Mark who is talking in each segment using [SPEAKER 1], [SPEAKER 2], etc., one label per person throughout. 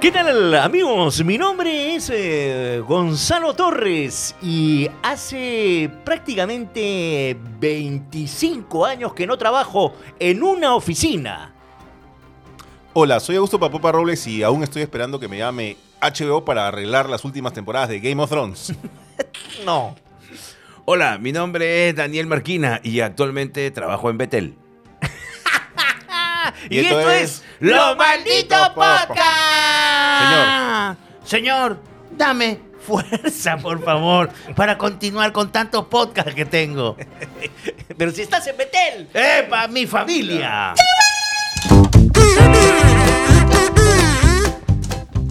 [SPEAKER 1] ¿Qué tal amigos? Mi nombre es eh, Gonzalo Torres y hace prácticamente 25 años que no trabajo en una oficina.
[SPEAKER 2] Hola, soy Augusto Papopa Robles y aún estoy esperando que me llame HBO para arreglar las últimas temporadas de Game of Thrones.
[SPEAKER 1] No.
[SPEAKER 3] Hola, mi nombre es Daniel Marquina y actualmente trabajo en Betel.
[SPEAKER 1] Y, esto, es Lo Maldito Podcast.
[SPEAKER 4] Señor, dame fuerza, por favor, para continuar con tantos podcasts que tengo.
[SPEAKER 1] Pero si estás en Betel.
[SPEAKER 4] ¡Epa, mi familia!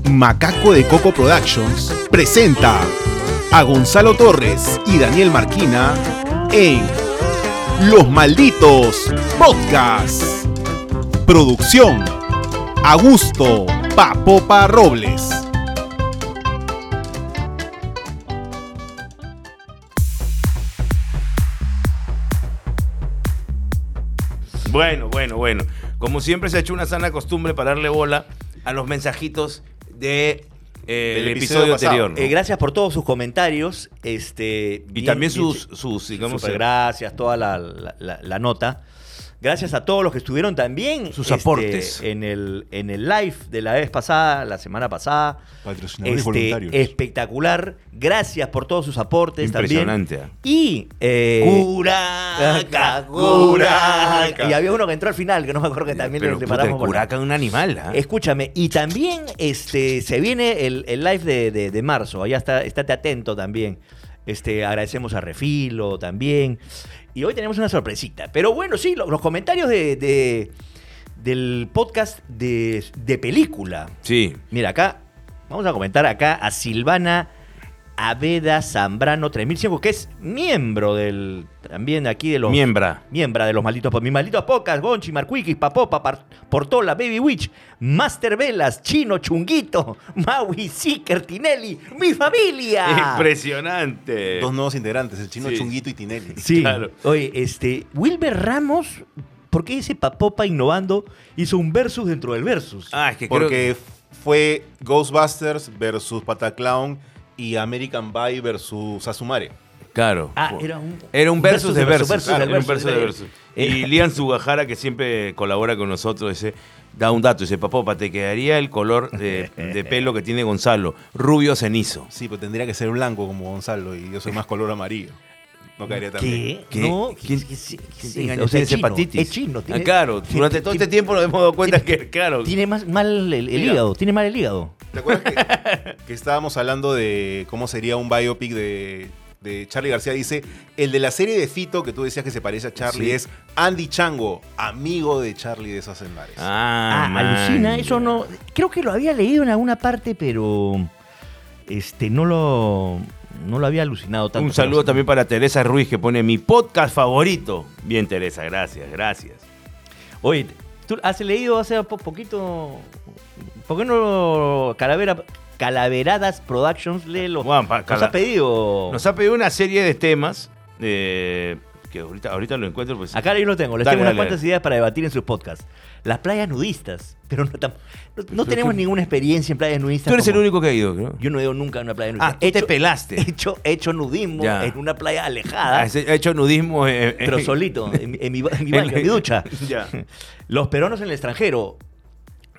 [SPEAKER 5] Macaco de Coco Productions presenta a Gonzalo Torres y Daniel Marquina en Los Malditos Podcasts. Producción Augusto Papopa Robles.
[SPEAKER 3] Bueno, bueno, bueno. Como siempre se ha hecho una sana costumbre para darle bola a los mensajitos de, eh,
[SPEAKER 2] Del episodio
[SPEAKER 3] el episodio
[SPEAKER 2] pasado.
[SPEAKER 3] anterior. ¿no?
[SPEAKER 1] Eh, gracias por todos sus comentarios. Este,
[SPEAKER 3] y
[SPEAKER 1] bien-
[SPEAKER 3] también
[SPEAKER 1] bien-
[SPEAKER 3] sus, sus digamos, eh,
[SPEAKER 1] Súper gracias, toda la, la- la- la nota. Gracias a todos los que estuvieron también este,
[SPEAKER 3] Sus aportes.
[SPEAKER 1] en el, en el live de la vez pasada, la semana pasada.
[SPEAKER 2] Patrocinadores
[SPEAKER 1] Este,
[SPEAKER 2] voluntarios.
[SPEAKER 1] Espectacular. Gracias por todos sus aportes también.
[SPEAKER 3] impresionante. ¿ah?
[SPEAKER 1] Y. eh,
[SPEAKER 4] Curaca,
[SPEAKER 2] Curaca.
[SPEAKER 1] Y había uno que entró al final, que no me acuerdo que también
[SPEAKER 3] Pero,
[SPEAKER 1] le
[SPEAKER 3] puta, el
[SPEAKER 1] paramos por-
[SPEAKER 3] curaca es un animal. ¿ah?
[SPEAKER 1] Escúchame, y también este, se viene el, el live de, de- de marzo, allá está, estate atento también. Este, agradecemos a Refilo también. Y hoy tenemos una sorpresita. Pero bueno, sí, lo- los comentarios de, de- del podcast de, de película.
[SPEAKER 3] Sí.
[SPEAKER 1] Mira, acá, vamos a comentar acá a Silvana Aveda Zambrano 3005, que es miembro del, también aquí de los...
[SPEAKER 3] Miembra.
[SPEAKER 1] Miembra de los malditos podcasts. Mis malditos podcasts, Gonchi, Marcuiquis, Papopa, Par- Portola, Baby Witch, Master Velas, Chino, Chunguito, Maui, Seeker, Tinelli, mi
[SPEAKER 3] Ah.
[SPEAKER 1] familia.
[SPEAKER 3] Impresionante.
[SPEAKER 2] Dos nuevos integrantes, el chino
[SPEAKER 3] Sí.
[SPEAKER 2] Chunguito y Tinelli.
[SPEAKER 1] sí.
[SPEAKER 3] claro.
[SPEAKER 1] Oye, este, Wilber Ramos, ¿por qué ese Papopa innovando hizo un versus dentro del versus?
[SPEAKER 3] Ah, es que creo que-
[SPEAKER 2] Porque fue Ghostbusters versus Pataclown y American Pie versus Asumare.
[SPEAKER 3] Claro.
[SPEAKER 1] Ah, era un,
[SPEAKER 3] Era un versus, de versus.
[SPEAKER 1] de
[SPEAKER 3] claro, era un versus
[SPEAKER 1] versus, Eh,
[SPEAKER 3] de
[SPEAKER 1] era-
[SPEAKER 3] versus.
[SPEAKER 1] era-
[SPEAKER 3] Y Lian Sugajara, que siempre colabora con nosotros, dice, da un dato, dice, papopa, te quedaría el color de, de pelo que tiene Gonzalo, rubio cenizo.
[SPEAKER 2] Sí, pero tendría que ser blanco como Gonzalo y yo soy más color amarillo. No caería tan bien.
[SPEAKER 1] ¿Qué?
[SPEAKER 3] ¿Qué?
[SPEAKER 1] No,
[SPEAKER 3] ¿Quién-
[SPEAKER 1] ¿qué- qué- qué-
[SPEAKER 3] ¿Quién
[SPEAKER 1] qué-
[SPEAKER 3] tiene
[SPEAKER 1] o sea,
[SPEAKER 3] hepatitis?
[SPEAKER 1] es chino, Es chino.
[SPEAKER 3] Ah, claro, durante todo este tiempo nos hemos dado cuenta que, claro,
[SPEAKER 1] Tiene más, mal el, el
[SPEAKER 3] Mira.
[SPEAKER 1] hígado, tiene mal el hígado.
[SPEAKER 2] ¿Te acuerdas que, que estábamos hablando de cómo sería un biopic de, de Charlie García? Dice, el de la serie de Fito que tú decías que se parece a Charlie
[SPEAKER 3] Sí.
[SPEAKER 2] es Andy Chango, amigo de Charlie de esos Mares.
[SPEAKER 3] Ah,
[SPEAKER 1] Ah,
[SPEAKER 3] man.
[SPEAKER 1] alucina, eso no. Creo que lo había leído en alguna parte, pero. Este, no lo. No lo había alucinado tanto.
[SPEAKER 3] Un saludo también para Teresa Ruiz que pone mi podcast favorito. Bien, Teresa, gracias, gracias.
[SPEAKER 1] Oye, ¿tú has leído hace po- poquito. ¿Por qué no Calavera, Calaveradas Productions lee los.
[SPEAKER 3] Juan, pa-
[SPEAKER 1] nos
[SPEAKER 3] cala-
[SPEAKER 1] ha pedido.
[SPEAKER 3] Nos ha pedido una serie de temas eh, que ahorita, ahorita lo encuentro. Pues,
[SPEAKER 1] Acá yo lo tengo, les
[SPEAKER 3] Dale,
[SPEAKER 1] tengo unas
[SPEAKER 3] dale,
[SPEAKER 1] cuantas
[SPEAKER 3] dale.
[SPEAKER 1] ideas para debatir en sus podcasts. Las playas nudistas, pero no, tam- no- no
[SPEAKER 3] Pero
[SPEAKER 1] tenemos
[SPEAKER 3] tú-
[SPEAKER 1] ninguna experiencia en playas nudistas.
[SPEAKER 3] Tú eres el
[SPEAKER 1] como-
[SPEAKER 3] único que ha ido, ¿no?
[SPEAKER 1] Yo no he ido nunca a una playa nudista.
[SPEAKER 3] Ah, tú te pelaste.
[SPEAKER 1] hecho, hecho nudismo
[SPEAKER 3] Ya. Ah,
[SPEAKER 1] en una playa alejada,
[SPEAKER 3] Ha hecho nudismo. eh, eh,
[SPEAKER 1] pero solito, en, mi- en mi, ba- en mi baño, en mi ducha.
[SPEAKER 3] Ya.
[SPEAKER 1] Los peruanos en el extranjero,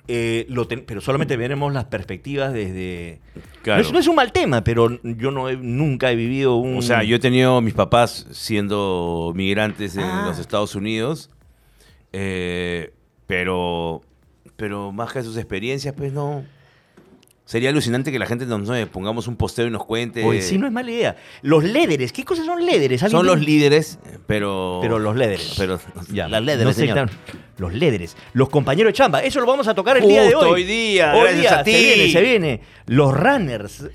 [SPEAKER 1] eh, lo ten- pero solamente veremos las perspectivas desde...
[SPEAKER 3] Claro.
[SPEAKER 1] No, es, no es un mal tema, pero yo no he- nunca he vivido un...
[SPEAKER 3] O sea, yo he tenido mis papás siendo migrantes en
[SPEAKER 1] Ah.
[SPEAKER 3] los Estados Unidos, eh, pero, pero más que sus experiencias, pues no. Sería alucinante que la gente nos no sé, pongamos un posteo y nos cuente.
[SPEAKER 1] Oye, sí, no es mala idea. Los lederes, ¿qué cosas son lederes? ¿Alguien
[SPEAKER 3] Son los
[SPEAKER 1] tiene-
[SPEAKER 3] líderes, pero.
[SPEAKER 1] Pero los lederes.
[SPEAKER 3] Pero
[SPEAKER 1] Ya,
[SPEAKER 3] las lederes,
[SPEAKER 1] no sé
[SPEAKER 3] señor.
[SPEAKER 1] tan- los lederes. Los compañeros de chamba. Eso lo vamos a tocar el día de
[SPEAKER 3] Justo
[SPEAKER 1] hoy.
[SPEAKER 3] hoy día,
[SPEAKER 1] Hoy
[SPEAKER 3] gracias
[SPEAKER 1] día,
[SPEAKER 3] a ti.
[SPEAKER 1] Se viene, se viene. Los runners.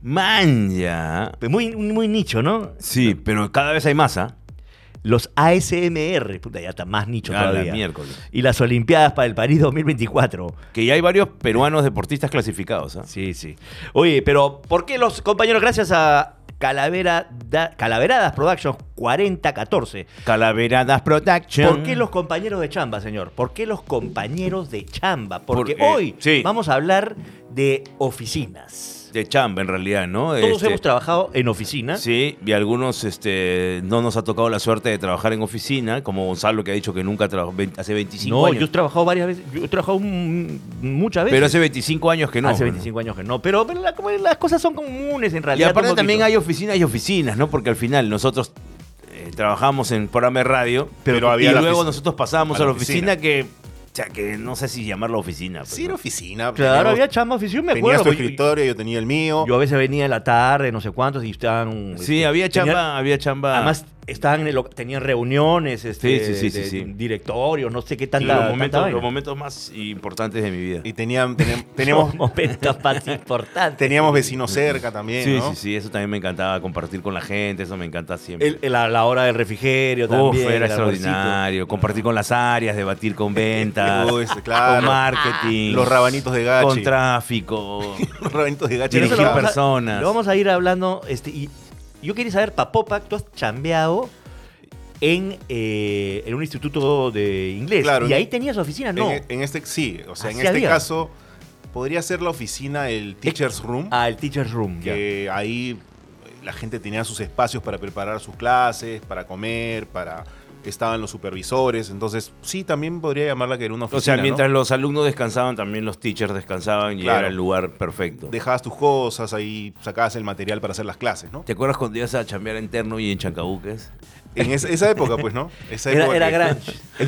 [SPEAKER 3] Manja.
[SPEAKER 1] Muy, muy nicho, ¿no?
[SPEAKER 3] Sí, pero cada vez hay más, ¿ah?
[SPEAKER 1] Los ASMR. Puta, ya está más nicho
[SPEAKER 3] Ah, la
[SPEAKER 1] todavía.
[SPEAKER 3] miércoles.
[SPEAKER 1] Y las Olimpiadas para el París 2024.
[SPEAKER 3] Que ya hay varios peruanos deportistas clasificados, ¿ah?
[SPEAKER 1] Sí, sí. Oye, pero ¿por qué los compañeros, gracias a Calavera Da- Calaveradas Productions, 4014.
[SPEAKER 3] Calaveradas Production.
[SPEAKER 1] ¿Por qué los compañeros de chamba, señor? ¿Por qué los compañeros de chamba? Porque,
[SPEAKER 3] Porque,
[SPEAKER 1] hoy
[SPEAKER 3] sí.
[SPEAKER 1] vamos a hablar de oficinas.
[SPEAKER 3] De chamba, en realidad, ¿no?
[SPEAKER 1] Todos
[SPEAKER 3] Este,
[SPEAKER 1] hemos trabajado ¿eh? en oficina.
[SPEAKER 3] Sí, y algunos este, no nos ha tocado la suerte de trabajar en oficina, como Gonzalo que ha dicho que nunca trabajó vein- hace 25
[SPEAKER 1] No,
[SPEAKER 3] años.
[SPEAKER 1] yo he trabajado varias veces. Yo he trabajado un- muchas veces.
[SPEAKER 3] pero hace 25 años que no.
[SPEAKER 1] Hace
[SPEAKER 3] ¿no?
[SPEAKER 1] 25 años que no. Pero, pero la- como las cosas son comunes en
[SPEAKER 3] Y
[SPEAKER 1] realidad. un
[SPEAKER 3] aparte
[SPEAKER 1] poquito.
[SPEAKER 3] también hay oficinas y oficinas, ¿no? Porque al final nosotros eh, trabajamos en programa de radio,
[SPEAKER 2] Pero
[SPEAKER 3] pero
[SPEAKER 2] había
[SPEAKER 3] y
[SPEAKER 2] la
[SPEAKER 3] luego
[SPEAKER 2] ofici-
[SPEAKER 3] nosotros pasábamos
[SPEAKER 2] a
[SPEAKER 3] a
[SPEAKER 2] la
[SPEAKER 3] la oficina, que, o sea, que no sé si llamarla oficina. pues,
[SPEAKER 2] Sí,
[SPEAKER 3] ¿no?
[SPEAKER 2] era oficina.
[SPEAKER 1] Claro,
[SPEAKER 2] teníamos-
[SPEAKER 1] había chamba oficina, me
[SPEAKER 2] Tenías
[SPEAKER 1] acuerdo.
[SPEAKER 2] tu
[SPEAKER 1] yo-
[SPEAKER 2] escritorio, yo tenía el mío.
[SPEAKER 1] Yo, a veces venía en la tarde, no sé cuántos, y estaban.
[SPEAKER 3] Sí,
[SPEAKER 1] este,
[SPEAKER 3] había
[SPEAKER 1] tenían-
[SPEAKER 3] chamba, había chamba.
[SPEAKER 1] Además, estaban en el lo- tenían reuniones, este,
[SPEAKER 3] Sí, sí, sí, sí,
[SPEAKER 1] de-
[SPEAKER 3] sí.
[SPEAKER 1] directorios, no sé qué
[SPEAKER 3] y
[SPEAKER 1] tanta.
[SPEAKER 3] los,
[SPEAKER 1] tanta
[SPEAKER 3] momentos,
[SPEAKER 1] vaina.
[SPEAKER 3] los momentos más importantes de mi vida.
[SPEAKER 2] Y tenían, tenían- teníamos,
[SPEAKER 1] momentos más importantes.
[SPEAKER 2] teníamos vecinos cerca también,
[SPEAKER 3] Sí,
[SPEAKER 2] ¿no?
[SPEAKER 3] sí, sí, eso también me encantaba compartir con la gente, eso me encanta siempre.
[SPEAKER 1] El- la, la hora del refrigerio
[SPEAKER 3] Uf,
[SPEAKER 1] también.
[SPEAKER 3] era
[SPEAKER 1] el almuercito.
[SPEAKER 3] extraordinario. Compartir con las áreas, debatir con ventas,
[SPEAKER 2] Uy, sí, este, claro.
[SPEAKER 3] con marketing,
[SPEAKER 2] Los rabanitos de gachi.
[SPEAKER 3] con tráfico.
[SPEAKER 2] Los rabanitos de gachi.
[SPEAKER 1] Pero eso
[SPEAKER 3] dirigir
[SPEAKER 1] lo vamos a-
[SPEAKER 3] personas.
[SPEAKER 1] Lo vamos a ir hablando. Este, y yo quería saber, Papopac, tú has chambeado en, eh, en un instituto de inglés.
[SPEAKER 2] Claro,
[SPEAKER 1] y
[SPEAKER 2] en-
[SPEAKER 1] ahí tenías oficina,
[SPEAKER 2] En,
[SPEAKER 1] ¿no?
[SPEAKER 2] en este, sí, o sea, en
[SPEAKER 1] Así
[SPEAKER 2] este
[SPEAKER 1] había.
[SPEAKER 2] caso, podría ser la oficina, el teacher's room,
[SPEAKER 1] Ah, el teacher's room. ya.
[SPEAKER 3] Eh,
[SPEAKER 2] que ahí la gente tenía sus espacios para preparar sus clases, para comer, para... Estaban los supervisores, entonces sí, también podría llamarla que era una oficina,
[SPEAKER 3] O sea,
[SPEAKER 2] ¿no?
[SPEAKER 3] mientras los alumnos descansaban, también los teachers descansaban y
[SPEAKER 2] Claro.
[SPEAKER 3] era el lugar perfecto.
[SPEAKER 2] Dejabas tus cosas, ahí sacabas el material para hacer las clases, ¿no?
[SPEAKER 3] ¿Te acuerdas cuando ibas a chambear en Terno y en Chancabuques?
[SPEAKER 2] En esa, esa época, pues, ¿no? Esa
[SPEAKER 1] Era,
[SPEAKER 2] época
[SPEAKER 1] era
[SPEAKER 2] que-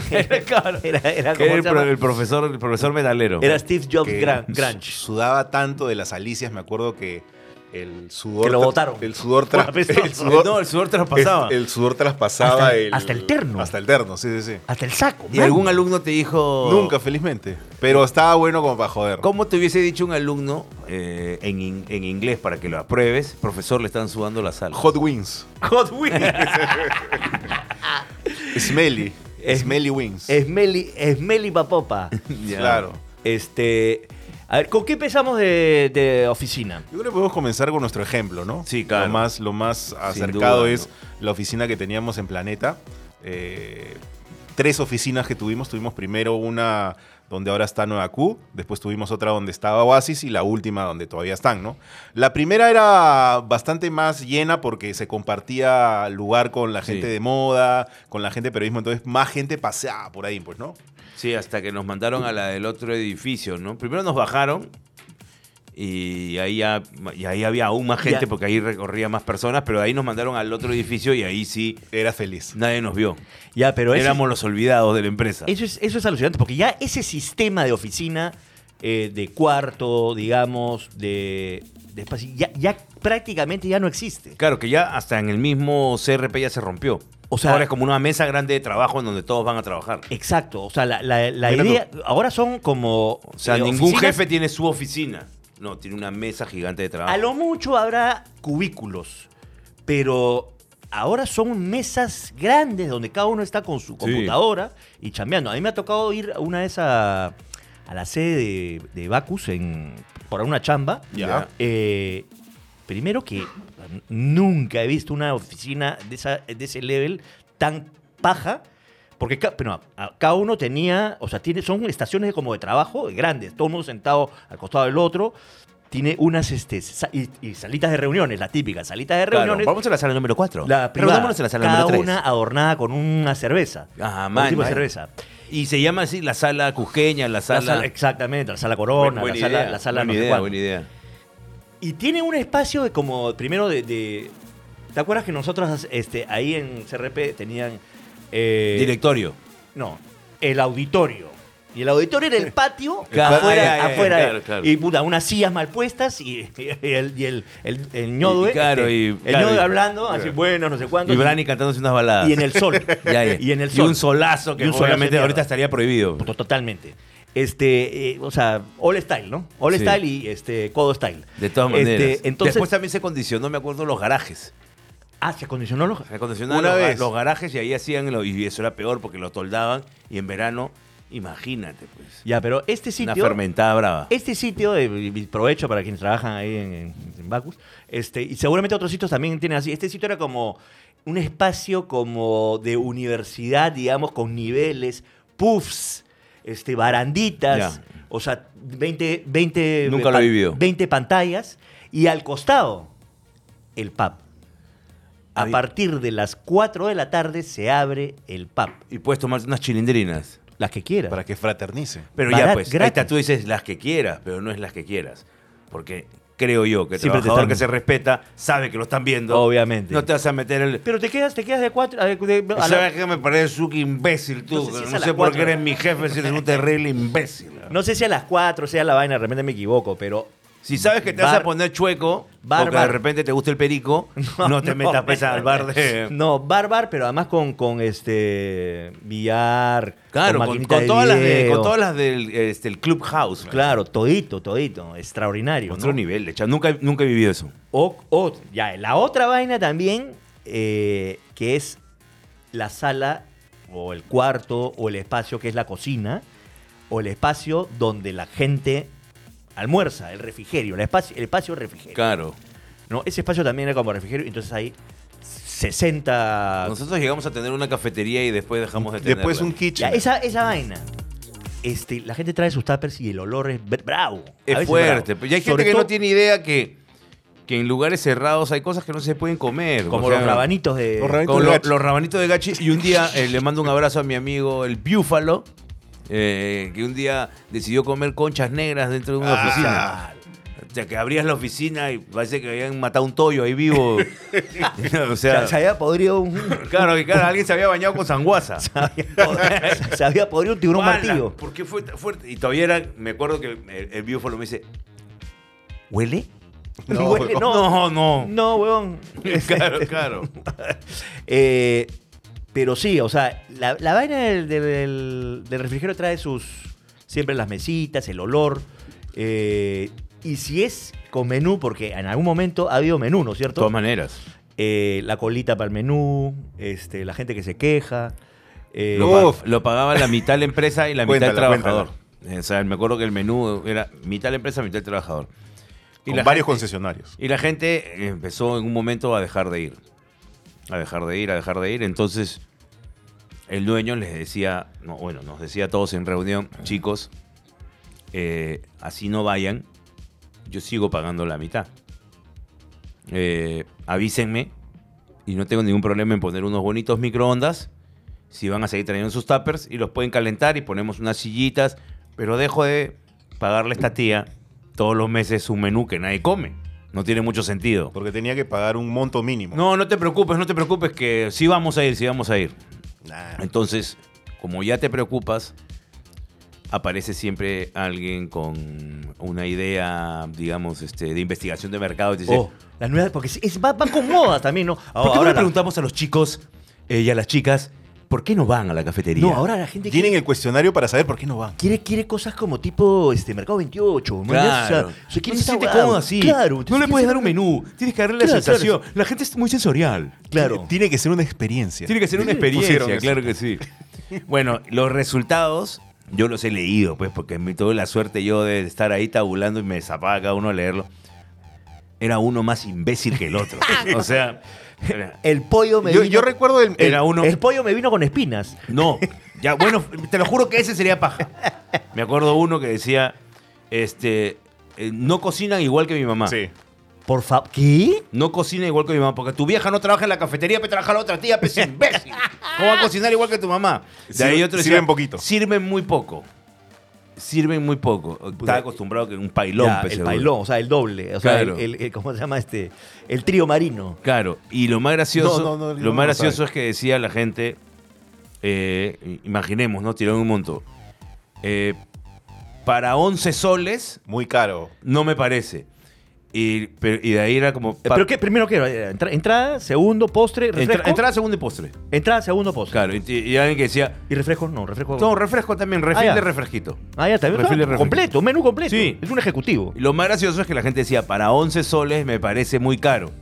[SPEAKER 1] Grange. Era, era,
[SPEAKER 3] Que
[SPEAKER 1] ¿cómo
[SPEAKER 3] era el,
[SPEAKER 1] se
[SPEAKER 3] pro-
[SPEAKER 1] llama?
[SPEAKER 3] el profesor, el profesor metalero.
[SPEAKER 1] Era Steve Jobs
[SPEAKER 2] que
[SPEAKER 1] Gran-
[SPEAKER 2] su-
[SPEAKER 1] Grange.
[SPEAKER 2] Sudaba tanto de las alicias, me acuerdo que el sudor.
[SPEAKER 1] Que lo
[SPEAKER 2] tra-
[SPEAKER 1] botaron.
[SPEAKER 2] El sudor,
[SPEAKER 1] Por
[SPEAKER 2] tra-
[SPEAKER 1] apestoso.
[SPEAKER 2] el sudor-
[SPEAKER 3] no, el sudor te lo pasaba.
[SPEAKER 2] El, el sudor traspasaba
[SPEAKER 1] Hasta el-
[SPEAKER 2] el.
[SPEAKER 1] hasta el terno.
[SPEAKER 2] Hasta el terno, sí, sí, sí.
[SPEAKER 1] Hasta el saco.
[SPEAKER 3] y
[SPEAKER 1] man.
[SPEAKER 3] algún alumno te
[SPEAKER 1] Oh.
[SPEAKER 3] dijo...
[SPEAKER 2] Nunca, felizmente. Pero estaba bueno como para joder.
[SPEAKER 3] ¿Cómo te hubiese dicho un alumno eh, en, in- en inglés para que lo apruebes? Profesor, le están sudando la sala.
[SPEAKER 2] Hot Wings.
[SPEAKER 1] Hot Wheels.
[SPEAKER 2] Smelly.
[SPEAKER 1] Es-
[SPEAKER 2] Smelly Wings.
[SPEAKER 1] Smelly, Smelly Papopa.
[SPEAKER 3] Ya.
[SPEAKER 2] Claro.
[SPEAKER 1] Este. A ver, ¿con qué empezamos de, de oficina?
[SPEAKER 2] Yo creo que podemos comenzar con nuestro ejemplo, ¿no?
[SPEAKER 3] Sí, claro.
[SPEAKER 2] Lo más, lo más acercado
[SPEAKER 3] duda,
[SPEAKER 2] es la oficina que teníamos en Planeta. Eh, tres oficinas que tuvimos. Tuvimos primero una donde ahora está Nueva Q, después tuvimos otra donde estaba Oasis y la última donde todavía están, ¿no? La primera era bastante más llena porque se compartía lugar con la
[SPEAKER 3] Sí.
[SPEAKER 2] gente de moda, con la gente de periodismo, entonces más gente paseaba por ahí, pues, ¿no?
[SPEAKER 3] Sí, hasta que nos mandaron a la del otro edificio, ¿no? Primero nos bajaron y ahí, ya- y ahí había aún más gente
[SPEAKER 1] Ya.
[SPEAKER 3] porque ahí recorría más personas, pero de ahí nos mandaron al otro edificio y ahí sí
[SPEAKER 2] Era feliz.
[SPEAKER 3] nadie nos vio.
[SPEAKER 1] Ya, pero ese-
[SPEAKER 3] Éramos los olvidados de la empresa.
[SPEAKER 1] eso, es, eso es alucinante, porque ya ese sistema de oficina, eh, de cuarto, digamos, de, de espacio, ya, ya prácticamente ya no existe.
[SPEAKER 3] Claro, que ya hasta en el mismo CRP ya se rompió.
[SPEAKER 1] O sea-
[SPEAKER 3] Ahora es como una mesa grande de trabajo en donde todos van a trabajar.
[SPEAKER 1] Exacto, o sea, la, la- la
[SPEAKER 2] Mira tú.
[SPEAKER 1] idea, ahora son como...
[SPEAKER 3] O sea,
[SPEAKER 1] eh,
[SPEAKER 3] ningún
[SPEAKER 1] oficinas-
[SPEAKER 3] jefe tiene su oficina. No, tiene una mesa gigante de trabajo.
[SPEAKER 1] A lo mucho habrá cubículos, pero ahora son mesas grandes donde cada uno está con su computadora y chambeando. A mí me ha tocado ir una vez a, a la sede de, de Bacus en, por una chamba.
[SPEAKER 2] Ya.
[SPEAKER 1] Eh, primero que nunca he visto una oficina de, esa- de ese level tan paja. Porque ca- pero, a- cada uno tenía, o sea, tiene, son estaciones como de trabajo grandes, todo el mundo sentado al costado del otro, tiene unas este, sa- y, y salitas de reuniones, las típicas, salitas de
[SPEAKER 3] Claro,
[SPEAKER 1] reuniones.
[SPEAKER 3] vamos a la sala número 4.
[SPEAKER 1] la privada,
[SPEAKER 3] Reunámonos en la sala
[SPEAKER 1] cada
[SPEAKER 3] número 3.
[SPEAKER 1] una adornada con una cerveza.
[SPEAKER 3] Ah,
[SPEAKER 1] un
[SPEAKER 3] man,
[SPEAKER 1] tipo de
[SPEAKER 3] man.
[SPEAKER 1] cerveza.
[SPEAKER 3] Y se llama así la sala cusqueña, la
[SPEAKER 1] La
[SPEAKER 3] sala.
[SPEAKER 1] sala- exactamente, la sala corona,
[SPEAKER 3] Buena
[SPEAKER 1] la sala,
[SPEAKER 3] idea,
[SPEAKER 1] la sala
[SPEAKER 3] buena
[SPEAKER 1] no sé
[SPEAKER 3] idea,
[SPEAKER 1] cuánto.
[SPEAKER 3] buena idea.
[SPEAKER 1] Y tiene un espacio de como, primero de, de- ¿Te acuerdas que nosotros este, ahí en CRP tenían... eh,
[SPEAKER 3] Directorio.
[SPEAKER 1] No, el auditorio. Y el auditorio era el patio
[SPEAKER 3] Claro,
[SPEAKER 1] afuera,
[SPEAKER 3] ya, ya, ya,
[SPEAKER 1] afuera de-
[SPEAKER 3] claro, claro.
[SPEAKER 1] y puta, unas sillas mal puestas y, y el, y el, el, el ñodo,
[SPEAKER 3] Y claro,
[SPEAKER 1] este,
[SPEAKER 3] y-
[SPEAKER 1] el
[SPEAKER 3] claro,
[SPEAKER 1] ñodo
[SPEAKER 3] y-
[SPEAKER 1] hablando, así bueno, no sé cuánto.
[SPEAKER 3] Y Brani cantándose unas baladas.
[SPEAKER 1] y en el sol.
[SPEAKER 3] Ya, ya.
[SPEAKER 1] Y en el sol.
[SPEAKER 3] un solazo que
[SPEAKER 1] Y un solazo
[SPEAKER 3] obviamente
[SPEAKER 1] de
[SPEAKER 3] ahorita
[SPEAKER 1] mierda.
[SPEAKER 3] estaría prohibido.
[SPEAKER 1] Puto, Totalmente. Este, eh, o sea, all style, ¿no? All
[SPEAKER 3] Sí.
[SPEAKER 1] style y este, codo style.
[SPEAKER 3] De todas
[SPEAKER 1] Este,
[SPEAKER 3] maneras.
[SPEAKER 1] entonces,
[SPEAKER 3] Después también se condicionó, me acuerdo, los garajes.
[SPEAKER 1] ah, se acondicionó los...
[SPEAKER 3] Se acondicionaban
[SPEAKER 2] Una
[SPEAKER 3] los, ga-
[SPEAKER 2] vez.
[SPEAKER 3] los garajes y ahí hacían, lo- y eso era peor porque los toldaban. Y en verano, imagínate, pues.
[SPEAKER 1] Ya, pero este sitio...
[SPEAKER 3] una fermentada brava.
[SPEAKER 1] Este sitio, eh, y- y provecho para quienes trabajan ahí en, en- en Bacus, este, y seguramente otros sitios también tienen así. Este sitio era como un espacio como de universidad, digamos, con niveles, puffs, este, baranditas,
[SPEAKER 3] Ya.
[SPEAKER 1] o sea, 20, 20,
[SPEAKER 3] Nunca lo he vivido.
[SPEAKER 1] 20 pantallas y al costado el pub. A
[SPEAKER 3] Ahí.
[SPEAKER 1] partir de las 4 de la tarde se abre el pub.
[SPEAKER 3] Y puedes tomarte unas chilindrinas.
[SPEAKER 1] Las que quieras.
[SPEAKER 2] Para que fraternice.
[SPEAKER 3] Pero ya,
[SPEAKER 1] Barat-
[SPEAKER 3] pues, ahí
[SPEAKER 1] gratis.
[SPEAKER 3] está, tú dices las que quieras, pero no es las que quieras. Porque creo yo que el
[SPEAKER 1] Siempre te están-
[SPEAKER 3] trabajador que se respeta sabe que lo están viendo.
[SPEAKER 1] Obviamente.
[SPEAKER 3] No te vas a meter el...
[SPEAKER 1] Pero te quedas, te quedas de 4 a la-
[SPEAKER 3] ¿Sabes que me parece suki imbécil
[SPEAKER 1] No sé
[SPEAKER 3] tú?
[SPEAKER 1] si
[SPEAKER 3] No sé,
[SPEAKER 1] es a las
[SPEAKER 3] por qué
[SPEAKER 1] cuatro.
[SPEAKER 3] eres mi jefe si eres un terrible imbécil.
[SPEAKER 1] No sé si a las 4 sea la vaina, de repente me equivoco, pero
[SPEAKER 3] Si sabes que te vas
[SPEAKER 1] Bar-
[SPEAKER 3] a poner chueco,
[SPEAKER 1] Bar-
[SPEAKER 3] porque de
[SPEAKER 1] bar.
[SPEAKER 3] repente te gusta el perico, no, te metas pues, al bar de...
[SPEAKER 1] No, barbar, pero además con, con este billar.
[SPEAKER 3] Claro, con,
[SPEAKER 1] maquinita
[SPEAKER 3] con
[SPEAKER 1] de
[SPEAKER 3] todas las de,
[SPEAKER 1] video.
[SPEAKER 3] con todas las del este, el Clubhouse. man.
[SPEAKER 1] Claro, todito, todito. Extraordinario.
[SPEAKER 3] Otro
[SPEAKER 1] ¿no?
[SPEAKER 3] nivel, de cha- nunca, nunca he vivido eso.
[SPEAKER 1] O, o- ya, la otra vaina también, eh, que es la sala o el cuarto o el espacio que es la cocina o el espacio donde la gente almuerza, el refrigerio, el espacio, el espacio refrigerio.
[SPEAKER 3] Claro.
[SPEAKER 1] ¿no? Ese espacio también era como refrigerio, entonces hay 60...
[SPEAKER 3] Nosotros llegamos a tener una cafetería y después dejamos de tenerla.
[SPEAKER 2] Después un
[SPEAKER 1] Ya,
[SPEAKER 2] kitchen.
[SPEAKER 1] esa, esa vaina. Este, la gente trae sus tuppers y el olor es br- bravo. A
[SPEAKER 3] Es
[SPEAKER 1] veces
[SPEAKER 3] fuerte.
[SPEAKER 1] bravo.
[SPEAKER 3] pero ya hay
[SPEAKER 1] Sobre
[SPEAKER 3] gente que
[SPEAKER 1] todo
[SPEAKER 3] no tiene idea que, que en lugares cerrados hay cosas que no se pueden comer.
[SPEAKER 1] Como
[SPEAKER 3] O sea,
[SPEAKER 1] los rabanitos de.
[SPEAKER 2] los rabanitos.
[SPEAKER 3] Con
[SPEAKER 2] de
[SPEAKER 3] lo-
[SPEAKER 2] gachi.
[SPEAKER 3] los rabanitos de gachi. Y un día eh, le mando un abrazo a mi amigo el Búfalo, eh, que un día decidió comer conchas negras dentro de una
[SPEAKER 1] Ah,
[SPEAKER 3] oficina. O sea, que abrías la oficina y parece que habían matado un toyo ahí vivo. o
[SPEAKER 1] Se,
[SPEAKER 3] sea,
[SPEAKER 1] se había podrido un.
[SPEAKER 3] claro, que claro, alguien se había bañado con sanguaza.
[SPEAKER 1] se había pod- se había podrido un tiburón
[SPEAKER 3] ¡Hala!
[SPEAKER 1] martillo.
[SPEAKER 3] ¿Por qué fue tan fuerte? Y todavía era, me acuerdo que el, el Búfalo me dice, ¿huele?
[SPEAKER 2] No,
[SPEAKER 1] Huele,
[SPEAKER 2] huevón.
[SPEAKER 1] no.
[SPEAKER 3] no. no.
[SPEAKER 1] No, huevón.
[SPEAKER 3] Claro, claro.
[SPEAKER 1] Eh, pero sí, o sea, la, la vaina del, del- del refrigerio trae sus. Siempre las mesitas, el olor. eh, y si es con menú, porque en algún momento ha habido menú, ¿no es
[SPEAKER 3] De
[SPEAKER 1] cierto?
[SPEAKER 3] todas maneras.
[SPEAKER 1] eh, la colita para el menú, este, la gente que se queja. eh,
[SPEAKER 3] Lo, pa-
[SPEAKER 2] Uf.
[SPEAKER 3] lo pagaba la mitad la empresa y la mitad el
[SPEAKER 2] Cuéntala,
[SPEAKER 3] trabajador. Eh, O sea, me acuerdo que el menú era mitad la empresa, mitad el trabajador. Y
[SPEAKER 2] Con
[SPEAKER 3] la
[SPEAKER 2] varios
[SPEAKER 3] gente-
[SPEAKER 2] concesionarios.
[SPEAKER 3] Y la gente empezó en un momento a dejar de ir. A dejar de ir, a dejar de ir. Entonces, el dueño les decía, no, bueno, nos decía a todos en reunión, chicos, eh, así no vayan, yo sigo pagando la mitad. Eh, avísenme y no tengo ningún problema en poner unos bonitos microondas si van a seguir trayendo sus tuppers y los pueden calentar y ponemos unas sillitas, pero dejo de pagarle a esta tía todos los meses un menú que nadie come. No tiene mucho sentido.
[SPEAKER 2] Porque tenía que pagar un monto mínimo.
[SPEAKER 3] No, no te preocupes, no te preocupes que sí vamos a ir, sí vamos a ir.
[SPEAKER 2] Nah.
[SPEAKER 3] Entonces, como ya te preocupas, aparece siempre alguien con una idea, digamos, este, de investigación de mercado y te dice,
[SPEAKER 1] oh, las nuevas, porque es- es- va, va con moda también, ¿no? Ah,
[SPEAKER 3] ¿por qué no
[SPEAKER 1] Ahora
[SPEAKER 3] le
[SPEAKER 1] la-
[SPEAKER 3] preguntamos a los chicos eh, y a las chicas por qué no van a la cafetería?
[SPEAKER 1] No, ahora la gente
[SPEAKER 2] Tienen
[SPEAKER 1] quiere,
[SPEAKER 2] el cuestionario para saber por qué no van.
[SPEAKER 1] quiere, quiere cosas como tipo este Mercado 28. ¿no?
[SPEAKER 3] Claro.
[SPEAKER 1] O sea, se quiere
[SPEAKER 3] no se
[SPEAKER 1] esta
[SPEAKER 3] siente
[SPEAKER 1] huevada.
[SPEAKER 3] cómodo así.
[SPEAKER 1] Claro.
[SPEAKER 3] no le
[SPEAKER 1] entonces quiere
[SPEAKER 3] puedes dar un
[SPEAKER 1] ser-
[SPEAKER 3] menú. Tienes que darle la
[SPEAKER 1] Claro, claro.
[SPEAKER 3] sensación. La gente es muy sensorial.
[SPEAKER 1] Claro.
[SPEAKER 2] Tiene que ser una experiencia.
[SPEAKER 3] Tiene que ser una
[SPEAKER 2] Pusieron
[SPEAKER 3] experiencia,
[SPEAKER 2] eso.
[SPEAKER 3] claro que sí. Bueno, los resultados yo los he leído, pues, porque me tuve la suerte yo de estar ahí tabulando y me zapaba cada uno a leerlo. Era uno más imbécil que el otro. o sea, era-
[SPEAKER 1] El pollo me
[SPEAKER 2] Yo,
[SPEAKER 1] vino.
[SPEAKER 2] yo recuerdo el, el-
[SPEAKER 3] era uno.
[SPEAKER 1] El pollo me vino con espinas.
[SPEAKER 3] No, ya, bueno, te lo juro que ese sería paja. Me acuerdo uno que decía, este, eh, no cocinan igual que mi mamá.
[SPEAKER 2] Sí.
[SPEAKER 1] Por favor. ¿Qué?
[SPEAKER 3] No cocina igual que mi mamá, porque tu vieja no trabaja en la cafetería, pero trabaja la otra tía, pues imbécil. ¿Cómo va a cocinar igual que tu mamá?
[SPEAKER 2] Sirve- sirven poquito.
[SPEAKER 3] Sirven muy poco. Sirven muy poco. Estaba acostumbrado que un pailón,
[SPEAKER 1] Ya,
[SPEAKER 3] pues,
[SPEAKER 1] el
[SPEAKER 3] seguro.
[SPEAKER 1] pailón, o sea, el doble. O sea, el-
[SPEAKER 3] Claro.
[SPEAKER 1] el, el- ¿cómo se llama este? El trío marino.
[SPEAKER 3] Claro, y lo más gracioso,
[SPEAKER 2] No, no, no,
[SPEAKER 3] lo
[SPEAKER 2] no
[SPEAKER 3] más
[SPEAKER 2] lo
[SPEAKER 3] gracioso es que decía la gente, eh, imaginemos, ¿no? Tiraron un monto. Eh, para 11 soles,
[SPEAKER 2] Muy caro.
[SPEAKER 3] no me parece. Y, pero- y de ahí era como...
[SPEAKER 1] Eh, ¿Pero qué? Primero, ¿qué? era? Entra- entrada, segundo, postre,
[SPEAKER 3] Entra-
[SPEAKER 1] refresco.
[SPEAKER 3] entrada, segundo y postre.
[SPEAKER 1] Entrada, segundo postre.
[SPEAKER 3] Claro, y, y alguien que decía,
[SPEAKER 1] ¿Y refrescos? No, refrescos.
[SPEAKER 3] No, refresco también, refil
[SPEAKER 1] Ah, ya.
[SPEAKER 3] de refresquito.
[SPEAKER 1] Ah, ya, también.
[SPEAKER 3] Refil de
[SPEAKER 1] Ah,
[SPEAKER 3] refresco.
[SPEAKER 1] completo, un menú completo.
[SPEAKER 3] Sí.
[SPEAKER 1] Es un ejecutivo.
[SPEAKER 3] Y lo más gracioso es que la gente decía, para 11 soles me parece muy caro.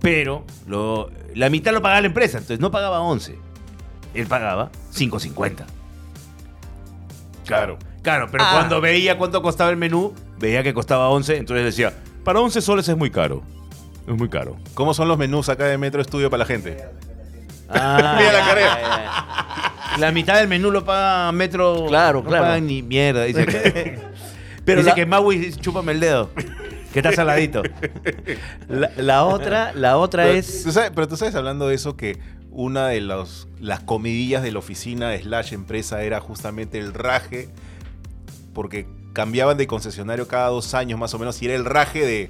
[SPEAKER 3] Pero lo- la mitad lo pagaba la empresa, entonces no pagaba 11. Él pagaba 5.50.
[SPEAKER 2] Claro.
[SPEAKER 3] Claro, pero
[SPEAKER 1] Ah.
[SPEAKER 3] cuando veía cuánto costaba el menú, veía que costaba 11, entonces decía, para 11 soles es muy caro. Es muy caro.
[SPEAKER 2] ¿Cómo son los menús acá de Metro Estudio para la gente?
[SPEAKER 1] Ah,
[SPEAKER 2] Mira la
[SPEAKER 1] ya,
[SPEAKER 2] carrera.
[SPEAKER 1] ya, ya.
[SPEAKER 4] La mitad del menú lo paga Metro.
[SPEAKER 1] Ah. Claro,
[SPEAKER 4] no
[SPEAKER 1] claro.
[SPEAKER 4] pagan ni mierda. Dice que,
[SPEAKER 1] Pero
[SPEAKER 4] dice
[SPEAKER 1] la-
[SPEAKER 4] que Maui, chúpame el dedo. Que está saladito.
[SPEAKER 1] La, la otra, la otra
[SPEAKER 2] Pero,
[SPEAKER 1] es.
[SPEAKER 2] ¿tú sabes- pero tú sabes, hablando de eso, que una de los- las comidillas de la oficina slash empresa era justamente el raje, porque cambiaban de concesionario cada dos años más o menos, y era el raje de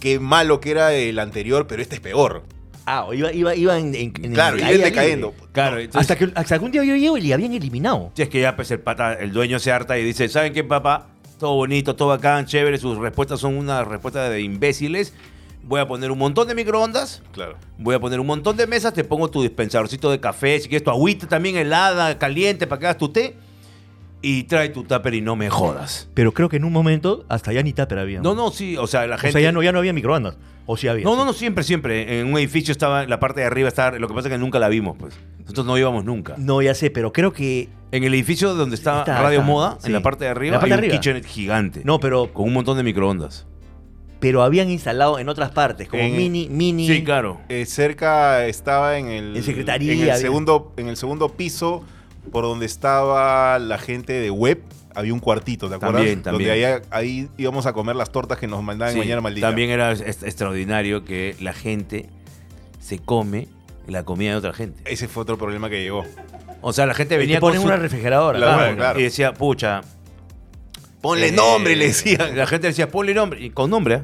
[SPEAKER 2] qué malo que era el anterior, pero este es peor.
[SPEAKER 1] Ah, iba, iba, iba en, en- en-
[SPEAKER 2] Claro, y
[SPEAKER 1] caída
[SPEAKER 2] él
[SPEAKER 1] libre.
[SPEAKER 2] decayendo.
[SPEAKER 3] Claro,
[SPEAKER 1] Hasta que hasta algún día yo llego y le habían eliminado.
[SPEAKER 3] Si es que ya pues el pata, el dueño se harta y dice, ¿saben qué, papá? Todo bonito, todo bacán, chévere, sus respuestas son una respuesta de imbéciles. Voy a poner un montón de microondas,
[SPEAKER 2] Claro.
[SPEAKER 3] voy a poner un montón de mesas, te pongo tu dispensadorcito de café, si quieres tu agüita también helada, caliente, para que hagas tu té. Y trae tu tupper y no me jodas.
[SPEAKER 1] Pero creo que en un momento hasta ya ni tupper había.
[SPEAKER 3] No, no, sí, o sea, la gente...
[SPEAKER 1] O sea, ya no, ya no había microondas. O sí había.
[SPEAKER 3] No, no, no, siempre, siempre. En un edificio estaba, en la parte de arriba estaba, lo que pasa es que nunca la vimos, pues. Nosotros no íbamos nunca.
[SPEAKER 1] No, ya sé, pero creo que.
[SPEAKER 3] En el edificio donde estaba
[SPEAKER 1] Mm. Está,
[SPEAKER 3] Radio
[SPEAKER 1] está,
[SPEAKER 3] Moda,
[SPEAKER 1] sí.
[SPEAKER 3] en la parte de arriba,
[SPEAKER 1] La parte
[SPEAKER 3] hay
[SPEAKER 1] de arriba.
[SPEAKER 3] un kitchenet gigante.
[SPEAKER 1] No, pero,
[SPEAKER 3] Con un montón de microondas.
[SPEAKER 1] pero habían instalado en otras partes, como
[SPEAKER 2] En-
[SPEAKER 1] mini, mini.
[SPEAKER 3] Sí, claro.
[SPEAKER 2] Eh, cerca estaba en el,
[SPEAKER 1] En secretaría,
[SPEAKER 2] en el
[SPEAKER 1] había-
[SPEAKER 2] segundo, en el segundo piso, por donde estaba la gente de web, había un cuartito, ¿te acuerdas?
[SPEAKER 3] También, también.
[SPEAKER 2] Donde ahí, ahí íbamos a comer las tortas que nos mandaban
[SPEAKER 3] Sí,
[SPEAKER 2] mañana maldita.
[SPEAKER 3] También era es- extraordinario que la gente se come la comida de otra gente.
[SPEAKER 2] Ese fue otro problema que llegó.
[SPEAKER 3] O sea, la gente
[SPEAKER 1] Te
[SPEAKER 3] venía
[SPEAKER 1] ponen
[SPEAKER 3] con su-
[SPEAKER 1] una refrigeradora. Ah,
[SPEAKER 2] La-
[SPEAKER 1] claro.
[SPEAKER 2] bueno, claro.
[SPEAKER 3] y decía, pucha.
[SPEAKER 2] Ponle
[SPEAKER 3] eh,
[SPEAKER 2] nombre, le decían.
[SPEAKER 3] La gente decía, ponle nombre. Y con nombre, ¿eh?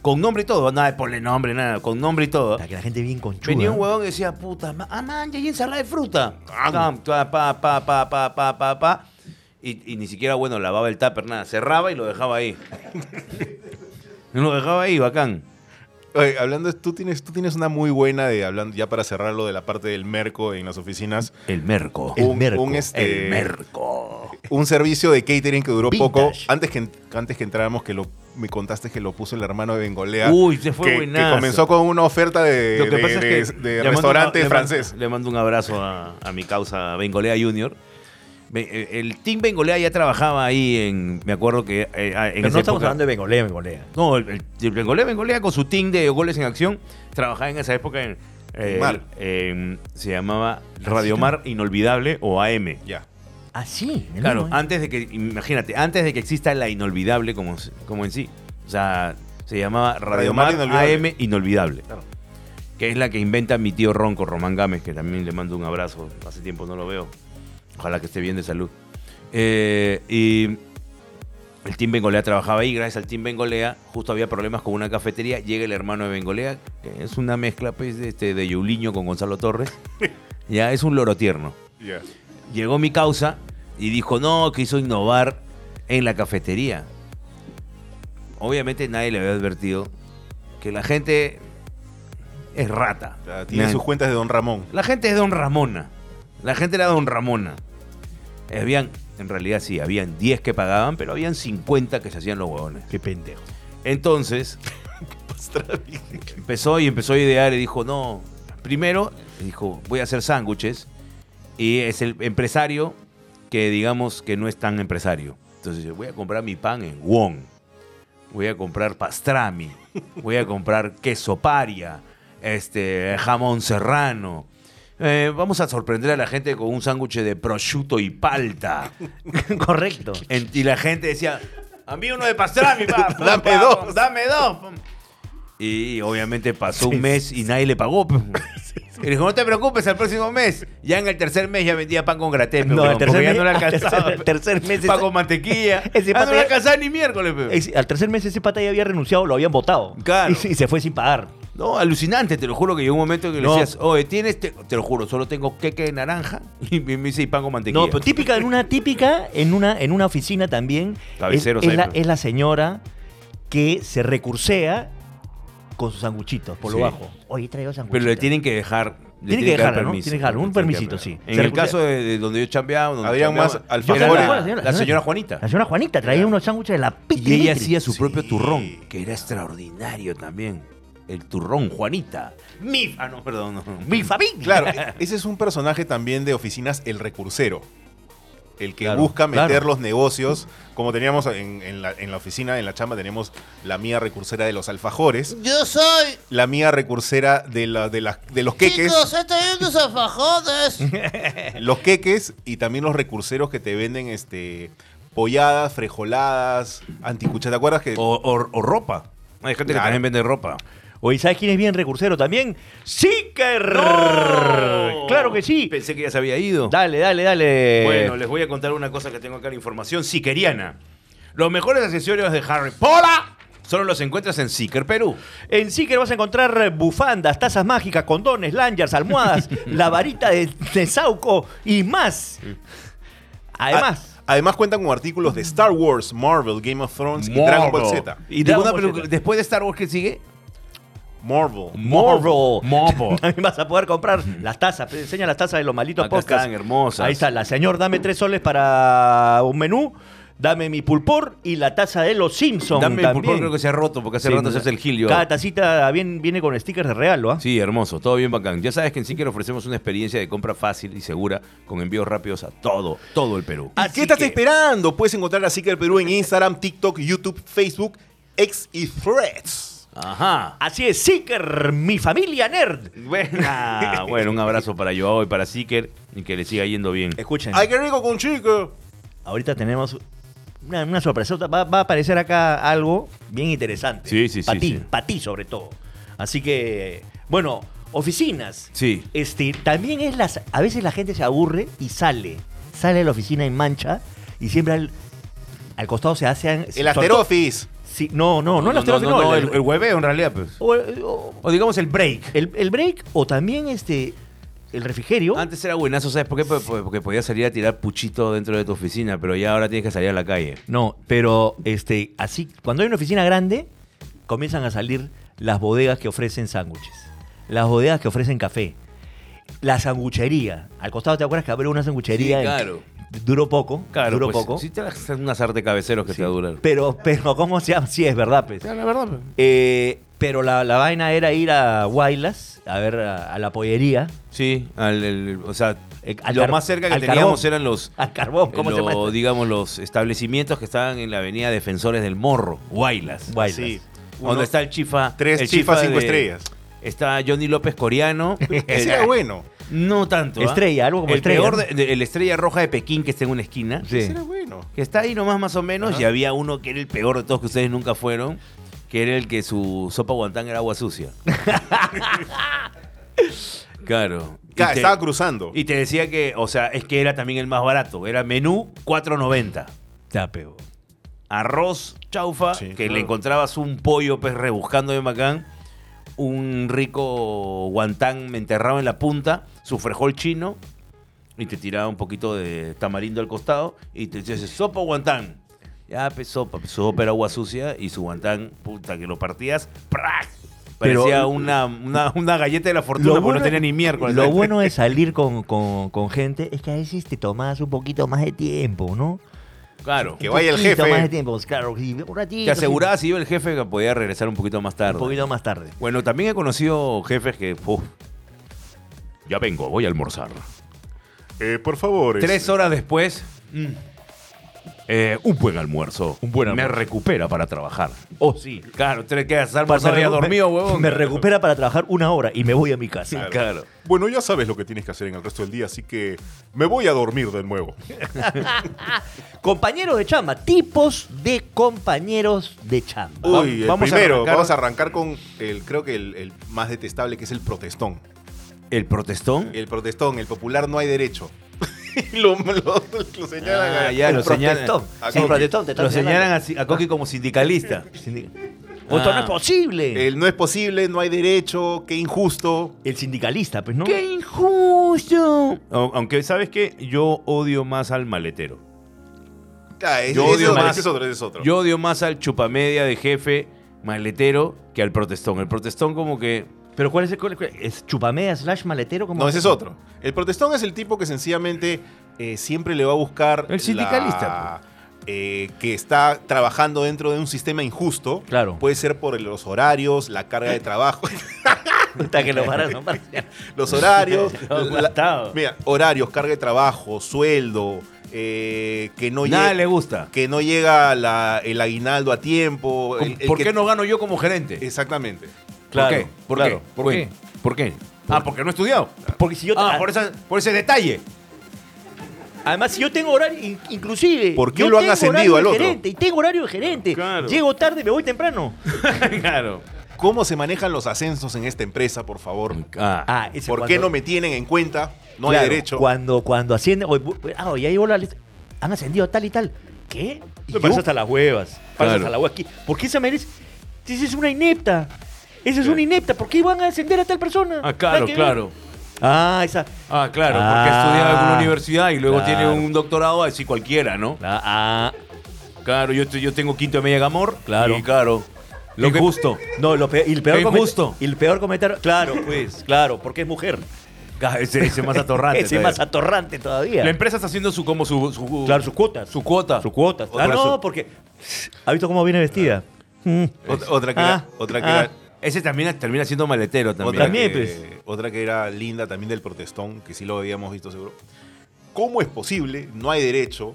[SPEAKER 3] Con nombre y todo. Nada de ponle nombre, nada. Con nombre y todo.
[SPEAKER 1] Puta, Que la gente bien conchuda.
[SPEAKER 3] Venía un huevón y decía, puta, ma- ah, man, ya hay ensalada de fruta.
[SPEAKER 2] Ah.
[SPEAKER 3] Tam, ta, pa, pa, pa, pa, pa, pa, pa. Y, y ni siquiera, bueno, lavaba el tupper, nada. Cerraba y lo dejaba ahí. lo dejaba ahí, bacán.
[SPEAKER 2] Oye, hablando, tú tienes, tú tienes una muy buena de hablando, ya para cerrar lo de la parte del merco en las oficinas.
[SPEAKER 3] El merco.
[SPEAKER 1] El merco,
[SPEAKER 2] este,
[SPEAKER 3] El merco.
[SPEAKER 2] un servicio de catering que duró
[SPEAKER 1] Vintage.
[SPEAKER 2] poco. Antes que, en- antes que entráramos, que lo, me contaste que lo puso el hermano de Bengolea.
[SPEAKER 3] Uy, se fue
[SPEAKER 2] que, que
[SPEAKER 3] buenazo.
[SPEAKER 2] comenzó con una oferta de,
[SPEAKER 3] Lo que
[SPEAKER 2] de-
[SPEAKER 3] pasa
[SPEAKER 2] de-
[SPEAKER 3] es que
[SPEAKER 2] de
[SPEAKER 3] le mando
[SPEAKER 2] restaurante
[SPEAKER 3] una- le mando-
[SPEAKER 2] francés.
[SPEAKER 3] Le mando un abrazo a, a mi causa Bengolea Junior. Ve- eh, El Team Bengolea ya trabajaba ahí en. Me acuerdo que. eh, ah, en
[SPEAKER 1] Pero
[SPEAKER 3] esa
[SPEAKER 1] no estamos
[SPEAKER 3] época-
[SPEAKER 1] hablando de Bengolea, Bengolea.
[SPEAKER 3] No, el, el- el Bengolea, Bengolea con su team de goles en acción trabajaba en esa época en. eh,
[SPEAKER 2] Mar.
[SPEAKER 3] en- se llamaba Radio Mar Inolvidable o AM.
[SPEAKER 2] Ya.
[SPEAKER 3] Ah,
[SPEAKER 1] Así, en el
[SPEAKER 3] Claro,
[SPEAKER 1] mismo, ¿eh?
[SPEAKER 3] antes de que, imagínate, antes de que exista la inolvidable como, se- como en sí. O sea, se llamaba Radio
[SPEAKER 2] Mar
[SPEAKER 3] Mar
[SPEAKER 2] Inolvidable.
[SPEAKER 3] AM Inolvidable. Que es la que inventa mi tío Ronco, Román Gámez, que también le mando un abrazo. Hace tiempo no lo veo. Ojalá que esté bien de salud. Eh, y el Team Bengolea trabajaba ahí. Gracias al Team Bengolea, justo había problemas con una cafetería. Llega el hermano de Bengolea, que es una mezcla pues, de, este, de Yuliño con Gonzalo Torres. ya es un loro tierno
[SPEAKER 2] ya.
[SPEAKER 3] llegó mi causa y dijo, no, quiso innovar en la cafetería. Obviamente nadie le había advertido que la gente es rata.
[SPEAKER 2] O sea, Tiene
[SPEAKER 3] Nadie-
[SPEAKER 2] sus cuentas de Don Ramón.
[SPEAKER 3] la gente es Don Ramona. La gente era Don Ramona. Eh, Habían, en realidad sí, habían 10 que pagaban, pero habían 50 que se hacían los huevones.
[SPEAKER 1] Qué pendejo.
[SPEAKER 3] Entonces, empezó y empezó a idear y dijo, no, primero, dijo, voy a hacer sándwiches. Y es el empresario que digamos que no es tan empresario. Entonces yo voy a comprar mi pan en Wong. Voy a comprar pastrami. Voy a comprar queso paria. Este, jamón serrano. Eh, vamos a sorprender a la gente con un sándwich de prosciutto y palta.
[SPEAKER 1] Correcto.
[SPEAKER 3] En- y la gente decía, a mí uno de pastrami, pa, pa,
[SPEAKER 2] Dame
[SPEAKER 3] pa,
[SPEAKER 2] dos.
[SPEAKER 3] dame dos. pa". Y obviamente pasó un mes y nadie le pagó. pe. Y dijo, no te preocupes, al próximo mes. Ya en el tercer mes ya vendía pan con graté.
[SPEAKER 1] No, el tercer
[SPEAKER 3] ya
[SPEAKER 1] mes,
[SPEAKER 3] no le
[SPEAKER 1] al
[SPEAKER 3] alcanzaba.
[SPEAKER 1] tercer,
[SPEAKER 3] pe.
[SPEAKER 1] tercer mes
[SPEAKER 3] pan
[SPEAKER 1] ese-
[SPEAKER 3] con mantequilla.
[SPEAKER 1] ese
[SPEAKER 3] Ah,
[SPEAKER 1] pata
[SPEAKER 3] no le
[SPEAKER 1] ya-
[SPEAKER 3] alcanzaba ni miércoles. pe.
[SPEAKER 1] ese- al tercer mes ese pata ya había renunciado, lo habían votado.
[SPEAKER 3] Claro.
[SPEAKER 1] Y, se- y se fue sin pagar.
[SPEAKER 3] No, alucinante, te lo juro que llegó un momento que le
[SPEAKER 1] No.
[SPEAKER 3] decías, oye, tienes, te, te lo juro, solo tengo queque de naranja y me me dice, y pan con mantequilla.
[SPEAKER 1] No, pero típica, en una típica, en una, en una oficina también, es,
[SPEAKER 3] Tabiceros
[SPEAKER 1] es
[SPEAKER 3] ahí,
[SPEAKER 1] la,
[SPEAKER 3] pues.
[SPEAKER 1] es la señora que se recursea con sus sanguchitos por lo
[SPEAKER 3] Sí.
[SPEAKER 1] bajo. Oye, traigo sanguchitos.
[SPEAKER 3] Pero le tienen que dejar. le
[SPEAKER 1] Tiene que
[SPEAKER 3] dar
[SPEAKER 1] dejarla, ¿no? Tiene que dejarla, un
[SPEAKER 3] Le tienen
[SPEAKER 1] permisito,
[SPEAKER 3] dejar.
[SPEAKER 1] sí.
[SPEAKER 3] En
[SPEAKER 1] Se
[SPEAKER 3] el
[SPEAKER 1] recuerda-
[SPEAKER 3] caso de, de donde yo chambeaba, donde
[SPEAKER 2] Habían
[SPEAKER 3] chambeaba,
[SPEAKER 2] más
[SPEAKER 3] era
[SPEAKER 2] alfajores.
[SPEAKER 3] la-
[SPEAKER 2] ¿Se acuerda
[SPEAKER 3] La, señora, Juanita.
[SPEAKER 1] La señora Juanita traía unos sándwiches de la
[SPEAKER 3] Y ella
[SPEAKER 1] Pitilitri.
[SPEAKER 3] hacía su
[SPEAKER 2] Sí.
[SPEAKER 3] propio turrón, que era extraordinario también. El turrón Juanita. Mi. Ah, no, perdón. no.
[SPEAKER 1] ¡Mi familia!
[SPEAKER 2] e, Claro, ese es un personaje también de oficinas, el recursero. el que
[SPEAKER 1] Claro,
[SPEAKER 2] busca meter
[SPEAKER 1] claro.
[SPEAKER 2] los negocios, como teníamos en, en la, en la oficina, en la chamba, tenemos la mía recursera de los alfajores,
[SPEAKER 4] Yo soy.
[SPEAKER 2] la mía recursera de, la, de, las- de los queques,
[SPEAKER 4] Chicos, estoy en tus alfajores.
[SPEAKER 2] los queques y también los recurseros que te venden este polladas, frejoladas, anticuchas. ¿Te acuerdas que
[SPEAKER 3] O, o- o ropa. Hay gente
[SPEAKER 2] Claro.
[SPEAKER 3] que también vende ropa.
[SPEAKER 1] Oye, ¿sabes quién es bien recursero también? ¡Seeker! ¡Claro que sí!
[SPEAKER 3] Pensé que ya se había ido.
[SPEAKER 1] Dale, dale, dale.
[SPEAKER 3] Bueno, les voy a contar una cosa que tengo acá en la información siqueriana. Los mejores accesorios de Harry Potter solo los encuentras en Seeker Perú.
[SPEAKER 1] En Seeker vas a encontrar bufandas, tazas mágicas, condones, lanyards, almohadas, la varita de, de Sauco y más. Además,
[SPEAKER 2] A- además cuentan con artículos de Star Wars, Marvel, Game of Thrones y Dragon Ball
[SPEAKER 3] Morbo.
[SPEAKER 2] Z.
[SPEAKER 1] Y
[SPEAKER 3] Y
[SPEAKER 1] Dragon
[SPEAKER 3] una
[SPEAKER 1] Ball
[SPEAKER 3] película-
[SPEAKER 1] Z.
[SPEAKER 3] después de Star Wars que sigue, Mm.
[SPEAKER 2] Marvel.
[SPEAKER 1] Morbo.
[SPEAKER 3] Morbo.
[SPEAKER 1] También vas a poder comprar las tazas. Pe- Enseña las tazas de los malitos
[SPEAKER 3] Ah. Acá
[SPEAKER 1] podcasts.
[SPEAKER 3] están hermosas.
[SPEAKER 1] Ahí está. La señor, dame tres soles para un menú. Dame mi pulpor y la taza de los Simpsons.
[SPEAKER 3] Dame el
[SPEAKER 1] también.
[SPEAKER 3] pulpón, creo que se ha roto porque hace
[SPEAKER 1] Sí,
[SPEAKER 3] rato se hace el gilio.
[SPEAKER 1] Cada tacita bien- viene con stickers de regalo, ¿ah?
[SPEAKER 3] Sí, hermoso, todo bien bacán. Ya sabes que en Seeker ofrecemos una experiencia de compra fácil y segura con envíos rápidos a todo, todo el Perú.
[SPEAKER 2] ¿Y
[SPEAKER 1] Así
[SPEAKER 2] ¿Qué estás
[SPEAKER 1] que-
[SPEAKER 2] esperando? Puedes encontrar a Seeker Perú en Instagram, TikTok, YouTube, Facebook, X y Threads.
[SPEAKER 3] Ajá.
[SPEAKER 1] Así es, Seeker, mi familia nerd.
[SPEAKER 3] Buena. bueno, un abrazo para Joao y para Seeker y que le siga yendo bien.
[SPEAKER 1] Escuchen,
[SPEAKER 2] ¡Ay, qué rico con chico!
[SPEAKER 1] ahorita tenemos una, una sorpresota. Va, va a aparecer acá algo bien interesante.
[SPEAKER 3] Sí, sí, sí,
[SPEAKER 1] Para ti,
[SPEAKER 3] sí.
[SPEAKER 1] para ti sobre todo. Así que, bueno, oficinas.
[SPEAKER 3] Sí.
[SPEAKER 1] Este, también es las. A veces la gente se aburre y sale. Sale de la oficina en mancha y siempre al, al costado se hacen.
[SPEAKER 2] El After Office.
[SPEAKER 1] Sí, no, no, no, el after office, no, el-
[SPEAKER 3] el, el hueveo en realidad, pues.
[SPEAKER 1] o- o-
[SPEAKER 3] O digamos el break.
[SPEAKER 1] el- el break o también este. El refrigerio.
[SPEAKER 3] Antes era buenazo, ¿sabes por qué? Por- por- Porque podías salir a tirar puchito dentro de tu oficina, pero ya ahora tienes que salir a la calle.
[SPEAKER 1] No, pero este, así, cuando hay una oficina grande, comienzan a salir las bodegas que ofrecen sándwiches, las bodegas que ofrecen café, la sanguchería. Al costado, ¿te acuerdas que abrió una sanguchería?
[SPEAKER 3] Sí,
[SPEAKER 1] en-
[SPEAKER 3] claro.
[SPEAKER 1] Duró poco, duró
[SPEAKER 3] pues,
[SPEAKER 1] poco.
[SPEAKER 3] Sí, te vas a hacer un azar de cabeceros que te va a durar.
[SPEAKER 1] Pero, pero, ¿cómo se llama? Sí, es verdad, pues.
[SPEAKER 3] Ya, la verdad, pues.
[SPEAKER 1] Eh, pero la, la vaina era ir a Huaylas, a ver, a, a la pollería,
[SPEAKER 3] Sí, al, el- o sea,
[SPEAKER 1] Eh, al
[SPEAKER 3] lo
[SPEAKER 1] car-
[SPEAKER 3] más cerca que
[SPEAKER 1] al
[SPEAKER 3] teníamos
[SPEAKER 1] carbón.
[SPEAKER 3] eran los,
[SPEAKER 1] al carbón, ¿cómo se
[SPEAKER 3] lo-
[SPEAKER 1] llama? esto?
[SPEAKER 3] digamos, los establecimientos que estaban en la avenida Defensores del Morro, Huaylas.
[SPEAKER 1] Huaylas.
[SPEAKER 2] Sí. Uno-
[SPEAKER 3] Oh, Donde está el chifa.
[SPEAKER 2] Tres
[SPEAKER 3] el
[SPEAKER 2] chifas, cinco
[SPEAKER 3] de-
[SPEAKER 2] estrellas.
[SPEAKER 3] Está Johnny López Coreano.
[SPEAKER 2] Ese era bueno.
[SPEAKER 3] No tanto. ¿ah?
[SPEAKER 1] Estrella, algo como
[SPEAKER 3] el
[SPEAKER 1] estrella,
[SPEAKER 3] Peor
[SPEAKER 1] ¿no?
[SPEAKER 3] de- de- el estrella roja de Pekín que está en una esquina.
[SPEAKER 1] Sí.
[SPEAKER 2] Ese era bueno.
[SPEAKER 3] Que está ahí nomás más o menos. Y había uno que era el peor de todos que ustedes nunca fueron. Que era el que su sopa guantán era agua sucia. claro. Y
[SPEAKER 2] Ca-
[SPEAKER 3] te-
[SPEAKER 2] Estaba cruzando.
[SPEAKER 3] y te decía que, o sea, es que era también el más barato. Era menú 4.90.
[SPEAKER 1] Ya, pego.
[SPEAKER 3] Arroz, chaufa,
[SPEAKER 2] Sí,
[SPEAKER 3] que
[SPEAKER 2] claro.
[SPEAKER 3] le encontrabas un pollo, pues rebuscando de macán. Un rico guantán me enterraba en la punta, su frejol chino, y te tiraba un poquito de tamarindo al costado, y te decía, sopa o guantán. Ya, pues sopa, pues, sopa era agua sucia, y su guantán, puta, que lo partías, ¡prac!
[SPEAKER 1] Pero-
[SPEAKER 3] Parecía una, una, una galleta de la fortuna,
[SPEAKER 1] Lo
[SPEAKER 3] porque
[SPEAKER 1] bueno-
[SPEAKER 3] no tenía ni miércoles. ¿eh?
[SPEAKER 1] Lo bueno de salir con, con- con gente es que a veces te tomas un poquito más de tiempo, ¿no?
[SPEAKER 3] Claro.
[SPEAKER 2] Que
[SPEAKER 1] Un
[SPEAKER 2] vaya el
[SPEAKER 1] poquito
[SPEAKER 2] jefe.
[SPEAKER 1] más de tiempo, pues, claro. sí, Un ratito.
[SPEAKER 3] Te asegurabas si iba el jefe que podía regresar un poquito más
[SPEAKER 1] sí,
[SPEAKER 3] tarde.
[SPEAKER 1] Un poquito más tarde.
[SPEAKER 3] Bueno, también he conocido jefes que. uf, ya vengo, voy a almorzar.
[SPEAKER 2] Eh, por favor.
[SPEAKER 3] Tres horas después. mm, eh, un buen almuerzo. Un buen Me recupera para trabajar.
[SPEAKER 1] Oh, sí.
[SPEAKER 3] Claro, te quedas almorzar ya dormido, huevón.
[SPEAKER 1] Me recupera para trabajar una hora y me voy a mi casa.
[SPEAKER 3] Claro.
[SPEAKER 2] Bueno, ya sabes lo que tienes que hacer en el resto del día, así que me voy a dormir de nuevo.
[SPEAKER 1] Compañeros de chamba. Tipos de compañeros de chamba.
[SPEAKER 2] Uy, el
[SPEAKER 3] vamos a
[SPEAKER 2] primero,
[SPEAKER 3] arrancar-
[SPEAKER 2] vamos a arrancar con el, creo que el, el más detestable, que es el protestón.
[SPEAKER 3] El protestón.
[SPEAKER 2] El protestón, el popular no hay derecho. lo, lo- lo señalan
[SPEAKER 3] Ah,
[SPEAKER 2] a-
[SPEAKER 3] ya,
[SPEAKER 2] el Ah,
[SPEAKER 3] lo señalan.
[SPEAKER 1] Protestón.
[SPEAKER 2] A
[SPEAKER 1] Sí,
[SPEAKER 2] Coqui.
[SPEAKER 1] protestón, te están
[SPEAKER 3] Lo señalan
[SPEAKER 1] señalando.
[SPEAKER 3] a, Ci- a Coqui como sindicalista.
[SPEAKER 1] O esto no es
[SPEAKER 3] Ah.
[SPEAKER 1] posible. El,
[SPEAKER 2] El no es posible, no hay derecho, qué injusto.
[SPEAKER 1] sindicalista, pues, ¿no?
[SPEAKER 3] injusto! Aunque, ¿sabes qué? Yo odio más al maletero.
[SPEAKER 2] Ah, ese-
[SPEAKER 3] Yo
[SPEAKER 2] ese
[SPEAKER 3] odio
[SPEAKER 2] es otro,
[SPEAKER 3] más-
[SPEAKER 2] ese es otro, ese es otro.
[SPEAKER 3] Yo odio más al chupamedia de jefe maletero que al protestón. El protestón como que...
[SPEAKER 1] Pero ¿cuál es el cuál- cuál- es chupamea slash maletero? como
[SPEAKER 2] No, ese es otro. El protestón es el tipo que sencillamente eh, siempre le va a buscar.
[SPEAKER 3] El sindicalista, pues.
[SPEAKER 2] la- eh, que está trabajando dentro de un sistema injusto.
[SPEAKER 1] Claro.
[SPEAKER 2] Puede ser por los horarios, la carga de trabajo.
[SPEAKER 1] Puta que lo para nombrar.
[SPEAKER 2] los horarios.
[SPEAKER 3] Lo
[SPEAKER 2] la-
[SPEAKER 3] aguantado.
[SPEAKER 2] mira, horarios, carga de trabajo, sueldo, eh, que no
[SPEAKER 3] Nada
[SPEAKER 2] lle-
[SPEAKER 3] le gusta.
[SPEAKER 2] que no llega la- el aguinaldo a tiempo. el- el
[SPEAKER 3] ¿Por
[SPEAKER 2] que-
[SPEAKER 3] qué no gano yo como gerente?
[SPEAKER 2] Exactamente.
[SPEAKER 1] Claro,
[SPEAKER 3] ¿Por qué? ¿Por
[SPEAKER 1] claro.
[SPEAKER 3] qué?
[SPEAKER 1] ¿Por
[SPEAKER 3] Bueno,
[SPEAKER 1] qué?
[SPEAKER 3] ¿Por qué? Ah, porque no he estudiado.
[SPEAKER 1] Porque si yo
[SPEAKER 3] Ah,
[SPEAKER 1] ah,
[SPEAKER 3] por, esa- por ese detalle.
[SPEAKER 1] además si yo tengo horario in- inclusive
[SPEAKER 2] ¿Por qué
[SPEAKER 1] yo
[SPEAKER 2] lo han
[SPEAKER 1] tengo
[SPEAKER 2] ascendido
[SPEAKER 1] horario
[SPEAKER 2] al
[SPEAKER 1] de
[SPEAKER 2] otro?
[SPEAKER 1] gerente, y tengo horario de gerente.
[SPEAKER 3] Claro.
[SPEAKER 1] Llego tarde, me voy temprano.
[SPEAKER 3] claro.
[SPEAKER 2] ¿Cómo se manejan los ascensos en esta empresa, por favor?
[SPEAKER 3] Ah,
[SPEAKER 1] Ah, ese
[SPEAKER 2] ¿Por qué
[SPEAKER 1] cuando-
[SPEAKER 2] no me tienen en cuenta? No hay
[SPEAKER 1] Claro,
[SPEAKER 2] derecho.
[SPEAKER 1] Cuando, cuando asciende. oye, bu- ah, ya llegó la lista. Han ascendido tal y tal. ¿Qué? Y
[SPEAKER 2] Me
[SPEAKER 1] yo-
[SPEAKER 2] parece
[SPEAKER 1] hasta las huevas. Pasas
[SPEAKER 3] Claro.
[SPEAKER 1] a la hueva aquí. ¿Por qué esa merece? Esa es una inepta. Esa es una inepta. ¿Por qué van a ascender a tal persona?
[SPEAKER 3] ah, claro,
[SPEAKER 1] Nada que ver.
[SPEAKER 3] claro.
[SPEAKER 1] Ah, esa.
[SPEAKER 3] Ah, claro, porque
[SPEAKER 1] Ah,
[SPEAKER 3] estudia en una universidad y luego
[SPEAKER 1] claro.
[SPEAKER 3] tiene un doctorado, así cualquiera, ¿no?
[SPEAKER 1] Ah, ah,
[SPEAKER 3] Claro, yo, te- yo tengo quinto de media gamor.
[SPEAKER 1] Claro.
[SPEAKER 3] Y claro. Lo
[SPEAKER 1] que-
[SPEAKER 3] justo.
[SPEAKER 1] No, lo peor, y el peor
[SPEAKER 3] Qué
[SPEAKER 1] comentario.
[SPEAKER 3] injusto.
[SPEAKER 1] Y el peor comentario. Claro, pues, claro, porque es mujer.
[SPEAKER 3] Ese, ese más atorrante.
[SPEAKER 1] Ese es
[SPEAKER 3] todavía.
[SPEAKER 1] más atorrante todavía.
[SPEAKER 3] La empresa está haciendo su como su, su-
[SPEAKER 1] claro, sus cuotas.
[SPEAKER 3] su cuota.
[SPEAKER 1] Sus cuotas. Ah,
[SPEAKER 3] Otra
[SPEAKER 1] no,
[SPEAKER 3] su-
[SPEAKER 1] porque. ¿Ha visto cómo viene vestida? Mm.
[SPEAKER 2] Ot- otra que
[SPEAKER 1] Ah,
[SPEAKER 2] era, otra que
[SPEAKER 1] ah.
[SPEAKER 2] era-
[SPEAKER 3] Ese también termina siendo maletero también.
[SPEAKER 2] otra,
[SPEAKER 1] También.
[SPEAKER 2] que, otra que era linda también del protestón, que sí lo habíamos visto seguro. ¿Cómo es posible, no hay derecho,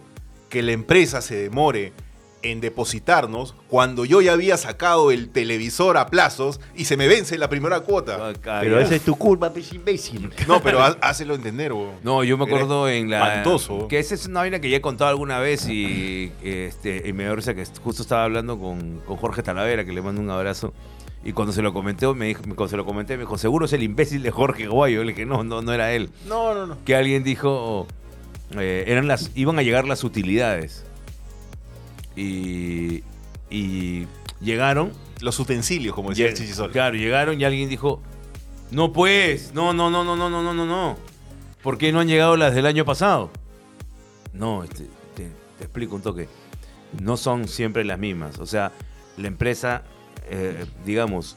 [SPEAKER 2] que la empresa se demore en depositarnos cuando yo ya había sacado el televisor a plazos y se me vence la primera cuota?
[SPEAKER 3] Ah, caray.
[SPEAKER 1] Pero esa es tu culpa, pues imbécil.
[SPEAKER 2] No, pero há- hácelo entender, huevón.
[SPEAKER 3] No, yo me acuerdo
[SPEAKER 2] Era
[SPEAKER 3] en la.
[SPEAKER 2] espantoso.
[SPEAKER 3] Que esa es una vaina que ya he contado alguna vez y, este, y me da risa que justo estaba hablando con, con Jorge Talavera, que le mando un abrazo. Y cuando se lo comenté, me dijo, cuando se lo comenté, me dijo, seguro es el imbécil de Jorge Guayo. Le dije, no, no, no era él.
[SPEAKER 2] No, no, no.
[SPEAKER 3] Que alguien dijo, eh, eran las, iban a llegar las utilidades. Y, y llegaron.
[SPEAKER 2] Los utensilios, como decía
[SPEAKER 3] Lleg-
[SPEAKER 2] el Chichisol.
[SPEAKER 3] Claro, llegaron y alguien dijo, no pues, no, no, no, no, no, no, no, no, no. ¿Por qué no han llegado las del año pasado? No, este, te, te explico un toque. No son siempre las mismas. O sea, la empresa, eh, digamos,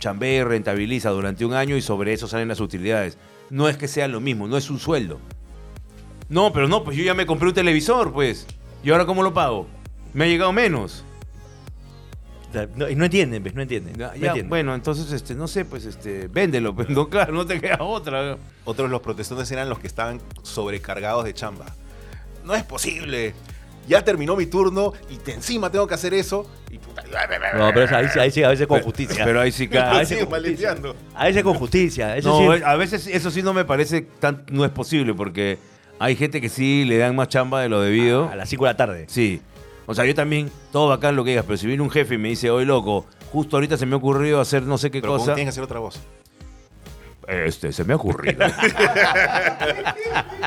[SPEAKER 3] chambea y rentabiliza durante un año y sobre eso salen las utilidades. No es que sea lo mismo, no es un sueldo. No, pero no, pues yo ya me compré un televisor, pues. ¿Y ahora cómo lo pago? Me ha llegado menos.
[SPEAKER 1] O sea, No, y no entienden, pues, no entienden.
[SPEAKER 3] Ya,
[SPEAKER 1] no
[SPEAKER 3] ya,
[SPEAKER 1] entienden.
[SPEAKER 3] bueno, entonces, este, no sé, pues, este, véndelo, pues, no, claro, no te queda otra.
[SPEAKER 2] Otros los protestantes eran los que estaban sobrecargados de chamba. No es posible. Ya terminó mi turno y te- encima tengo que hacer eso. Y puta,
[SPEAKER 1] No, pero ahí, sí- ahí sí, a veces con justicia.
[SPEAKER 3] Pero ahí sí
[SPEAKER 1] a
[SPEAKER 3] cae.
[SPEAKER 1] veces
[SPEAKER 2] sigue
[SPEAKER 1] con justicia.
[SPEAKER 2] maleteando.
[SPEAKER 1] A veces con justicia. Eso
[SPEAKER 3] No, eh,
[SPEAKER 1] sí.
[SPEAKER 3] es- a veces eso sí no me parece tan, no es posible, porque hay gente que sí le dan más chamba de lo debido.
[SPEAKER 1] A las 5 de Ah, la tarde.
[SPEAKER 3] Sí. O sea, yo también, todo bacán lo que digas, pero si viene un jefe y me dice, oye, loco, justo ahorita se me ha ocurrido hacer no sé qué
[SPEAKER 2] Pero
[SPEAKER 3] cosa.
[SPEAKER 2] tienes que hacer otra voz.
[SPEAKER 3] Este, se me ha ocurrido.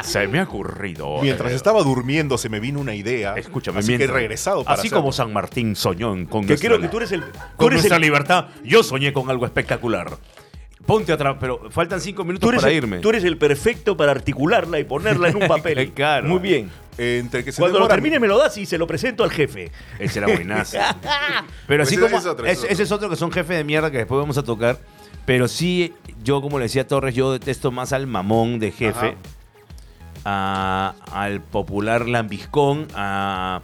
[SPEAKER 3] se me ha ocurrido.
[SPEAKER 2] Mientras
[SPEAKER 3] eh,
[SPEAKER 2] estaba durmiendo se me vino una idea.
[SPEAKER 3] Escúchame,
[SPEAKER 2] así
[SPEAKER 3] mientras-
[SPEAKER 2] que he regresado para
[SPEAKER 3] Así
[SPEAKER 2] hacerlo.
[SPEAKER 3] como San Martín soñó con
[SPEAKER 1] Que
[SPEAKER 3] nuestra
[SPEAKER 1] creo que tú eres el. Tú
[SPEAKER 3] con
[SPEAKER 1] eres
[SPEAKER 3] nuestra
[SPEAKER 1] el,
[SPEAKER 3] libertad, yo soñé con algo espectacular. Ponte atrás, pero faltan cinco minutos
[SPEAKER 1] tú eres
[SPEAKER 3] para
[SPEAKER 1] el-
[SPEAKER 3] irme. Eh,
[SPEAKER 1] tú eres el perfecto para articularla y ponerla en un papel.
[SPEAKER 3] Claro.
[SPEAKER 1] Muy bien.
[SPEAKER 2] Entre que se
[SPEAKER 1] Cuando lo
[SPEAKER 2] demora-
[SPEAKER 1] termine me lo das y se lo presento al jefe.
[SPEAKER 3] Ese era buenazo. pero así
[SPEAKER 2] Pues ese
[SPEAKER 3] como.
[SPEAKER 2] es otro,
[SPEAKER 3] es-
[SPEAKER 2] ese es
[SPEAKER 3] ese es otro que son jefes de mierda que después vamos a tocar. Pero sí, yo, como le decía Torres, yo detesto más al mamón de jefe, a- al popular lambiscón, a.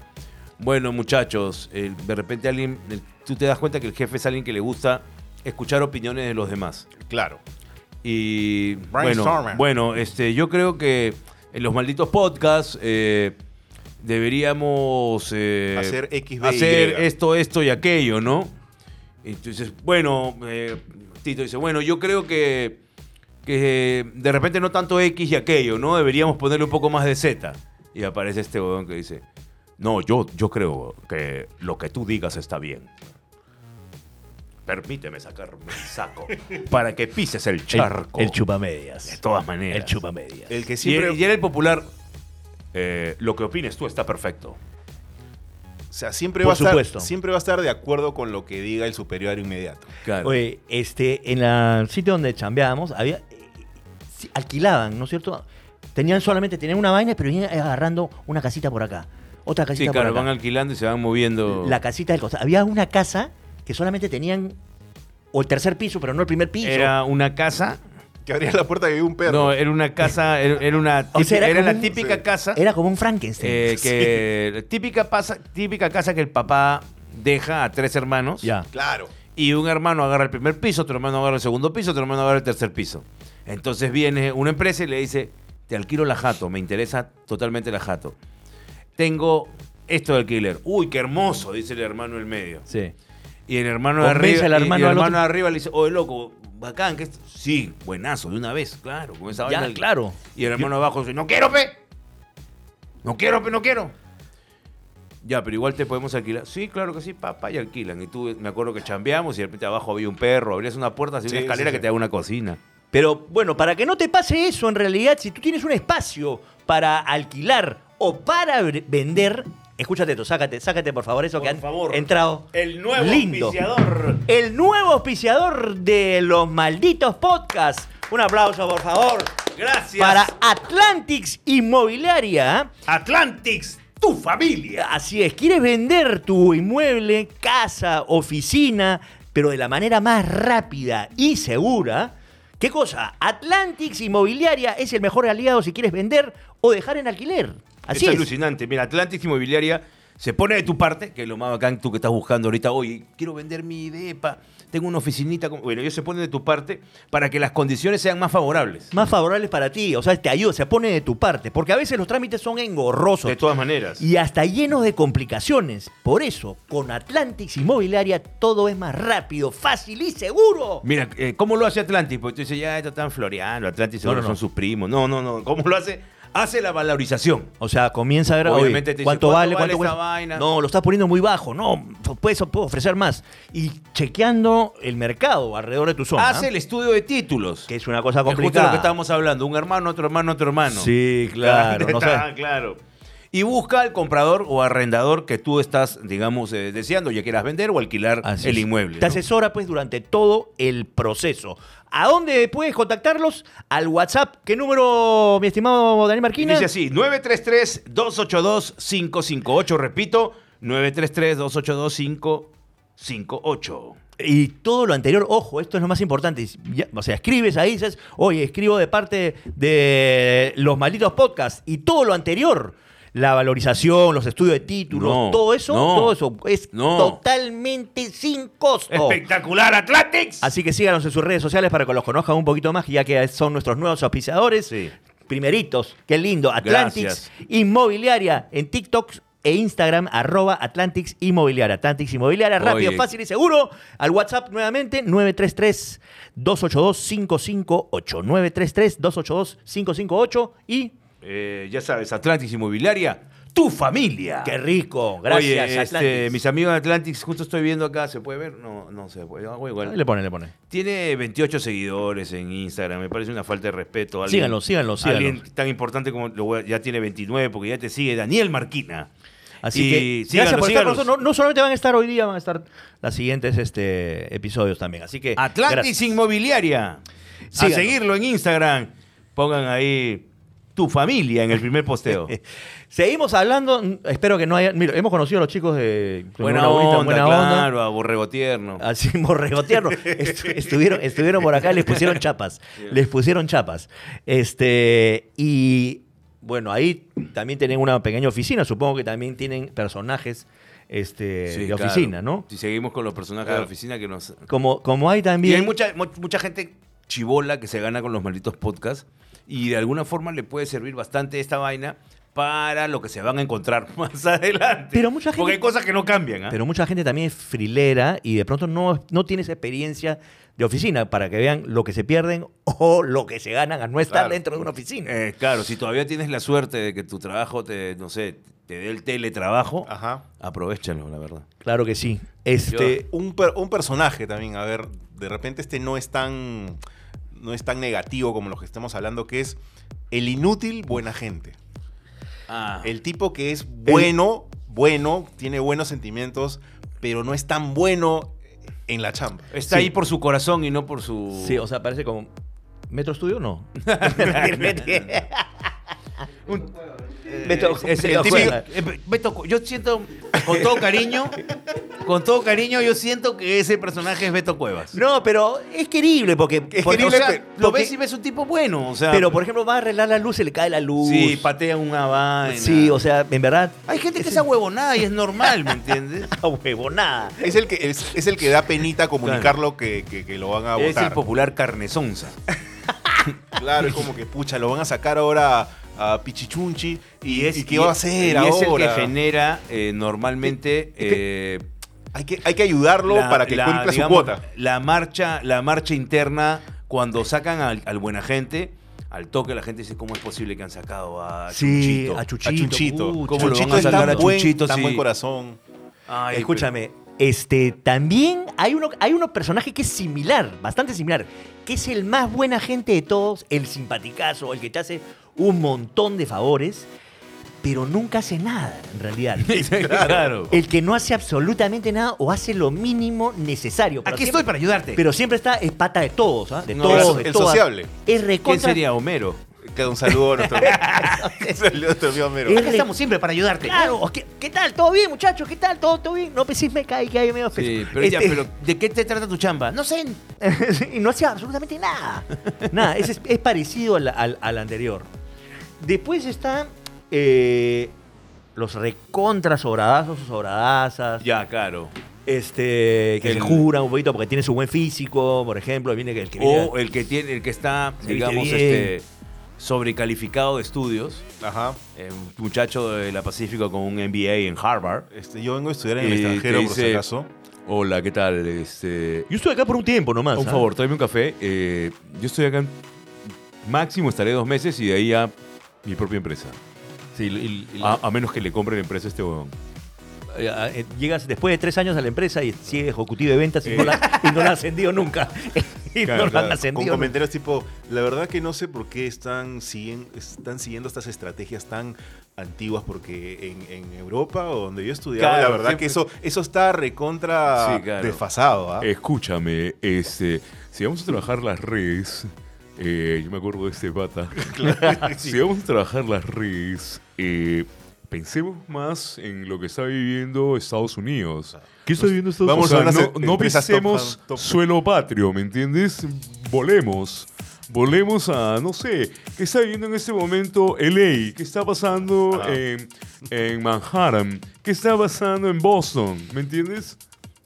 [SPEAKER 3] Bueno, muchachos, eh, de repente alguien. eh, Tú te das cuenta que el jefe es alguien que le gusta escuchar opiniones de los demás.
[SPEAKER 2] Claro.
[SPEAKER 3] Y bueno,
[SPEAKER 2] Brainstorming.
[SPEAKER 3] bueno este, yo creo que en los malditos podcasts eh, deberíamos eh,
[SPEAKER 2] Hacer X, B y
[SPEAKER 3] hacer
[SPEAKER 2] Y.
[SPEAKER 3] esto, esto y aquello, ¿no? Entonces, bueno, eh, Tito dice, bueno, yo creo que, que eh, de repente no tanto X y aquello, ¿no? Deberíamos ponerle un poco más de Z. Y aparece este huevón que dice, no, yo, yo creo que lo que tú digas está bien. Permíteme sacarme el saco para que pises el charco.
[SPEAKER 1] El, el chupamedias.
[SPEAKER 3] De todas maneras.
[SPEAKER 1] El chupamedias.
[SPEAKER 2] El que
[SPEAKER 3] Y,
[SPEAKER 2] siempre
[SPEAKER 3] y era el popular. eh, lo que opines tú está perfecto.
[SPEAKER 2] o sea, siempre
[SPEAKER 1] Por
[SPEAKER 2] va a estar-
[SPEAKER 1] supuesto.
[SPEAKER 2] siempre va a estar de acuerdo con lo que diga el superior inmediato.
[SPEAKER 3] Claro.
[SPEAKER 1] Oye, este, en la- el sitio donde chambeábamos, había, eh, sí, alquilaban, ¿no es cierto? Tenían solamente, tenían una vaina, pero iban agarrando una casita por acá, otra
[SPEAKER 3] sí,
[SPEAKER 1] casita
[SPEAKER 3] claro,
[SPEAKER 1] por
[SPEAKER 3] van
[SPEAKER 1] acá.
[SPEAKER 3] alquilando y se van moviendo.
[SPEAKER 1] La casita del costado. Había una casa que solamente tenían, o el tercer piso, pero no el primer piso.
[SPEAKER 3] Era una casa.
[SPEAKER 2] Que abría la puerta y había un perro.
[SPEAKER 3] No, eh. era una casa. Era, era una
[SPEAKER 1] O sea,
[SPEAKER 3] típica-
[SPEAKER 1] era
[SPEAKER 3] era
[SPEAKER 1] como
[SPEAKER 3] la
[SPEAKER 1] un-
[SPEAKER 3] típica
[SPEAKER 2] sí.
[SPEAKER 3] casa.
[SPEAKER 1] Era como un Frankenstein.
[SPEAKER 3] eh, que la típica, pasa, típica casa que el papá deja a tres hermanos.
[SPEAKER 1] ya.
[SPEAKER 2] Claro.
[SPEAKER 3] Y un hermano agarra el primer piso, otro hermano agarra el segundo piso, otro hermano agarra el tercer piso. Entonces viene una empresa y le dice, te alquilo la jato, me interesa totalmente la jato. Tengo esto de alquiler. Uy, qué hermoso, dice el hermano del medio.
[SPEAKER 1] Sí.
[SPEAKER 3] Y el hermano de
[SPEAKER 1] Convence
[SPEAKER 3] arriba,
[SPEAKER 1] al
[SPEAKER 3] y- y
[SPEAKER 1] hermano
[SPEAKER 3] el
[SPEAKER 1] al
[SPEAKER 3] hermano
[SPEAKER 1] otro.
[SPEAKER 3] de arriba le dice, oye, loco, bacán, que esto. Sí, buenazo, de una vez, claro. Con esa
[SPEAKER 1] Ya,
[SPEAKER 3] vaina-
[SPEAKER 1] claro.
[SPEAKER 3] Y el hermano de abajo dice, no quiero, pe. No quiero, pe, no quiero. Ya, pero igual te podemos alquilar. Sí, claro que sí, papá, y alquilan. Y tú, me acuerdo que chambeamos y de repente abajo había un perro, abrías una puerta, así
[SPEAKER 2] Sí,
[SPEAKER 3] una
[SPEAKER 2] sí,
[SPEAKER 3] escalera
[SPEAKER 2] sí.
[SPEAKER 3] que te da una cocina.
[SPEAKER 1] Pero bueno, para que no te pase eso, en realidad, si tú tienes un espacio para alquilar o para v- vender, escúchate esto, sácate, sácate por favor eso que han entrado. El nuevo auspiciador. El nuevo auspiciador de los malditos podcasts. Un aplauso, por favor. Gracias. Para Atlantics Inmobiliaria. ¿eh?
[SPEAKER 6] Atlantics, tu familia.
[SPEAKER 1] Así es, quieres vender tu inmueble, casa, oficina, pero de la manera más rápida y segura. ¿Qué cosa? Atlantics Inmobiliaria es el mejor aliado si quieres vender o dejar en alquiler. Así
[SPEAKER 3] es,
[SPEAKER 1] es.
[SPEAKER 3] alucinante. Mira, Atlantis Inmobiliaria se pone de tu parte, que es lo más bacán tú que estás buscando ahorita. Oye, quiero vender mi depa, tengo una oficinita. como-". Bueno, ellos se ponen de tu parte para que las condiciones sean más favorables.
[SPEAKER 1] Más favorables para ti, o sea, te ayuda, se pone de tu parte, porque a veces los trámites son engorrosos.
[SPEAKER 3] De todas maneras.
[SPEAKER 1] y hasta llenos de complicaciones. Por eso, con Atlantics Inmobiliaria todo es más rápido, fácil y seguro.
[SPEAKER 3] Mira, eh, ¿cómo lo hace Atlantis? Porque tú dices, ya, esto está en Floriano, Atlantis seguro
[SPEAKER 1] No, no, no.
[SPEAKER 3] son sus primos. No, no, no. ¿Cómo lo hace? Hace la valorización.
[SPEAKER 1] O sea, comienza a ver oye,
[SPEAKER 3] Obviamente te dice,
[SPEAKER 1] cuánto,
[SPEAKER 3] ¿cuánto
[SPEAKER 1] vale, cuánto
[SPEAKER 3] vale esta
[SPEAKER 1] cuesta?
[SPEAKER 3] vaina?
[SPEAKER 1] No, lo estás poniendo muy bajo. No, puedes, puedo ofrecer más. Y chequeando el mercado alrededor de tu zona,
[SPEAKER 3] Hace el estudio de títulos.
[SPEAKER 1] que es una cosa
[SPEAKER 3] Ah, Es justo
[SPEAKER 1] complicada.
[SPEAKER 3] lo que estábamos hablando. Un hermano, otro hermano, otro hermano.
[SPEAKER 1] Sí, claro. no
[SPEAKER 3] Está,
[SPEAKER 1] sé.
[SPEAKER 3] claro. Y busca al comprador o arrendador que tú estás, digamos, eh, deseando, ya quieras vender o alquilar
[SPEAKER 1] Así
[SPEAKER 3] el
[SPEAKER 1] es.
[SPEAKER 3] inmueble.
[SPEAKER 1] Te
[SPEAKER 3] ¿no?
[SPEAKER 1] asesora pues durante todo el proceso. ¿A dónde puedes contactarlos? Al WhatsApp. ¿Qué número, mi estimado Daniel
[SPEAKER 3] Y
[SPEAKER 1] Marquina?
[SPEAKER 3] dice así, 933-282-558, repito, 933-282-558.
[SPEAKER 1] Y todo lo anterior, ojo, esto es lo más importante. Ya- o sea, escribes ahí, dices, oye, escribo de parte de los malditos podcasts. Y todo lo anterior, la valorización, los estudios de títulos,
[SPEAKER 3] No,
[SPEAKER 1] todo eso,
[SPEAKER 3] no,
[SPEAKER 1] todo eso es
[SPEAKER 3] no.
[SPEAKER 1] totalmente sin costo.
[SPEAKER 6] Espectacular, Atlantics.
[SPEAKER 1] Oh. Así que síganos en sus redes sociales para que los conozcan un poquito más, ya que son nuestros nuevos auspiciadores.
[SPEAKER 3] Sí.
[SPEAKER 1] Primeritos, qué lindo. Atlantics
[SPEAKER 3] Gracias.
[SPEAKER 1] Inmobiliaria en TikTok e Instagram, arroba Atlantics Inmobiliaria. Atlantics Inmobiliaria, rápido,
[SPEAKER 3] Oye.
[SPEAKER 1] fácil y seguro. Al WhatsApp nuevamente, 933-282-558. 933-282-558 y...
[SPEAKER 3] Eh, ya sabes, Atlantis Inmobiliaria, tu familia.
[SPEAKER 1] ¡Qué rico! Gracias,
[SPEAKER 3] Oye, este,
[SPEAKER 1] Atlantics.
[SPEAKER 3] mis amigos de Atlantis, justo estoy viendo acá, ¿se puede ver? No, no se puede. hago igual.
[SPEAKER 1] Ahí Le pone, le pone.
[SPEAKER 3] Tiene 28 seguidores en Instagram, me parece una falta de respeto. Alguien-
[SPEAKER 1] Síganlo, síganlo, síganlo.
[SPEAKER 3] Alguien tan importante como lo voy a- ya tiene 29 porque ya te sigue Daniel Marquina.
[SPEAKER 1] Así
[SPEAKER 3] Y
[SPEAKER 1] que
[SPEAKER 3] síganlo,
[SPEAKER 1] gracias por estar con
[SPEAKER 3] síganlos.
[SPEAKER 1] nosotros. No, no solamente van a estar hoy día, van a estar las siguientes este, episodios también. Así que
[SPEAKER 3] Atlantis
[SPEAKER 1] Eh, gracias.
[SPEAKER 3] Inmobiliaria.
[SPEAKER 1] Síganlo.
[SPEAKER 3] A seguirlo en Instagram. Pongan ahí tu familia en el primer posteo.
[SPEAKER 1] Seguimos hablando. n- Espero que no haya. Mira, hemos conocido a los chicos de
[SPEAKER 3] buena
[SPEAKER 1] Buena
[SPEAKER 3] onda,
[SPEAKER 1] buena Ah,
[SPEAKER 3] claro, a Borrego Tierno.
[SPEAKER 1] Así, Morrego Tierno. Estu- estuvieron, estuvieron por acá, les pusieron chapas. Les pusieron chapas. Este, y bueno, ahí también tienen una pequeña oficina. Supongo que también tienen personajes este,
[SPEAKER 3] Sí,
[SPEAKER 1] de
[SPEAKER 3] claro.
[SPEAKER 1] oficina, ¿no?
[SPEAKER 3] Si seguimos con los personajes de
[SPEAKER 2] Claro.
[SPEAKER 3] la oficina que nos
[SPEAKER 1] Como, como hay
[SPEAKER 3] Y
[SPEAKER 1] también.
[SPEAKER 3] hay mucha, mu- mucha gente chivola que se gana con los malditos podcasts y de alguna forma le puede servir bastante esta vaina para lo que se van a encontrar más adelante.
[SPEAKER 1] Pero mucha gente-
[SPEAKER 3] Porque hay cosas que no cambian, ¿ah?
[SPEAKER 1] Pero mucha gente también es frilera y de pronto no, no tiene esa experiencia de oficina para que vean lo que se pierden o lo que se ganan a no estar
[SPEAKER 2] Claro.
[SPEAKER 1] dentro de una oficina.
[SPEAKER 3] Eh, claro, si todavía tienes la suerte de que tu trabajo te, no sé, te dé el teletrabajo,
[SPEAKER 1] Ah.
[SPEAKER 2] Ajá.
[SPEAKER 3] aprovechalo, la verdad.
[SPEAKER 1] Claro que sí. Este,
[SPEAKER 2] Este, un, per- un personaje también, a ver, de repente este no es tan no es tan negativo como los que estamos hablando, que es el inútil buena gente.
[SPEAKER 3] Ah,
[SPEAKER 2] El tipo que es bueno, bueno, tiene buenos sentimientos, pero no es tan bueno en la chamba.
[SPEAKER 3] está
[SPEAKER 1] Sí.
[SPEAKER 3] ahí por su corazón y no por su...
[SPEAKER 1] sí, o sea, parece como. ¿Metro Estudio no?
[SPEAKER 3] Eh,
[SPEAKER 1] Beto-
[SPEAKER 3] es- es
[SPEAKER 1] Beto
[SPEAKER 3] el típico-
[SPEAKER 1] Cuevas.
[SPEAKER 3] eh, Beto- yo siento, con todo cariño, con todo cariño, yo siento que ese personaje es Beto Cuevas.
[SPEAKER 1] No, pero es querible porque.
[SPEAKER 2] Es
[SPEAKER 1] porque-
[SPEAKER 2] querible,
[SPEAKER 1] o sea,
[SPEAKER 2] pe-
[SPEAKER 3] Lo
[SPEAKER 1] porque-
[SPEAKER 3] ves y ves un tipo bueno, o sea.
[SPEAKER 1] Pero, por ejemplo, va a arreglar la luz, se le cae la luz.
[SPEAKER 3] sí, patea una vaina.
[SPEAKER 1] Sí, o sea, en verdad.
[SPEAKER 3] Hay gente que es huevonada y es normal, ¿me entiendes?
[SPEAKER 1] A huevo, nada.
[SPEAKER 2] Es el que, es, es el que da penita comunicarlo que, que- que lo van a
[SPEAKER 3] es el
[SPEAKER 2] votar.
[SPEAKER 3] popular carnesonza.
[SPEAKER 2] Claro, es como que, pucha, lo van a sacar ahora a, a Pichichunchi. ¿Y,
[SPEAKER 3] es,
[SPEAKER 2] ¿y qué va a hacer
[SPEAKER 3] y
[SPEAKER 2] ahora?
[SPEAKER 3] es el que genera eh, normalmente eh,
[SPEAKER 2] hay, que, hay que ayudarlo
[SPEAKER 3] la-
[SPEAKER 2] para que
[SPEAKER 3] la,
[SPEAKER 2] cumpla
[SPEAKER 3] digamos,
[SPEAKER 2] su cuota.
[SPEAKER 3] La marcha, la marcha interna, cuando sacan al, al buena gente, al toque la gente dice, ¿cómo es posible que han sacado a
[SPEAKER 1] Sí,
[SPEAKER 3] Chuchito?
[SPEAKER 1] a
[SPEAKER 2] A
[SPEAKER 1] Chuchito.
[SPEAKER 2] Chunchito.
[SPEAKER 1] pucha.
[SPEAKER 3] ¿cómo lo van a
[SPEAKER 2] es
[SPEAKER 3] sacar
[SPEAKER 2] tan
[SPEAKER 3] a
[SPEAKER 2] buen-
[SPEAKER 3] Chunchito
[SPEAKER 2] Tan
[SPEAKER 3] si-
[SPEAKER 2] buen corazón.
[SPEAKER 3] Ay,
[SPEAKER 1] Escúchame, este, también hay uno, hay uno personaje que es similar, bastante similar, que es el más buena gente de todos, el simpaticazo, el que te hace un montón de favores, pero nunca hace nada, en realidad.
[SPEAKER 3] pero- claro.
[SPEAKER 1] El que no hace absolutamente nada o hace lo mínimo necesario. pero
[SPEAKER 4] Aquí
[SPEAKER 1] siempre-
[SPEAKER 4] estoy para ayudarte.
[SPEAKER 1] Pero siempre está es pata de todos, ¿ah? De
[SPEAKER 3] No,
[SPEAKER 1] todos,
[SPEAKER 2] el-
[SPEAKER 1] de
[SPEAKER 2] el
[SPEAKER 1] todas.
[SPEAKER 2] sociable.
[SPEAKER 1] Es
[SPEAKER 3] ¿Quién
[SPEAKER 1] recontra.
[SPEAKER 3] sería Homero?
[SPEAKER 2] Que un saludo a nuestro, un saludo a nuestro amigo Homero.
[SPEAKER 1] Es
[SPEAKER 4] Aquí estamos siempre para ayudarte.
[SPEAKER 1] Claro, ¿qué, qué tal? ¿Todo bien, muchachos? ¿Qué tal? ¿Todo, todo bien? No pensís me cae que hay medio
[SPEAKER 3] Sí,
[SPEAKER 1] espeso.
[SPEAKER 3] pero ya,
[SPEAKER 1] Este-
[SPEAKER 3] pero
[SPEAKER 4] ¿De qué te trata tu
[SPEAKER 1] Ah,
[SPEAKER 4] chamba? No sé.
[SPEAKER 1] y no hacía absolutamente nada. Nada, ese es, es parecido al, al- al anterior. Después están eh, los recontra sobradazos o sobradazas.
[SPEAKER 3] ya, claro.
[SPEAKER 1] Este, que
[SPEAKER 3] El-
[SPEAKER 1] se juran un poquito porque tiene su buen físico, por ejemplo. Viene que el que viene-
[SPEAKER 3] O el que tiene, el que está,
[SPEAKER 1] Se viste
[SPEAKER 3] digamos,
[SPEAKER 1] bien.
[SPEAKER 3] este, sobrecalificado de estudios.
[SPEAKER 2] Ajá.
[SPEAKER 3] eh, un muchacho de la Pacífico con un MBA en Harvard.
[SPEAKER 2] Este, yo vengo a estudiar en el
[SPEAKER 3] Y te
[SPEAKER 2] extranjero, por si
[SPEAKER 3] dice-
[SPEAKER 2] acaso.
[SPEAKER 3] Hola, ¿qué tal? Este,
[SPEAKER 1] Yo estoy acá por un tiempo nomás.
[SPEAKER 3] un
[SPEAKER 1] ¿ah?
[SPEAKER 3] favor, tráeme un café. Eh, yo estoy acá, en- máximo estaré dos meses y de ahí a mi propia empresa.
[SPEAKER 1] Sí, y- y-
[SPEAKER 3] A, a menos que le compre la empresa a este huevón.
[SPEAKER 1] eh, eh, llegas después de tres años a la empresa y sigues ejecutivo de ventas y, no la, y no la han ascendido nunca. y
[SPEAKER 3] Eh.
[SPEAKER 1] no la
[SPEAKER 3] Claro,
[SPEAKER 1] han
[SPEAKER 2] Claro, con
[SPEAKER 1] ascendido. nunca.
[SPEAKER 2] comentarios tipo, la verdad que no sé por qué están, siguen, están siguiendo estas estrategias tan antiguas, porque en, en Europa o donde yo estudiaba,
[SPEAKER 3] Claro,
[SPEAKER 2] la verdad que
[SPEAKER 3] siempre-
[SPEAKER 2] eso, eso está recontra
[SPEAKER 3] Sí, claro.
[SPEAKER 2] desfasado. ¿ah?
[SPEAKER 7] Escúchame, este, si vamos a trabajar las redes, eh, yo me acuerdo de este pata. Si vamos a trabajar las redes, eh, pensemos más en lo que está viviendo Estados Unidos. ¿Qué está viviendo Estados
[SPEAKER 2] Vamos
[SPEAKER 7] Unidos? O
[SPEAKER 2] a
[SPEAKER 7] sea,
[SPEAKER 2] unas
[SPEAKER 7] no, no
[SPEAKER 2] empresas top-
[SPEAKER 7] pensemos
[SPEAKER 2] top-
[SPEAKER 7] suelo patrio, ¿me entiendes? Volemos. Volemos a, no sé, ¿qué está viviendo en este momento LA? ¿Qué está pasando
[SPEAKER 2] Ajá.
[SPEAKER 7] en, en Manhattan? ¿Qué está pasando en Boston? ¿Me entiendes?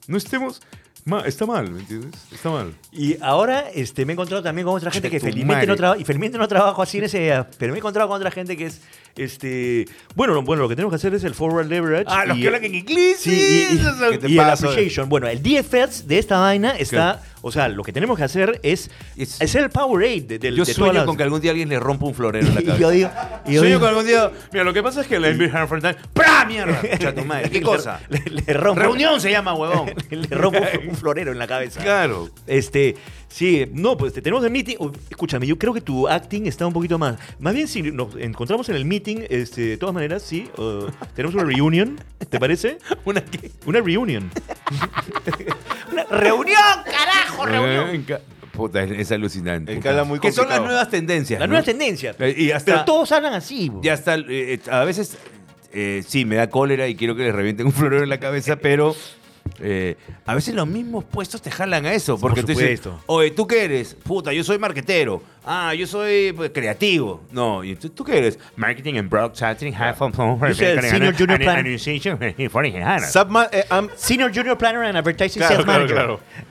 [SPEAKER 7] No estemos... ma- está mal, ¿me entiendes? Está mal.
[SPEAKER 1] Y ahora este, me he encontrado también con otra gente que
[SPEAKER 7] tu
[SPEAKER 1] felizmente no,
[SPEAKER 7] madre.
[SPEAKER 1] traba- y felizmente no trabajo así en ese pero me he encontrado con otra gente que es este bueno, lo- bueno, lo que tenemos que hacer es el forward leverage
[SPEAKER 6] Ah, los
[SPEAKER 1] y-
[SPEAKER 6] que hablan en inglés.
[SPEAKER 1] Sí, y, y-
[SPEAKER 6] esos son-
[SPEAKER 2] ¿Qué te
[SPEAKER 1] y el
[SPEAKER 2] pasa?
[SPEAKER 1] appreciation. Bueno, el DFS de esta vaina está. O sea, lo que tenemos que hacer es
[SPEAKER 3] Es-
[SPEAKER 1] hacer el Powerade de, de,
[SPEAKER 3] Yo
[SPEAKER 1] de
[SPEAKER 3] sueño
[SPEAKER 1] todas
[SPEAKER 3] con que
[SPEAKER 1] las-
[SPEAKER 3] algún día alguien le rompa un florero en la
[SPEAKER 1] Y yo
[SPEAKER 3] cabeza.
[SPEAKER 1] digo. y yo
[SPEAKER 3] sueño
[SPEAKER 1] digo-
[SPEAKER 3] con algún día. Mira, lo que pasa es que la NBA ¡Pra, mierda! Pucha tu madre, ¿Qué cosa?
[SPEAKER 1] Le, le rompo,
[SPEAKER 4] Reunión se llama, huevón.
[SPEAKER 1] le rompo un- un florero en la cabeza.
[SPEAKER 3] Claro.
[SPEAKER 1] Este, sí, no, pues te- tenemos el meeting. Uy, Escúchame, yo creo que tu acting está un poquito más. Más bien, si nos encontramos en el meeting, este, de todas maneras, sí, uh, tenemos una reunion, ¿te parece?
[SPEAKER 3] Una que-
[SPEAKER 1] Una reunion. una reunión, carajo,
[SPEAKER 3] Eh, en ca- Puta, es, es alucinante.
[SPEAKER 2] El que habla muy
[SPEAKER 3] que son las
[SPEAKER 2] complicado.
[SPEAKER 3] nuevas tendencias.
[SPEAKER 1] Las
[SPEAKER 3] ¿no?
[SPEAKER 1] nuevas tendencias.
[SPEAKER 3] Eh, y hasta-
[SPEAKER 1] Pero todos hablan así. bo.
[SPEAKER 3] Ya está. eh, eh, a veces eh, sí, me da cólera y quiero que les revienten un florero en la cabeza, pero eh, a veces los mismos puestos te jalan a eso. Porque tú dices,
[SPEAKER 1] supuesto.
[SPEAKER 3] oye, ¿tú qué eres? Puta, yo soy marquetero. Ah, yo soy pues, creativo. No, ¿y tú, tú qué eres?
[SPEAKER 7] Marketing and broadcasting half of home.
[SPEAKER 1] Yo soy el senior junior plan-
[SPEAKER 2] Subma- eh, am-
[SPEAKER 1] Senior Junior Planner and Advertising Sales
[SPEAKER 2] Claro, claro,
[SPEAKER 1] Manager.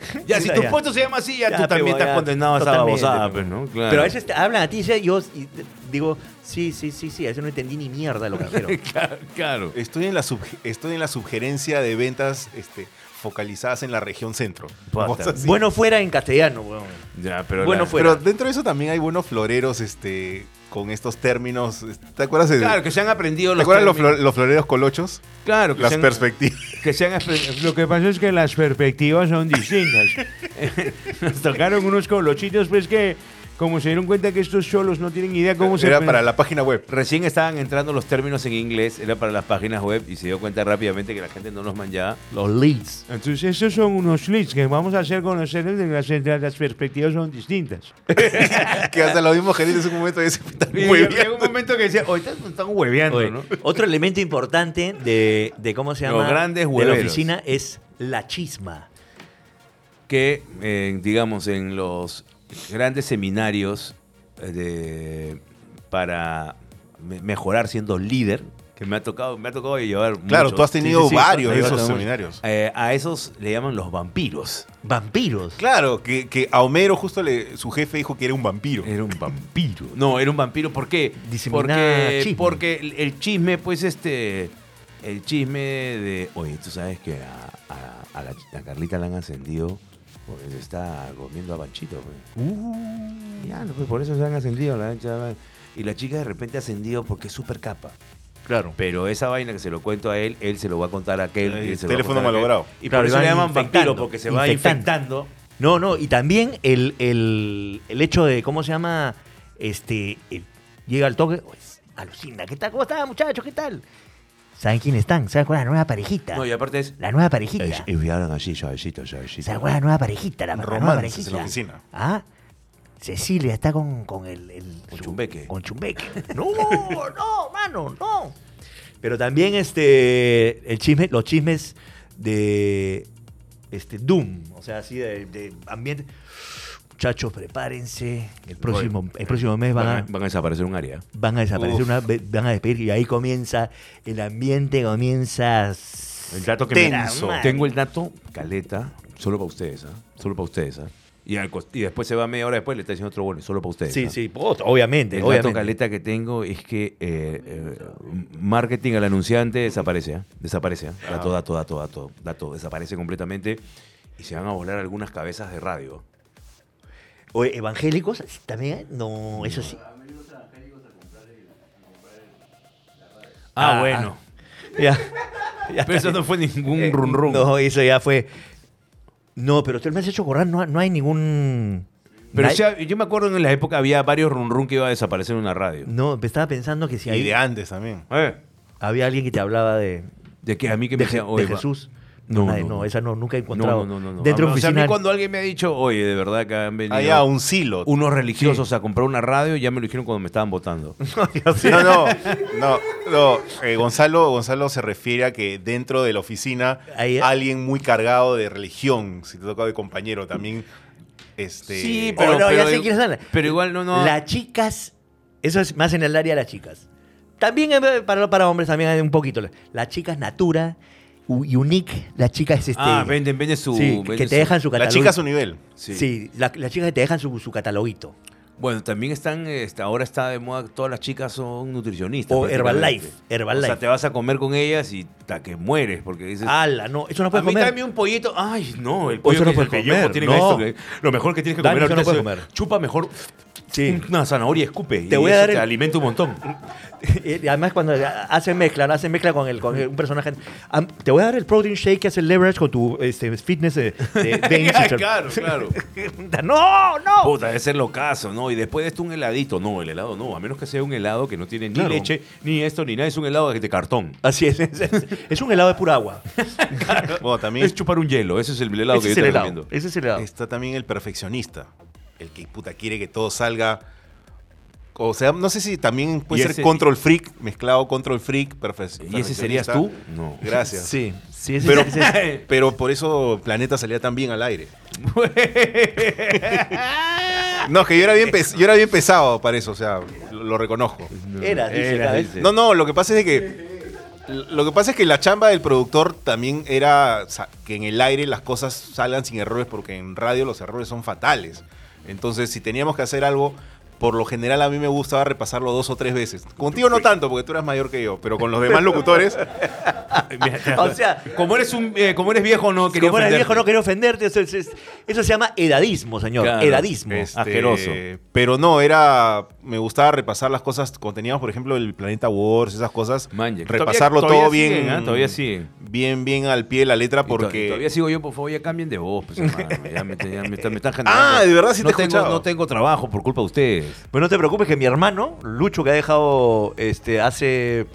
[SPEAKER 2] claro.
[SPEAKER 3] Ya,
[SPEAKER 1] Sí,
[SPEAKER 3] si
[SPEAKER 1] está
[SPEAKER 3] tu
[SPEAKER 1] ya.
[SPEAKER 3] puesto se llama así, ya,
[SPEAKER 1] Ya,
[SPEAKER 3] tú también
[SPEAKER 1] pero
[SPEAKER 3] estás
[SPEAKER 1] ya,
[SPEAKER 3] condenado a esa
[SPEAKER 1] totalmente,
[SPEAKER 3] babosada,
[SPEAKER 1] pero-
[SPEAKER 3] pues, ¿no? Claro.
[SPEAKER 1] Pero a veces te hablan a ti y dice- yo y te- digo, sí, sí, sí, sí, a veces no entendí ni mierda lo que dijeron.
[SPEAKER 3] Claro, claro.
[SPEAKER 2] estoy, en la subge- estoy en la sugerencia de ventas este, focalizadas en la región centro.
[SPEAKER 3] Puta.
[SPEAKER 2] Cosas así.
[SPEAKER 1] Bueno fuera en castellano, weón.
[SPEAKER 3] Ya, pero
[SPEAKER 1] Bueno,
[SPEAKER 3] la-
[SPEAKER 1] fue- fuera.
[SPEAKER 2] Pero dentro de eso también hay buenos floreros este, con estos términos. este, ¿Te acuerdas de
[SPEAKER 3] Claro, que se han aprendido
[SPEAKER 2] ¿Te
[SPEAKER 3] los
[SPEAKER 2] acuerdas los,
[SPEAKER 3] términos.
[SPEAKER 2] flor- los floreros colochos?
[SPEAKER 3] Claro, que
[SPEAKER 2] Las
[SPEAKER 3] se han-
[SPEAKER 2] perspectivas.
[SPEAKER 3] que sean espe- lo que pasa es que las perspectivas son distintas. Nos tocaron unos colochitos, pues que como se dieron cuenta que estos solos no tienen idea cómo se
[SPEAKER 2] Era
[SPEAKER 3] pe-
[SPEAKER 2] para la página web.
[SPEAKER 3] Recién estaban entrando los términos en inglés, era para las páginas web y se dio cuenta rápidamente que la gente no los manchaba.
[SPEAKER 1] Los leads.
[SPEAKER 3] Entonces, estos son unos leads que vamos a hacer conocer de las, de las perspectivas son distintas.
[SPEAKER 2] Que hasta los mismos gerentes en un momento dicen, "Puta,
[SPEAKER 3] Y
[SPEAKER 2] muy bien".
[SPEAKER 3] llegó- llegó un momento que decía, hoy están, están hueveando,
[SPEAKER 1] Oye,
[SPEAKER 3] ¿no?
[SPEAKER 1] Otro elemento importante de, de cómo se
[SPEAKER 3] Los
[SPEAKER 1] llama de
[SPEAKER 3] grandes
[SPEAKER 1] la
[SPEAKER 3] hueveros.
[SPEAKER 1] oficina es la chisma.
[SPEAKER 3] que, eh, digamos, en los grandes seminarios eh, de- para me- mejorar siendo líder, que me ha tocado, me ha tocado llevar.
[SPEAKER 2] Claro,
[SPEAKER 3] muchos.
[SPEAKER 2] tú has tenido varios de
[SPEAKER 3] Yo he
[SPEAKER 2] esos
[SPEAKER 3] tenido-
[SPEAKER 2] seminarios.
[SPEAKER 3] Eh, a esos le llaman los vampiros.
[SPEAKER 1] Vampiros.
[SPEAKER 2] Claro, que, que a Homero justo le, su jefe dijo que era un vampiro.
[SPEAKER 3] Era un vampiro. No, era un vampiro. ¿Por qué?
[SPEAKER 1] Diseminaba
[SPEAKER 3] Porque,
[SPEAKER 1] chisme.
[SPEAKER 3] porque el, el chisme, pues, este. El chisme de. Oye, tú sabes que a, a- a la, a Carlita la han ascendido porque se está comiendo a Panchito, pues. Ya, no, pues, por eso se han ascendido. La, chava. y la chica de repente ha ascendido porque es súper capa.
[SPEAKER 7] Claro.
[SPEAKER 3] Pero esa vaina que se lo cuento a él, él se lo va a contar a aquel.
[SPEAKER 2] El
[SPEAKER 3] y él se lo va a
[SPEAKER 2] teléfono
[SPEAKER 3] contar a aquel.
[SPEAKER 2] malogrado.
[SPEAKER 3] Y
[SPEAKER 1] Claro,
[SPEAKER 3] por
[SPEAKER 1] y
[SPEAKER 3] eso
[SPEAKER 1] van
[SPEAKER 3] le llaman vampiro,
[SPEAKER 1] infectando,
[SPEAKER 3] porque se va
[SPEAKER 1] infectando.
[SPEAKER 3] infectando.
[SPEAKER 1] No, no, y también el, el, el hecho de, ¿cómo se llama? Este, el- llega al toque, pues, alucina, ¿qué tal? ¿Cómo están, muchachos? ¿Qué tal? ¿Saben quiénes están? ¿Saben cuál es la nueva parejita?
[SPEAKER 3] No, y aparte es.
[SPEAKER 1] La nueva parejita.
[SPEAKER 3] Y hablan así, suavecito, suavecito.
[SPEAKER 1] ¿Saben cuál es la nueva parejita? La, la nueva
[SPEAKER 2] Romances
[SPEAKER 1] parejita.
[SPEAKER 2] en la oficina.
[SPEAKER 1] Ah, Cecilia está con, con el, el-
[SPEAKER 3] Con
[SPEAKER 1] su-
[SPEAKER 3] Chumbeque.
[SPEAKER 1] Con Chumbeque. No, no, mano, no. Pero también este el chisme, los chismes de este Doom, o sea, así de, de ambiente. Muchachos, prepárense. El próximo, el próximo mes van a,
[SPEAKER 3] Van, a, van a desaparecer un área.
[SPEAKER 1] van a desaparecer,
[SPEAKER 2] Uf.
[SPEAKER 1] una, ve- van a despedir y ahí comienza el ambiente comienza
[SPEAKER 3] El dato que me-
[SPEAKER 1] tenso.
[SPEAKER 3] Tengo el dato, caleta, solo para ustedes, ¿ah? Solo para ustedes, ¿ah? Y, al cost- y después se va media hora después le está diciendo otro bueno, solo para ustedes.
[SPEAKER 1] Sí,
[SPEAKER 3] ¿ah?
[SPEAKER 1] sí, puta, obviamente,
[SPEAKER 3] El dato
[SPEAKER 1] obviamente.
[SPEAKER 3] caleta que tengo es que eh, eh, marketing al anunciante desaparece, ¿ah? Desaparece, ¿ah? Dato, dato, dato, dato, dato. Desaparece completamente y se van a volar algunas cabezas de radio.
[SPEAKER 1] Oye, evangélicos también, ¿eh? no, eso sí.
[SPEAKER 3] Ah,
[SPEAKER 1] Ah,
[SPEAKER 3] bueno.
[SPEAKER 1] Ya. ya
[SPEAKER 3] Pero eso no fue ningún run run.
[SPEAKER 1] No, eso ya fue. No, pero usted me has hecho correr, no, no hay ningún.
[SPEAKER 3] Pero
[SPEAKER 1] no hay-
[SPEAKER 3] ya- yo me acuerdo en la época había varios run run que iba a desaparecer en una radio.
[SPEAKER 1] No, estaba pensando que si
[SPEAKER 2] Y de
[SPEAKER 1] ahí
[SPEAKER 2] antes también.
[SPEAKER 3] Eh,
[SPEAKER 1] había alguien que te hablaba de,
[SPEAKER 3] de que a mí que me
[SPEAKER 1] de,
[SPEAKER 3] decían,
[SPEAKER 1] Je-
[SPEAKER 3] "Oye,
[SPEAKER 1] de
[SPEAKER 3] va-
[SPEAKER 1] Jesús. No,
[SPEAKER 3] No,
[SPEAKER 1] nadie, no,
[SPEAKER 3] no, no.
[SPEAKER 1] esa no, nunca he
[SPEAKER 3] No,
[SPEAKER 1] encontrado.
[SPEAKER 3] No, no, no.
[SPEAKER 1] Dentro de
[SPEAKER 3] O sea, a mí
[SPEAKER 1] oficina.
[SPEAKER 3] cuando alguien me ha dicho, oye, de verdad que han venido
[SPEAKER 2] Allá, un silo.
[SPEAKER 3] unos religiosos a comprar una radio, ya me lo dijeron cuando me estaban votando.
[SPEAKER 1] Este,
[SPEAKER 2] No, no, no, no. Eh, Gonzalo, Gonzalo se refiere a que dentro de la oficina
[SPEAKER 1] Ahí-
[SPEAKER 2] alguien muy cargado de religión, si te toca de compañero también, este,
[SPEAKER 3] Sí,
[SPEAKER 1] pero,
[SPEAKER 3] pero-
[SPEAKER 1] no, ya
[SPEAKER 3] pero-
[SPEAKER 1] sé quiénes son.
[SPEAKER 3] pero igual no, no.
[SPEAKER 1] Las chicas, eso es más en el área de las chicas. También eh, para, para hombres también hay un poquito. Las chicas Natura, U- Unique, las chicas este,
[SPEAKER 3] ah, venden, venden su.
[SPEAKER 1] sí,
[SPEAKER 3] venden
[SPEAKER 1] que
[SPEAKER 3] su-
[SPEAKER 1] te dejan su
[SPEAKER 2] la
[SPEAKER 1] catálogo.
[SPEAKER 2] chica a su nivel.
[SPEAKER 1] Sí,
[SPEAKER 3] Sí.
[SPEAKER 1] la- las chicas que te dejan su, su cataloguito.
[SPEAKER 3] Bueno, también están, este, ahora está de moda, todas las chicas son nutricionistas.
[SPEAKER 1] O
[SPEAKER 3] prácticamente.
[SPEAKER 1] Herbalife, Herbalife.
[SPEAKER 3] O sea, te vas a comer con ellas y hasta que mueres, porque dices.
[SPEAKER 1] ¡Hala! No, eso no
[SPEAKER 3] a
[SPEAKER 1] puedes
[SPEAKER 3] mí
[SPEAKER 1] comer.
[SPEAKER 3] dame un pollito. Ay, no, el
[SPEAKER 1] O eso
[SPEAKER 3] pollo
[SPEAKER 1] no
[SPEAKER 3] que-
[SPEAKER 1] puedes
[SPEAKER 3] que
[SPEAKER 1] comer,
[SPEAKER 3] yo tiene
[SPEAKER 1] no.
[SPEAKER 3] esto, que- Lo mejor que tienes que
[SPEAKER 1] Dani,
[SPEAKER 3] comer
[SPEAKER 1] eso no
[SPEAKER 3] ahorita
[SPEAKER 1] puedes
[SPEAKER 3] es-
[SPEAKER 1] comer.
[SPEAKER 3] Chupa mejor
[SPEAKER 1] Sí.
[SPEAKER 3] una zanahoria, escupe.
[SPEAKER 1] Te
[SPEAKER 3] y
[SPEAKER 1] voy a
[SPEAKER 3] eso
[SPEAKER 1] dar
[SPEAKER 3] te
[SPEAKER 1] el-
[SPEAKER 3] alimenta un montón.
[SPEAKER 1] Y Eh, además, cuando hacen mezcla, ¿no? hacen mezcla con, el, con el- un personaje. Am- te voy a dar el protein shake que hace el leverage con tu este, fitness de, de Dane Sister.
[SPEAKER 3] claro, claro.
[SPEAKER 1] Puta, ¡No, no!
[SPEAKER 3] Puta, debe ser locazo, ¿no? Y después de esto un heladito. No, el helado no. A menos que sea un helado que no tiene ni
[SPEAKER 1] Claro.
[SPEAKER 3] leche, ni esto, ni nada. Es un helado de cartón.
[SPEAKER 1] Así es, es, es- es un helado de pura agua.
[SPEAKER 2] Bueno, también
[SPEAKER 3] Es chupar un hielo. Ese es el helado
[SPEAKER 1] Ese
[SPEAKER 3] que
[SPEAKER 1] es
[SPEAKER 3] yo
[SPEAKER 1] el
[SPEAKER 3] te
[SPEAKER 1] helado.
[SPEAKER 3] recomiendo.
[SPEAKER 1] Ese es el helado.
[SPEAKER 2] está también el perfeccionista, el que puta quiere que todo salga. O sea, no sé si también puede
[SPEAKER 3] Y
[SPEAKER 2] ser
[SPEAKER 3] ese-
[SPEAKER 2] control freak, mezclado control freak, perfe-
[SPEAKER 3] ¿Y ese serías
[SPEAKER 2] perfeccionista.
[SPEAKER 3] tú? No.
[SPEAKER 2] Gracias.
[SPEAKER 1] Sí, sí, ese
[SPEAKER 2] Pero,
[SPEAKER 1] es- ese es-
[SPEAKER 2] pero por eso Planeta salía tan bien al aire. No, es que yo era bien, pes- yo era bien pesado para eso, o sea, lo, lo reconozco.
[SPEAKER 1] Era, dice,
[SPEAKER 3] Era,
[SPEAKER 1] cada vez.
[SPEAKER 3] dice.
[SPEAKER 2] No, no, lo que pasa es de que. Lo que pasa es que la chamba del productor también era sa- que en el aire las cosas salgan sin errores, porque en radio los errores son fatales. Entonces, si teníamos que hacer algo, por lo general a mí me gustaba repasarlo dos o tres veces. Contigo no tanto, porque tú eras mayor que yo, pero con los demás locutores.
[SPEAKER 1] O sea,
[SPEAKER 3] Como eres, un, eh, como eres viejo, no quería
[SPEAKER 1] como eres
[SPEAKER 3] ofenderte.
[SPEAKER 1] viejo, no quería ofenderte. Eso, es- es- eso se llama edadismo, señor.
[SPEAKER 3] Claro.
[SPEAKER 1] edadismo.
[SPEAKER 2] Este,
[SPEAKER 3] asqueroso.
[SPEAKER 2] Pero no, era. Me gustaba repasar las cosas. Cuando teníamos, por ejemplo, el Planeta Wars, esas cosas.
[SPEAKER 3] Manje.
[SPEAKER 2] repasarlo
[SPEAKER 3] Todavía-
[SPEAKER 2] todo
[SPEAKER 3] todavía
[SPEAKER 2] bien.
[SPEAKER 3] siguen, ¿ah? Todavía siguen.
[SPEAKER 2] Bien, bien al pie de la letra,
[SPEAKER 3] Y to-
[SPEAKER 2] porque.
[SPEAKER 3] y todavía sigo yo, por favor, ya cambien de voz. pues, hermano. ya me, ya me está- me están generando.
[SPEAKER 2] Ah, de verdad sí
[SPEAKER 3] no
[SPEAKER 2] te he
[SPEAKER 3] tengo,
[SPEAKER 2] escuchado.
[SPEAKER 3] No tengo trabajo por culpa de ustedes.
[SPEAKER 1] Pero no te preocupes que mi hermano, Lucho, que ha dejado este, hace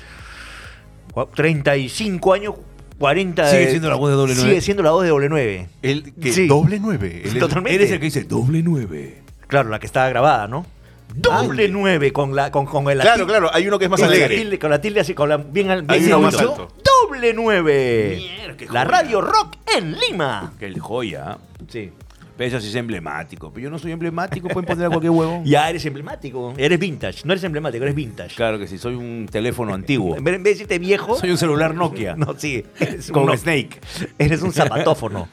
[SPEAKER 1] cua- 35 años, 40...
[SPEAKER 3] Sigue
[SPEAKER 1] eh,
[SPEAKER 3] siendo la voz de doble nueve.
[SPEAKER 1] Sigue siendo la voz de doble 9.
[SPEAKER 2] El que
[SPEAKER 1] Sí.
[SPEAKER 2] doble nueve. El-
[SPEAKER 1] Totalmente.
[SPEAKER 3] Eres el que dice doble nueve.
[SPEAKER 1] Claro, la que estaba grabada, ¿no? Doble 9 con la con, con el
[SPEAKER 2] claro,
[SPEAKER 1] atil-
[SPEAKER 2] claro, hay uno que es más
[SPEAKER 1] con la
[SPEAKER 2] alegre.
[SPEAKER 1] tilde- con la tilde así, con la bien al-
[SPEAKER 2] Hay
[SPEAKER 1] bien
[SPEAKER 2] uno
[SPEAKER 1] alto.
[SPEAKER 2] más alto.
[SPEAKER 1] Doble 9.
[SPEAKER 3] Mierda, qué
[SPEAKER 1] La
[SPEAKER 3] joya.
[SPEAKER 1] Radio Rock en Lima.
[SPEAKER 3] Que el joya. ¿ah?
[SPEAKER 1] Sí.
[SPEAKER 3] Pero eso sí es emblemático. Pero yo no soy emblemático, pueden poner a cualquier huevo.
[SPEAKER 1] Ya ah, eres emblemático. Eres vintage. No eres emblemático, eres vintage.
[SPEAKER 3] Claro que sí, soy un teléfono antiguo.
[SPEAKER 1] En vez en vez de decirte viejo,
[SPEAKER 3] Soy un celular Nokia.
[SPEAKER 1] no, sí. Eres
[SPEAKER 3] Con
[SPEAKER 1] un, no-
[SPEAKER 3] Snake.
[SPEAKER 1] eres un zapatófono.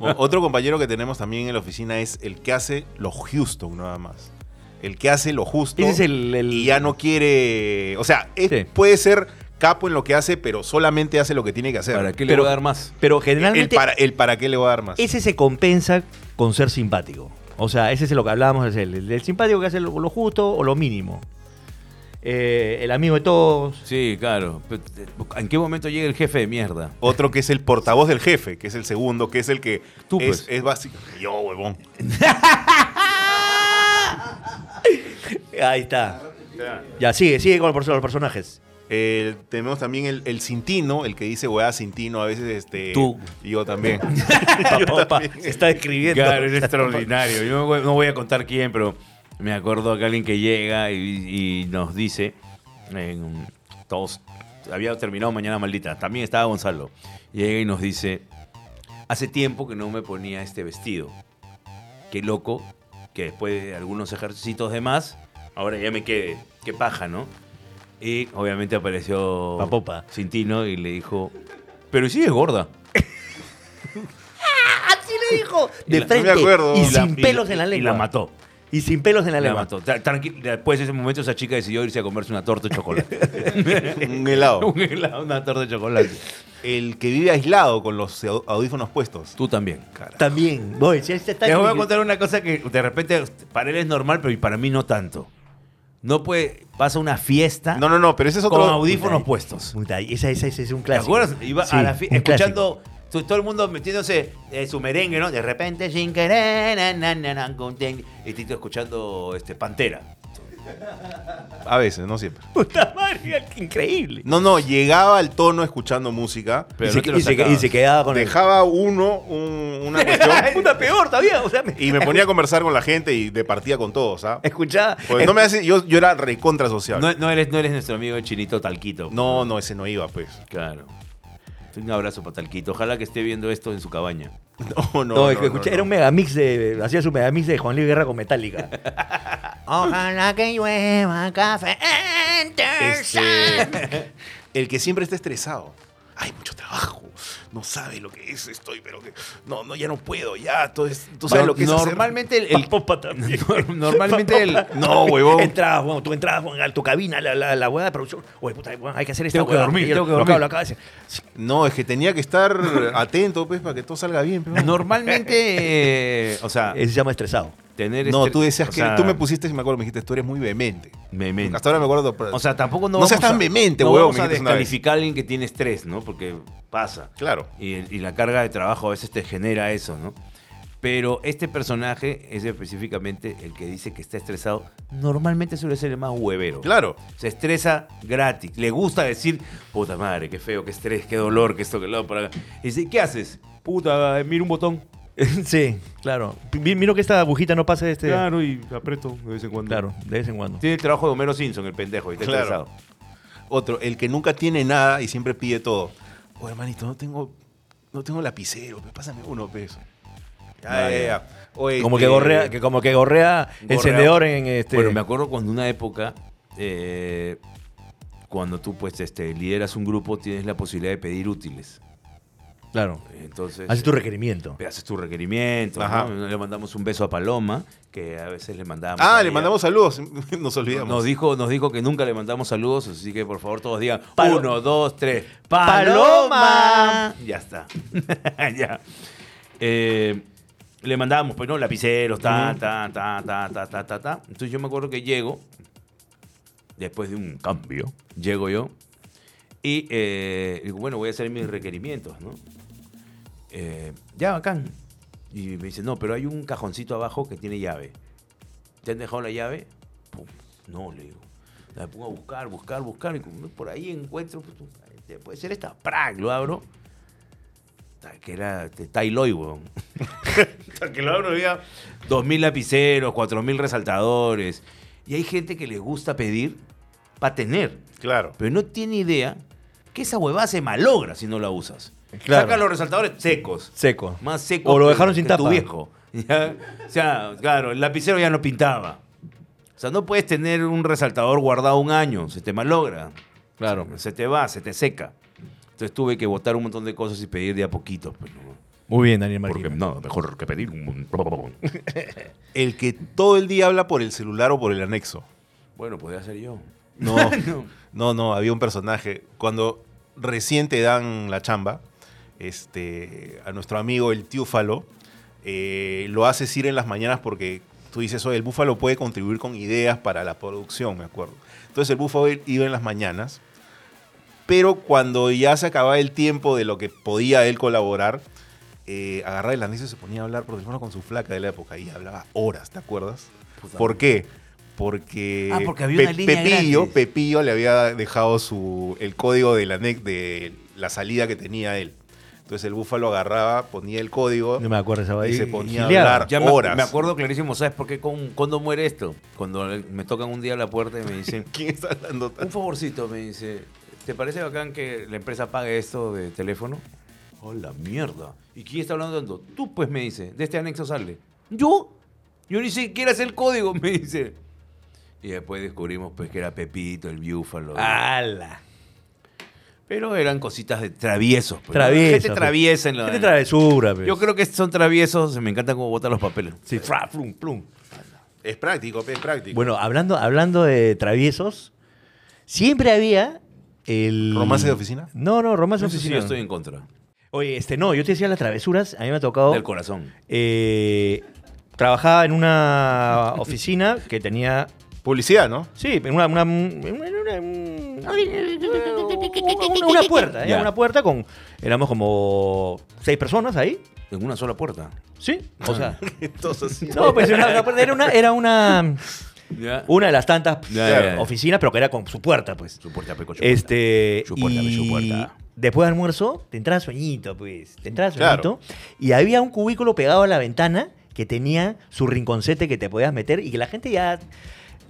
[SPEAKER 2] O- Otro compañero que tenemos también en la oficina es el que hace lo Houston, nada más. El que hace lo justo
[SPEAKER 1] Ese es el. el-
[SPEAKER 2] y ya no quiere. O sea, es-
[SPEAKER 1] Sí.
[SPEAKER 2] puede ser capo en lo que hace, pero solamente hace lo que tiene que hacer.
[SPEAKER 3] ¿Para qué le
[SPEAKER 1] Pero-
[SPEAKER 3] voy a dar más?
[SPEAKER 1] Pero
[SPEAKER 2] el,
[SPEAKER 1] generalmente.
[SPEAKER 2] para, el para qué le va a dar más.
[SPEAKER 1] Ese se compensa con ser simpático. O sea, ese es lo que hablábamos, es el, el- el simpático que hace lo, lo justo o lo mínimo. Eh, el amigo de todos.
[SPEAKER 3] Sí, claro. Pero, eh, ¿En qué momento llega el jefe de mierda?
[SPEAKER 2] Otro que es el portavoz del jefe, que es el segundo, que es el que
[SPEAKER 3] Tú,
[SPEAKER 2] es,
[SPEAKER 3] pues.
[SPEAKER 2] es básico. Yo, huevón.
[SPEAKER 1] Ahí está. Ya, sigue, sigue con los perso- los personajes.
[SPEAKER 2] Eh, tenemos también el, el Cintino, el que dice weá Cintino, a veces este.
[SPEAKER 3] Tú.
[SPEAKER 2] y Yo también.
[SPEAKER 1] Papá, se está escribiendo.
[SPEAKER 3] Claro, es extraordinario. Yo no voy- no voy a contar quién, pero me acuerdo acá alguien que llega y, y nos dice, en- todos, había terminado Mañana Maldita, también estaba Gonzalo, llega y nos dice, hace tiempo que no me ponía este vestido. Qué loco que después de algunos ejercicios de más, ahora ya me quede. Qué paja, ¿no? Y obviamente apareció
[SPEAKER 1] Papopa.
[SPEAKER 3] Cintino y le dijo, pero sí es gorda.
[SPEAKER 1] Así le dijo.
[SPEAKER 2] Y
[SPEAKER 1] De
[SPEAKER 2] la- no
[SPEAKER 1] frente.
[SPEAKER 2] me acuerdo.
[SPEAKER 1] Y
[SPEAKER 2] Y la-
[SPEAKER 1] sin
[SPEAKER 3] y-
[SPEAKER 1] pelos en la
[SPEAKER 3] y
[SPEAKER 1] lengua.
[SPEAKER 3] la mató.
[SPEAKER 1] Y sin pelos en la
[SPEAKER 3] La
[SPEAKER 1] lengua.
[SPEAKER 3] mató. Tra- tranqui- Después de ese momento, esa chica decidió irse a comerse una torta de chocolate.
[SPEAKER 2] Un helado.
[SPEAKER 3] Un helado, una torta de chocolate.
[SPEAKER 2] El que vive aislado con los au- audífonos puestos.
[SPEAKER 3] Tú también.
[SPEAKER 1] También. Voy, si este está
[SPEAKER 3] Les voy a
[SPEAKER 1] escribiendo-
[SPEAKER 3] contar una cosa que de repente para él es normal, pero para mí no tanto. No puede. Pasa una fiesta
[SPEAKER 2] No, no, no, pero ese es otro.
[SPEAKER 3] con audífonos puestos.
[SPEAKER 1] Puta, esa, esa, esa es un
[SPEAKER 3] ¿Te
[SPEAKER 1] clásico.
[SPEAKER 3] acuerdas? Iba
[SPEAKER 1] Sí,
[SPEAKER 3] a la fi-
[SPEAKER 1] un clásico.
[SPEAKER 3] escuchando tu- todo el mundo metiéndose eh, su merengue, ¿no? De repente, sin querer, na, na, na, na, con ten- y Tito escuchando este, Pantera.
[SPEAKER 2] A veces, no siempre.
[SPEAKER 1] Puta madre, qué increíble.
[SPEAKER 2] No, no, llegaba al tono escuchando música.
[SPEAKER 3] Pero
[SPEAKER 1] y, se,
[SPEAKER 3] no te lo
[SPEAKER 1] y se-
[SPEAKER 3] sacabas.
[SPEAKER 1] y se quedaba con el-
[SPEAKER 2] Dejaba uno un- una cuestión
[SPEAKER 1] Puta, peor todavía. O sea,
[SPEAKER 2] y me ponía a conversar con la gente y departía con todos, ¿ah?
[SPEAKER 1] Escuchaba.
[SPEAKER 2] Pues no me hace, yo, yo era recontra social.
[SPEAKER 3] No, no eres, no eres nuestro amigo chinito talquito.
[SPEAKER 2] No, no, ese no iba, pues.
[SPEAKER 3] Claro. Un abrazo para Talquito. Ojalá que esté viendo esto en su cabaña.
[SPEAKER 2] No, no,
[SPEAKER 1] No,
[SPEAKER 2] no,
[SPEAKER 1] es que
[SPEAKER 2] no,
[SPEAKER 1] escuché-
[SPEAKER 2] no.
[SPEAKER 1] era un megamix de. Hacía su megamix de Juan Luis Guerra con Metallica.
[SPEAKER 4] Ojalá que llueva café.
[SPEAKER 2] Este, el que siempre está estresado. Hay mucho trabajo. No sabe lo que es, estoy, pero que. No, no, ya no puedo, ya. Todo es- tú sabes lo que es. hacer-
[SPEAKER 3] normalmente el, el-
[SPEAKER 1] Popa también.
[SPEAKER 3] normalmente el
[SPEAKER 2] No, huevón.
[SPEAKER 1] Entrabas, bueno, tú entrabas Juan, a tu cabina, la, la, la hueá de producción. Oye, puta, huevón, hay que hacer esta
[SPEAKER 3] Tengo que
[SPEAKER 1] hueá.
[SPEAKER 3] dormir,
[SPEAKER 1] Y yo,
[SPEAKER 3] tengo que
[SPEAKER 1] lo
[SPEAKER 3] dormir.
[SPEAKER 1] acabo- lo acabo de hacer.
[SPEAKER 2] No, es que tenía que estar atento, pues, para que todo salga bien. pues.
[SPEAKER 3] normalmente eh, o sea,
[SPEAKER 1] Ese se llama estresado.
[SPEAKER 3] tener
[SPEAKER 2] No,
[SPEAKER 3] este-
[SPEAKER 2] tú decías
[SPEAKER 3] o
[SPEAKER 2] que.
[SPEAKER 3] sea,
[SPEAKER 2] Tú me pusiste, si me acuerdo, me dijiste, tú eres muy vehemente.
[SPEAKER 3] vehemente.
[SPEAKER 2] Hasta ahora me acuerdo. pero-
[SPEAKER 3] O sea, tampoco no
[SPEAKER 2] No seas
[SPEAKER 3] vamos a-
[SPEAKER 2] tan vehemente,
[SPEAKER 3] no
[SPEAKER 2] huevón,
[SPEAKER 3] vamos a
[SPEAKER 2] me dijiste una vez.
[SPEAKER 3] descalificar a alguien que tiene estrés, ¿no? Porque pasa.
[SPEAKER 2] Claro.
[SPEAKER 3] Y, el- y la carga de trabajo a veces te genera eso, ¿no? Pero este personaje es específicamente el que dice que está estresado. Normalmente suele ser el más huevero.
[SPEAKER 2] Claro.
[SPEAKER 3] Se estresa gratis. Le gusta decir, puta madre, qué feo, qué estrés, qué dolor, qué esto, que lo para acá. Y dice, ¿qué haces? Puta, eh, miro un botón.
[SPEAKER 1] sí, claro. Mi- Miro que esta agujita no pase de este.
[SPEAKER 3] Claro, y aprieto de vez en cuando.
[SPEAKER 1] Claro, de vez en cuando.
[SPEAKER 3] Tiene el trabajo de Homero Simpson, el pendejo, y está
[SPEAKER 2] Claro.
[SPEAKER 3] estresado.
[SPEAKER 2] Otro, el que nunca tiene nada y siempre pide todo. Oye, hermanito, no tengo, no tengo lapicero, pe, pásame uno peso. Ya, ya, ya. Oye,
[SPEAKER 1] Ah, Como que
[SPEAKER 2] este,
[SPEAKER 1] gorrea, que como que gorrea,
[SPEAKER 3] Gorrea.
[SPEAKER 1] encendedor en este.
[SPEAKER 3] Bueno, me acuerdo cuando una época, eh, cuando tú pues este, lideras un grupo, tienes la posibilidad de pedir útiles.
[SPEAKER 1] Claro.
[SPEAKER 3] Entonces,
[SPEAKER 1] Hace tu requerimiento.
[SPEAKER 3] haces tu requerimiento.
[SPEAKER 2] Ajá.
[SPEAKER 3] ¿no? Le mandamos un beso a Paloma, que a veces le mandamos.
[SPEAKER 2] Ah,
[SPEAKER 3] a
[SPEAKER 2] le
[SPEAKER 3] ella.
[SPEAKER 2] mandamos saludos. Nos olvidamos.
[SPEAKER 3] Nos dijo, nos dijo que nunca le mandamos saludos, así que por favor todos digan
[SPEAKER 1] Palo-
[SPEAKER 3] uno, dos, tres.
[SPEAKER 1] ¡Paloma!
[SPEAKER 3] Ya está. ya. Eh, le mandábamos, pues, ¿no? Lapiceros, ta, ta, ta, ta, ta, ta, ta, ta. Entonces yo me acuerdo que llego, después de un cambio, llego yo y eh, digo, bueno, voy a hacer mis requerimientos, ¿no? Eh, ya, bacán. Y me dice, no, pero hay un cajoncito abajo que tiene llave. ¿Te han dejado la llave? Pum, no, le digo. La pongo a buscar, buscar, buscar. Y como por ahí encuentro, pues, puta, puede ser esta. ¡Prac! Lo abro. Ta- Que era este, Tai Loi, weón. Ta- que lo abro, había 2.000 lapiceros, 4.000 resaltadores. Y hay gente que le gusta pedir para tener,
[SPEAKER 2] Claro.
[SPEAKER 3] pero no tiene idea que esa huevada se malogra si no la usas.
[SPEAKER 1] Claro.
[SPEAKER 3] Saca los resaltadores secos.
[SPEAKER 1] Seco.
[SPEAKER 3] Más secos
[SPEAKER 1] O lo
[SPEAKER 3] que-
[SPEAKER 1] dejaron sin
[SPEAKER 3] que
[SPEAKER 1] tapa.
[SPEAKER 3] tu viejo. Ya, o sea, claro, el lapicero ya no pintaba. O sea, no puedes tener un resaltador guardado un año, se te malogra. Claro. Se, te va, se te seca. Entonces tuve que botar un montón de cosas y pedir de a poquito. pues, ¿no?
[SPEAKER 1] Muy bien, Daniel
[SPEAKER 7] Porque
[SPEAKER 1] Marquina.
[SPEAKER 7] no, mejor que pedir un...
[SPEAKER 2] El que todo el día habla por el celular o por el anexo.
[SPEAKER 3] Bueno, podía ser yo.
[SPEAKER 2] No, no, no, había un personaje. Cuando recién te dan la chamba, este, a nuestro amigo el Tiúfalo, eh, lo haces ir en las mañanas porque tú dices, oye, el Búfalo puede contribuir con ideas para la producción, me acuerdo. Entonces el Búfalo iba en las mañanas, pero cuando ya se acababa el tiempo de lo que podía él colaborar, eh, agarraba el anexo y se ponía a hablar por teléfono con su flaca de la época y hablaba horas, ¿te acuerdas? ¿Por qué? Porque,
[SPEAKER 4] Ah, porque había una línea
[SPEAKER 2] Pepillo,
[SPEAKER 4] grande.
[SPEAKER 2] Pepillo le había dejado su, el código de la, nec- de la salida que tenía él. Entonces el búfalo agarraba, ponía el código.
[SPEAKER 1] No me acuerdo esa vaina.
[SPEAKER 2] Y se ponía a
[SPEAKER 1] Gileada.
[SPEAKER 2] hablar.
[SPEAKER 3] Ya me,
[SPEAKER 2] Horas.
[SPEAKER 3] me acuerdo clarísimo, ¿sabes por qué? Con, ¿Cuándo muere esto? Cuando me tocan un día a la puerta y me dicen,
[SPEAKER 2] ¿Quién está hablando
[SPEAKER 3] un
[SPEAKER 2] tanto?
[SPEAKER 3] favorcito, me dice, ¿te parece bacán que la empresa pague esto de teléfono? ¡Hola, mierda! ¿Y quién está hablando tanto? Tú, pues, me dice, de este anexo sale. ¿Yo? Yo ni siquiera sé el código, me dice. Y después descubrimos, pues, que era Pepito, el biúfalo.
[SPEAKER 1] Ah. ¡Hala!
[SPEAKER 3] Pero eran cositas de traviesos. Pues, ¿no?
[SPEAKER 1] Traviesos,
[SPEAKER 3] Gente
[SPEAKER 1] pues.
[SPEAKER 3] traviesa en la...
[SPEAKER 1] Gente travesura, pues.
[SPEAKER 3] Yo creo que son traviesos, me encanta cómo botan los papeles.
[SPEAKER 1] Sí, fra, flum, plum.
[SPEAKER 2] Es práctico, es práctico.
[SPEAKER 1] Bueno, hablando, hablando de traviesos, siempre había el...
[SPEAKER 2] ¿Romance de oficina?
[SPEAKER 1] No, no, romance
[SPEAKER 3] No
[SPEAKER 1] de
[SPEAKER 3] sé si
[SPEAKER 1] oficina.
[SPEAKER 3] yo estoy en contra.
[SPEAKER 1] Oye, este, no, yo te decía las travesuras, a mí me ha tocado...
[SPEAKER 3] Del corazón.
[SPEAKER 1] eh, trabajaba en una oficina que tenía...
[SPEAKER 2] Publicidad, ¿no?
[SPEAKER 1] Sí, en una... una, en una- en una- una- una puerta, ¿eh?
[SPEAKER 3] Ya.
[SPEAKER 1] una puerta con... Éramos como seis personas ahí,
[SPEAKER 3] En una sola puerta.
[SPEAKER 1] ¿sí? O sea...
[SPEAKER 2] Entonces,
[SPEAKER 1] No, pues era una, puerta, era una, era una,
[SPEAKER 3] Ya.
[SPEAKER 1] una de las tantas eh,
[SPEAKER 3] Ya, ya, ya.
[SPEAKER 1] oficinas, pero que era con su puerta, pues.
[SPEAKER 3] Su puerta, pecocho.
[SPEAKER 1] Este.
[SPEAKER 3] Su puerta, pues,
[SPEAKER 1] y
[SPEAKER 3] su puerta.
[SPEAKER 1] Después de almuerzo, te entraba sueñito, pues. Te entraba
[SPEAKER 2] Claro.
[SPEAKER 1] sueñito. Y había un cubículo pegado a la ventana que tenía su rinconcete que te podías meter y que la gente ya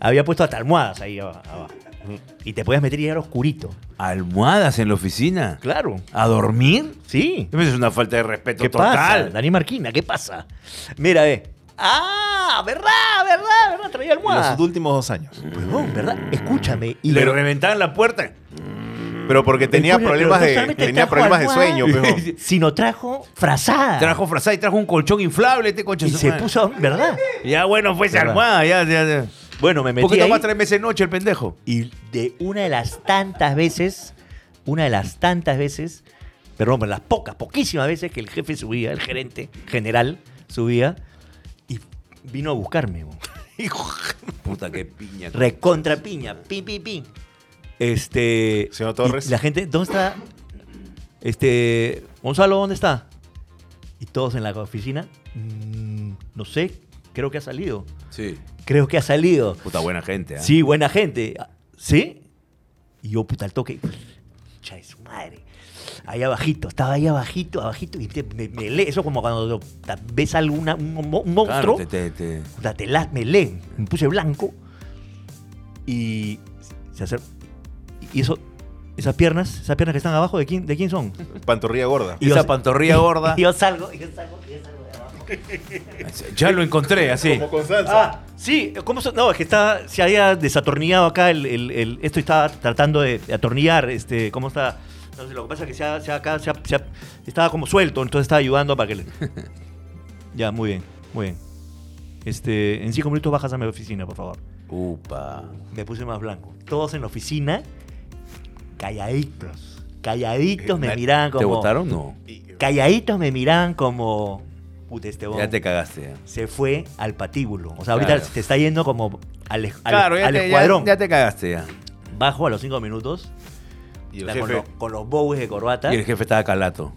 [SPEAKER 1] había puesto hasta almohadas ahí aba- abajo. Y te podías meter y era oscurito.
[SPEAKER 3] ¿Almohadas en la oficina?
[SPEAKER 1] Claro.
[SPEAKER 3] ¿A dormir?
[SPEAKER 1] Sí.
[SPEAKER 3] Eso Es una falta de respeto
[SPEAKER 1] ¿Qué pasa?
[SPEAKER 3] total.
[SPEAKER 1] Dani Marquina, ¿qué pasa? Mira, ve. ¡Ah! ¿Verdad? ¿Verdad? ¿Verdad? Traía almohadas.
[SPEAKER 2] los últimos dos años.
[SPEAKER 1] Huevón, ¿verdad? Escúchame. Y
[SPEAKER 3] Le
[SPEAKER 1] pero-
[SPEAKER 3] reventaban la puerta.
[SPEAKER 2] Mm. Pero porque tenía
[SPEAKER 1] Escúchame, pero
[SPEAKER 2] problemas
[SPEAKER 1] no
[SPEAKER 2] de,
[SPEAKER 1] solamente
[SPEAKER 2] tenía
[SPEAKER 1] trajo
[SPEAKER 2] problemas de
[SPEAKER 1] almohada,
[SPEAKER 2] sueño, pejo.
[SPEAKER 1] Sino trajo frazada.
[SPEAKER 3] Trajo frazada y trajo un colchón inflable este coche.
[SPEAKER 1] Ah. y se puso, ¿verdad?
[SPEAKER 3] Ya bueno, fue esa
[SPEAKER 1] ¿Verdad?
[SPEAKER 3] almohada. Ya, ya, ya.
[SPEAKER 1] Bueno, me
[SPEAKER 3] ¿Por
[SPEAKER 1] metí
[SPEAKER 3] qué
[SPEAKER 1] ahí
[SPEAKER 3] toma tres meses de noche el pendejo?
[SPEAKER 1] y de una de las tantas veces, una de las tantas veces, perdón, pero las pocas, poquísimas veces que el jefe subía, el gerente general subía y vino a buscarme. bo.
[SPEAKER 3] Puta, qué piña.
[SPEAKER 1] Recontra piña, pim, pim, pim. Este.
[SPEAKER 2] Señor Torres.
[SPEAKER 1] y La gente, ¿dónde está? Este. Gonzalo, ¿dónde está? Y todos en la oficina. mm, no sé, creo que ha salido.
[SPEAKER 3] Sí.
[SPEAKER 1] Creo que ha salido.
[SPEAKER 3] Puta buena gente. ¿ah?
[SPEAKER 1] Sí, buena gente. ¿Sí? Y yo, puta, al toque. Cha de su madre. Ahí abajito, estaba ahí abajito, abajito. Y te- me, me lee. Eso como cuando puta, ves alguna, un, mo- un monstruo.
[SPEAKER 3] Claro, te, te- te-
[SPEAKER 1] Puta, te la- me leen. Me puse blanco. Y se acer- Y eso, esas piernas, esas piernas que están abajo, ¿de quién, de quién son?
[SPEAKER 2] Pantorrilla gorda.
[SPEAKER 1] Y
[SPEAKER 3] esa
[SPEAKER 1] yo-
[SPEAKER 3] pantorrilla gorda.
[SPEAKER 1] Y yo salgo, y yo salgo, y yo salgo de abajo.
[SPEAKER 3] Ya lo encontré, así.
[SPEAKER 2] Como con salsa.
[SPEAKER 1] Ah, sí, ¿cómo se- No, es que está, se había desatornillado acá el, el- el- esto y estaba tratando de atornillar, este, ¿cómo está? Entonces lo que pasa es que se ha, se ha acá, se ha- se ha- estaba como suelto, entonces estaba ayudando para que le- Ya, muy bien, muy bien. Este, en cinco minutos bajas a mi oficina, por favor.
[SPEAKER 3] Upa.
[SPEAKER 1] Me puse más blanco. Todos en la oficina, calladitos, calladitos me
[SPEAKER 2] Eh,
[SPEAKER 1] miraban como...
[SPEAKER 3] ¿Te votaron? No.
[SPEAKER 1] Calladitos me miraban como... Puta, este
[SPEAKER 3] Ya
[SPEAKER 1] bobo
[SPEAKER 3] te cagaste. ya.
[SPEAKER 1] se fue al patíbulo. O sea, ahorita
[SPEAKER 3] Claro.
[SPEAKER 1] se te está yendo como al, al-
[SPEAKER 3] Claro, ya
[SPEAKER 1] al
[SPEAKER 3] te, ya,
[SPEAKER 1] escuadrón.
[SPEAKER 3] ya te cagaste ya.
[SPEAKER 1] Bajo a los cinco minutos
[SPEAKER 2] Y el
[SPEAKER 1] la- con,
[SPEAKER 2] jefe,
[SPEAKER 1] los, con los bowies de corbata.
[SPEAKER 3] Y el jefe estaba calato.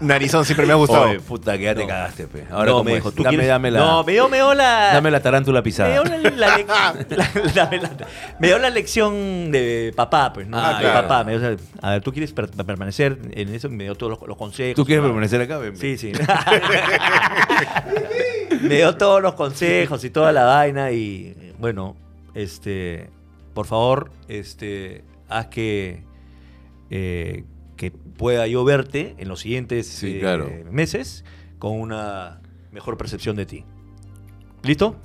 [SPEAKER 2] narizón siempre me ha gustado.
[SPEAKER 3] Oye, puta, que ya te
[SPEAKER 1] No.
[SPEAKER 3] cagaste, pe. Ahora,
[SPEAKER 1] no,
[SPEAKER 3] ¿cómo
[SPEAKER 1] me
[SPEAKER 3] es?
[SPEAKER 1] dijo, ¿tú
[SPEAKER 3] dame,
[SPEAKER 1] quieres?
[SPEAKER 3] dame la,
[SPEAKER 1] No, me dio, me dio la...
[SPEAKER 3] dame la tarántula
[SPEAKER 1] me
[SPEAKER 3] pisada.
[SPEAKER 1] dio la, la lec- la- dame la- me dio la lección de papá, pues, ¿no?
[SPEAKER 3] Ah,
[SPEAKER 1] De
[SPEAKER 2] claro.
[SPEAKER 1] papá. Me dio, o sea, a ver, tú quieres per- permanecer en eso, me dio todos los, los consejos.
[SPEAKER 3] ¿Tú quieres permanecer acá? Ven,
[SPEAKER 1] Sí, sí. me dio todos los consejos y toda la vaina y bueno, este, por favor, este, haz que eh, que pueda yo verte en los siguientes
[SPEAKER 3] Sí,
[SPEAKER 1] eh,
[SPEAKER 3] claro.
[SPEAKER 1] meses con una mejor percepción de ti. ¿Listo?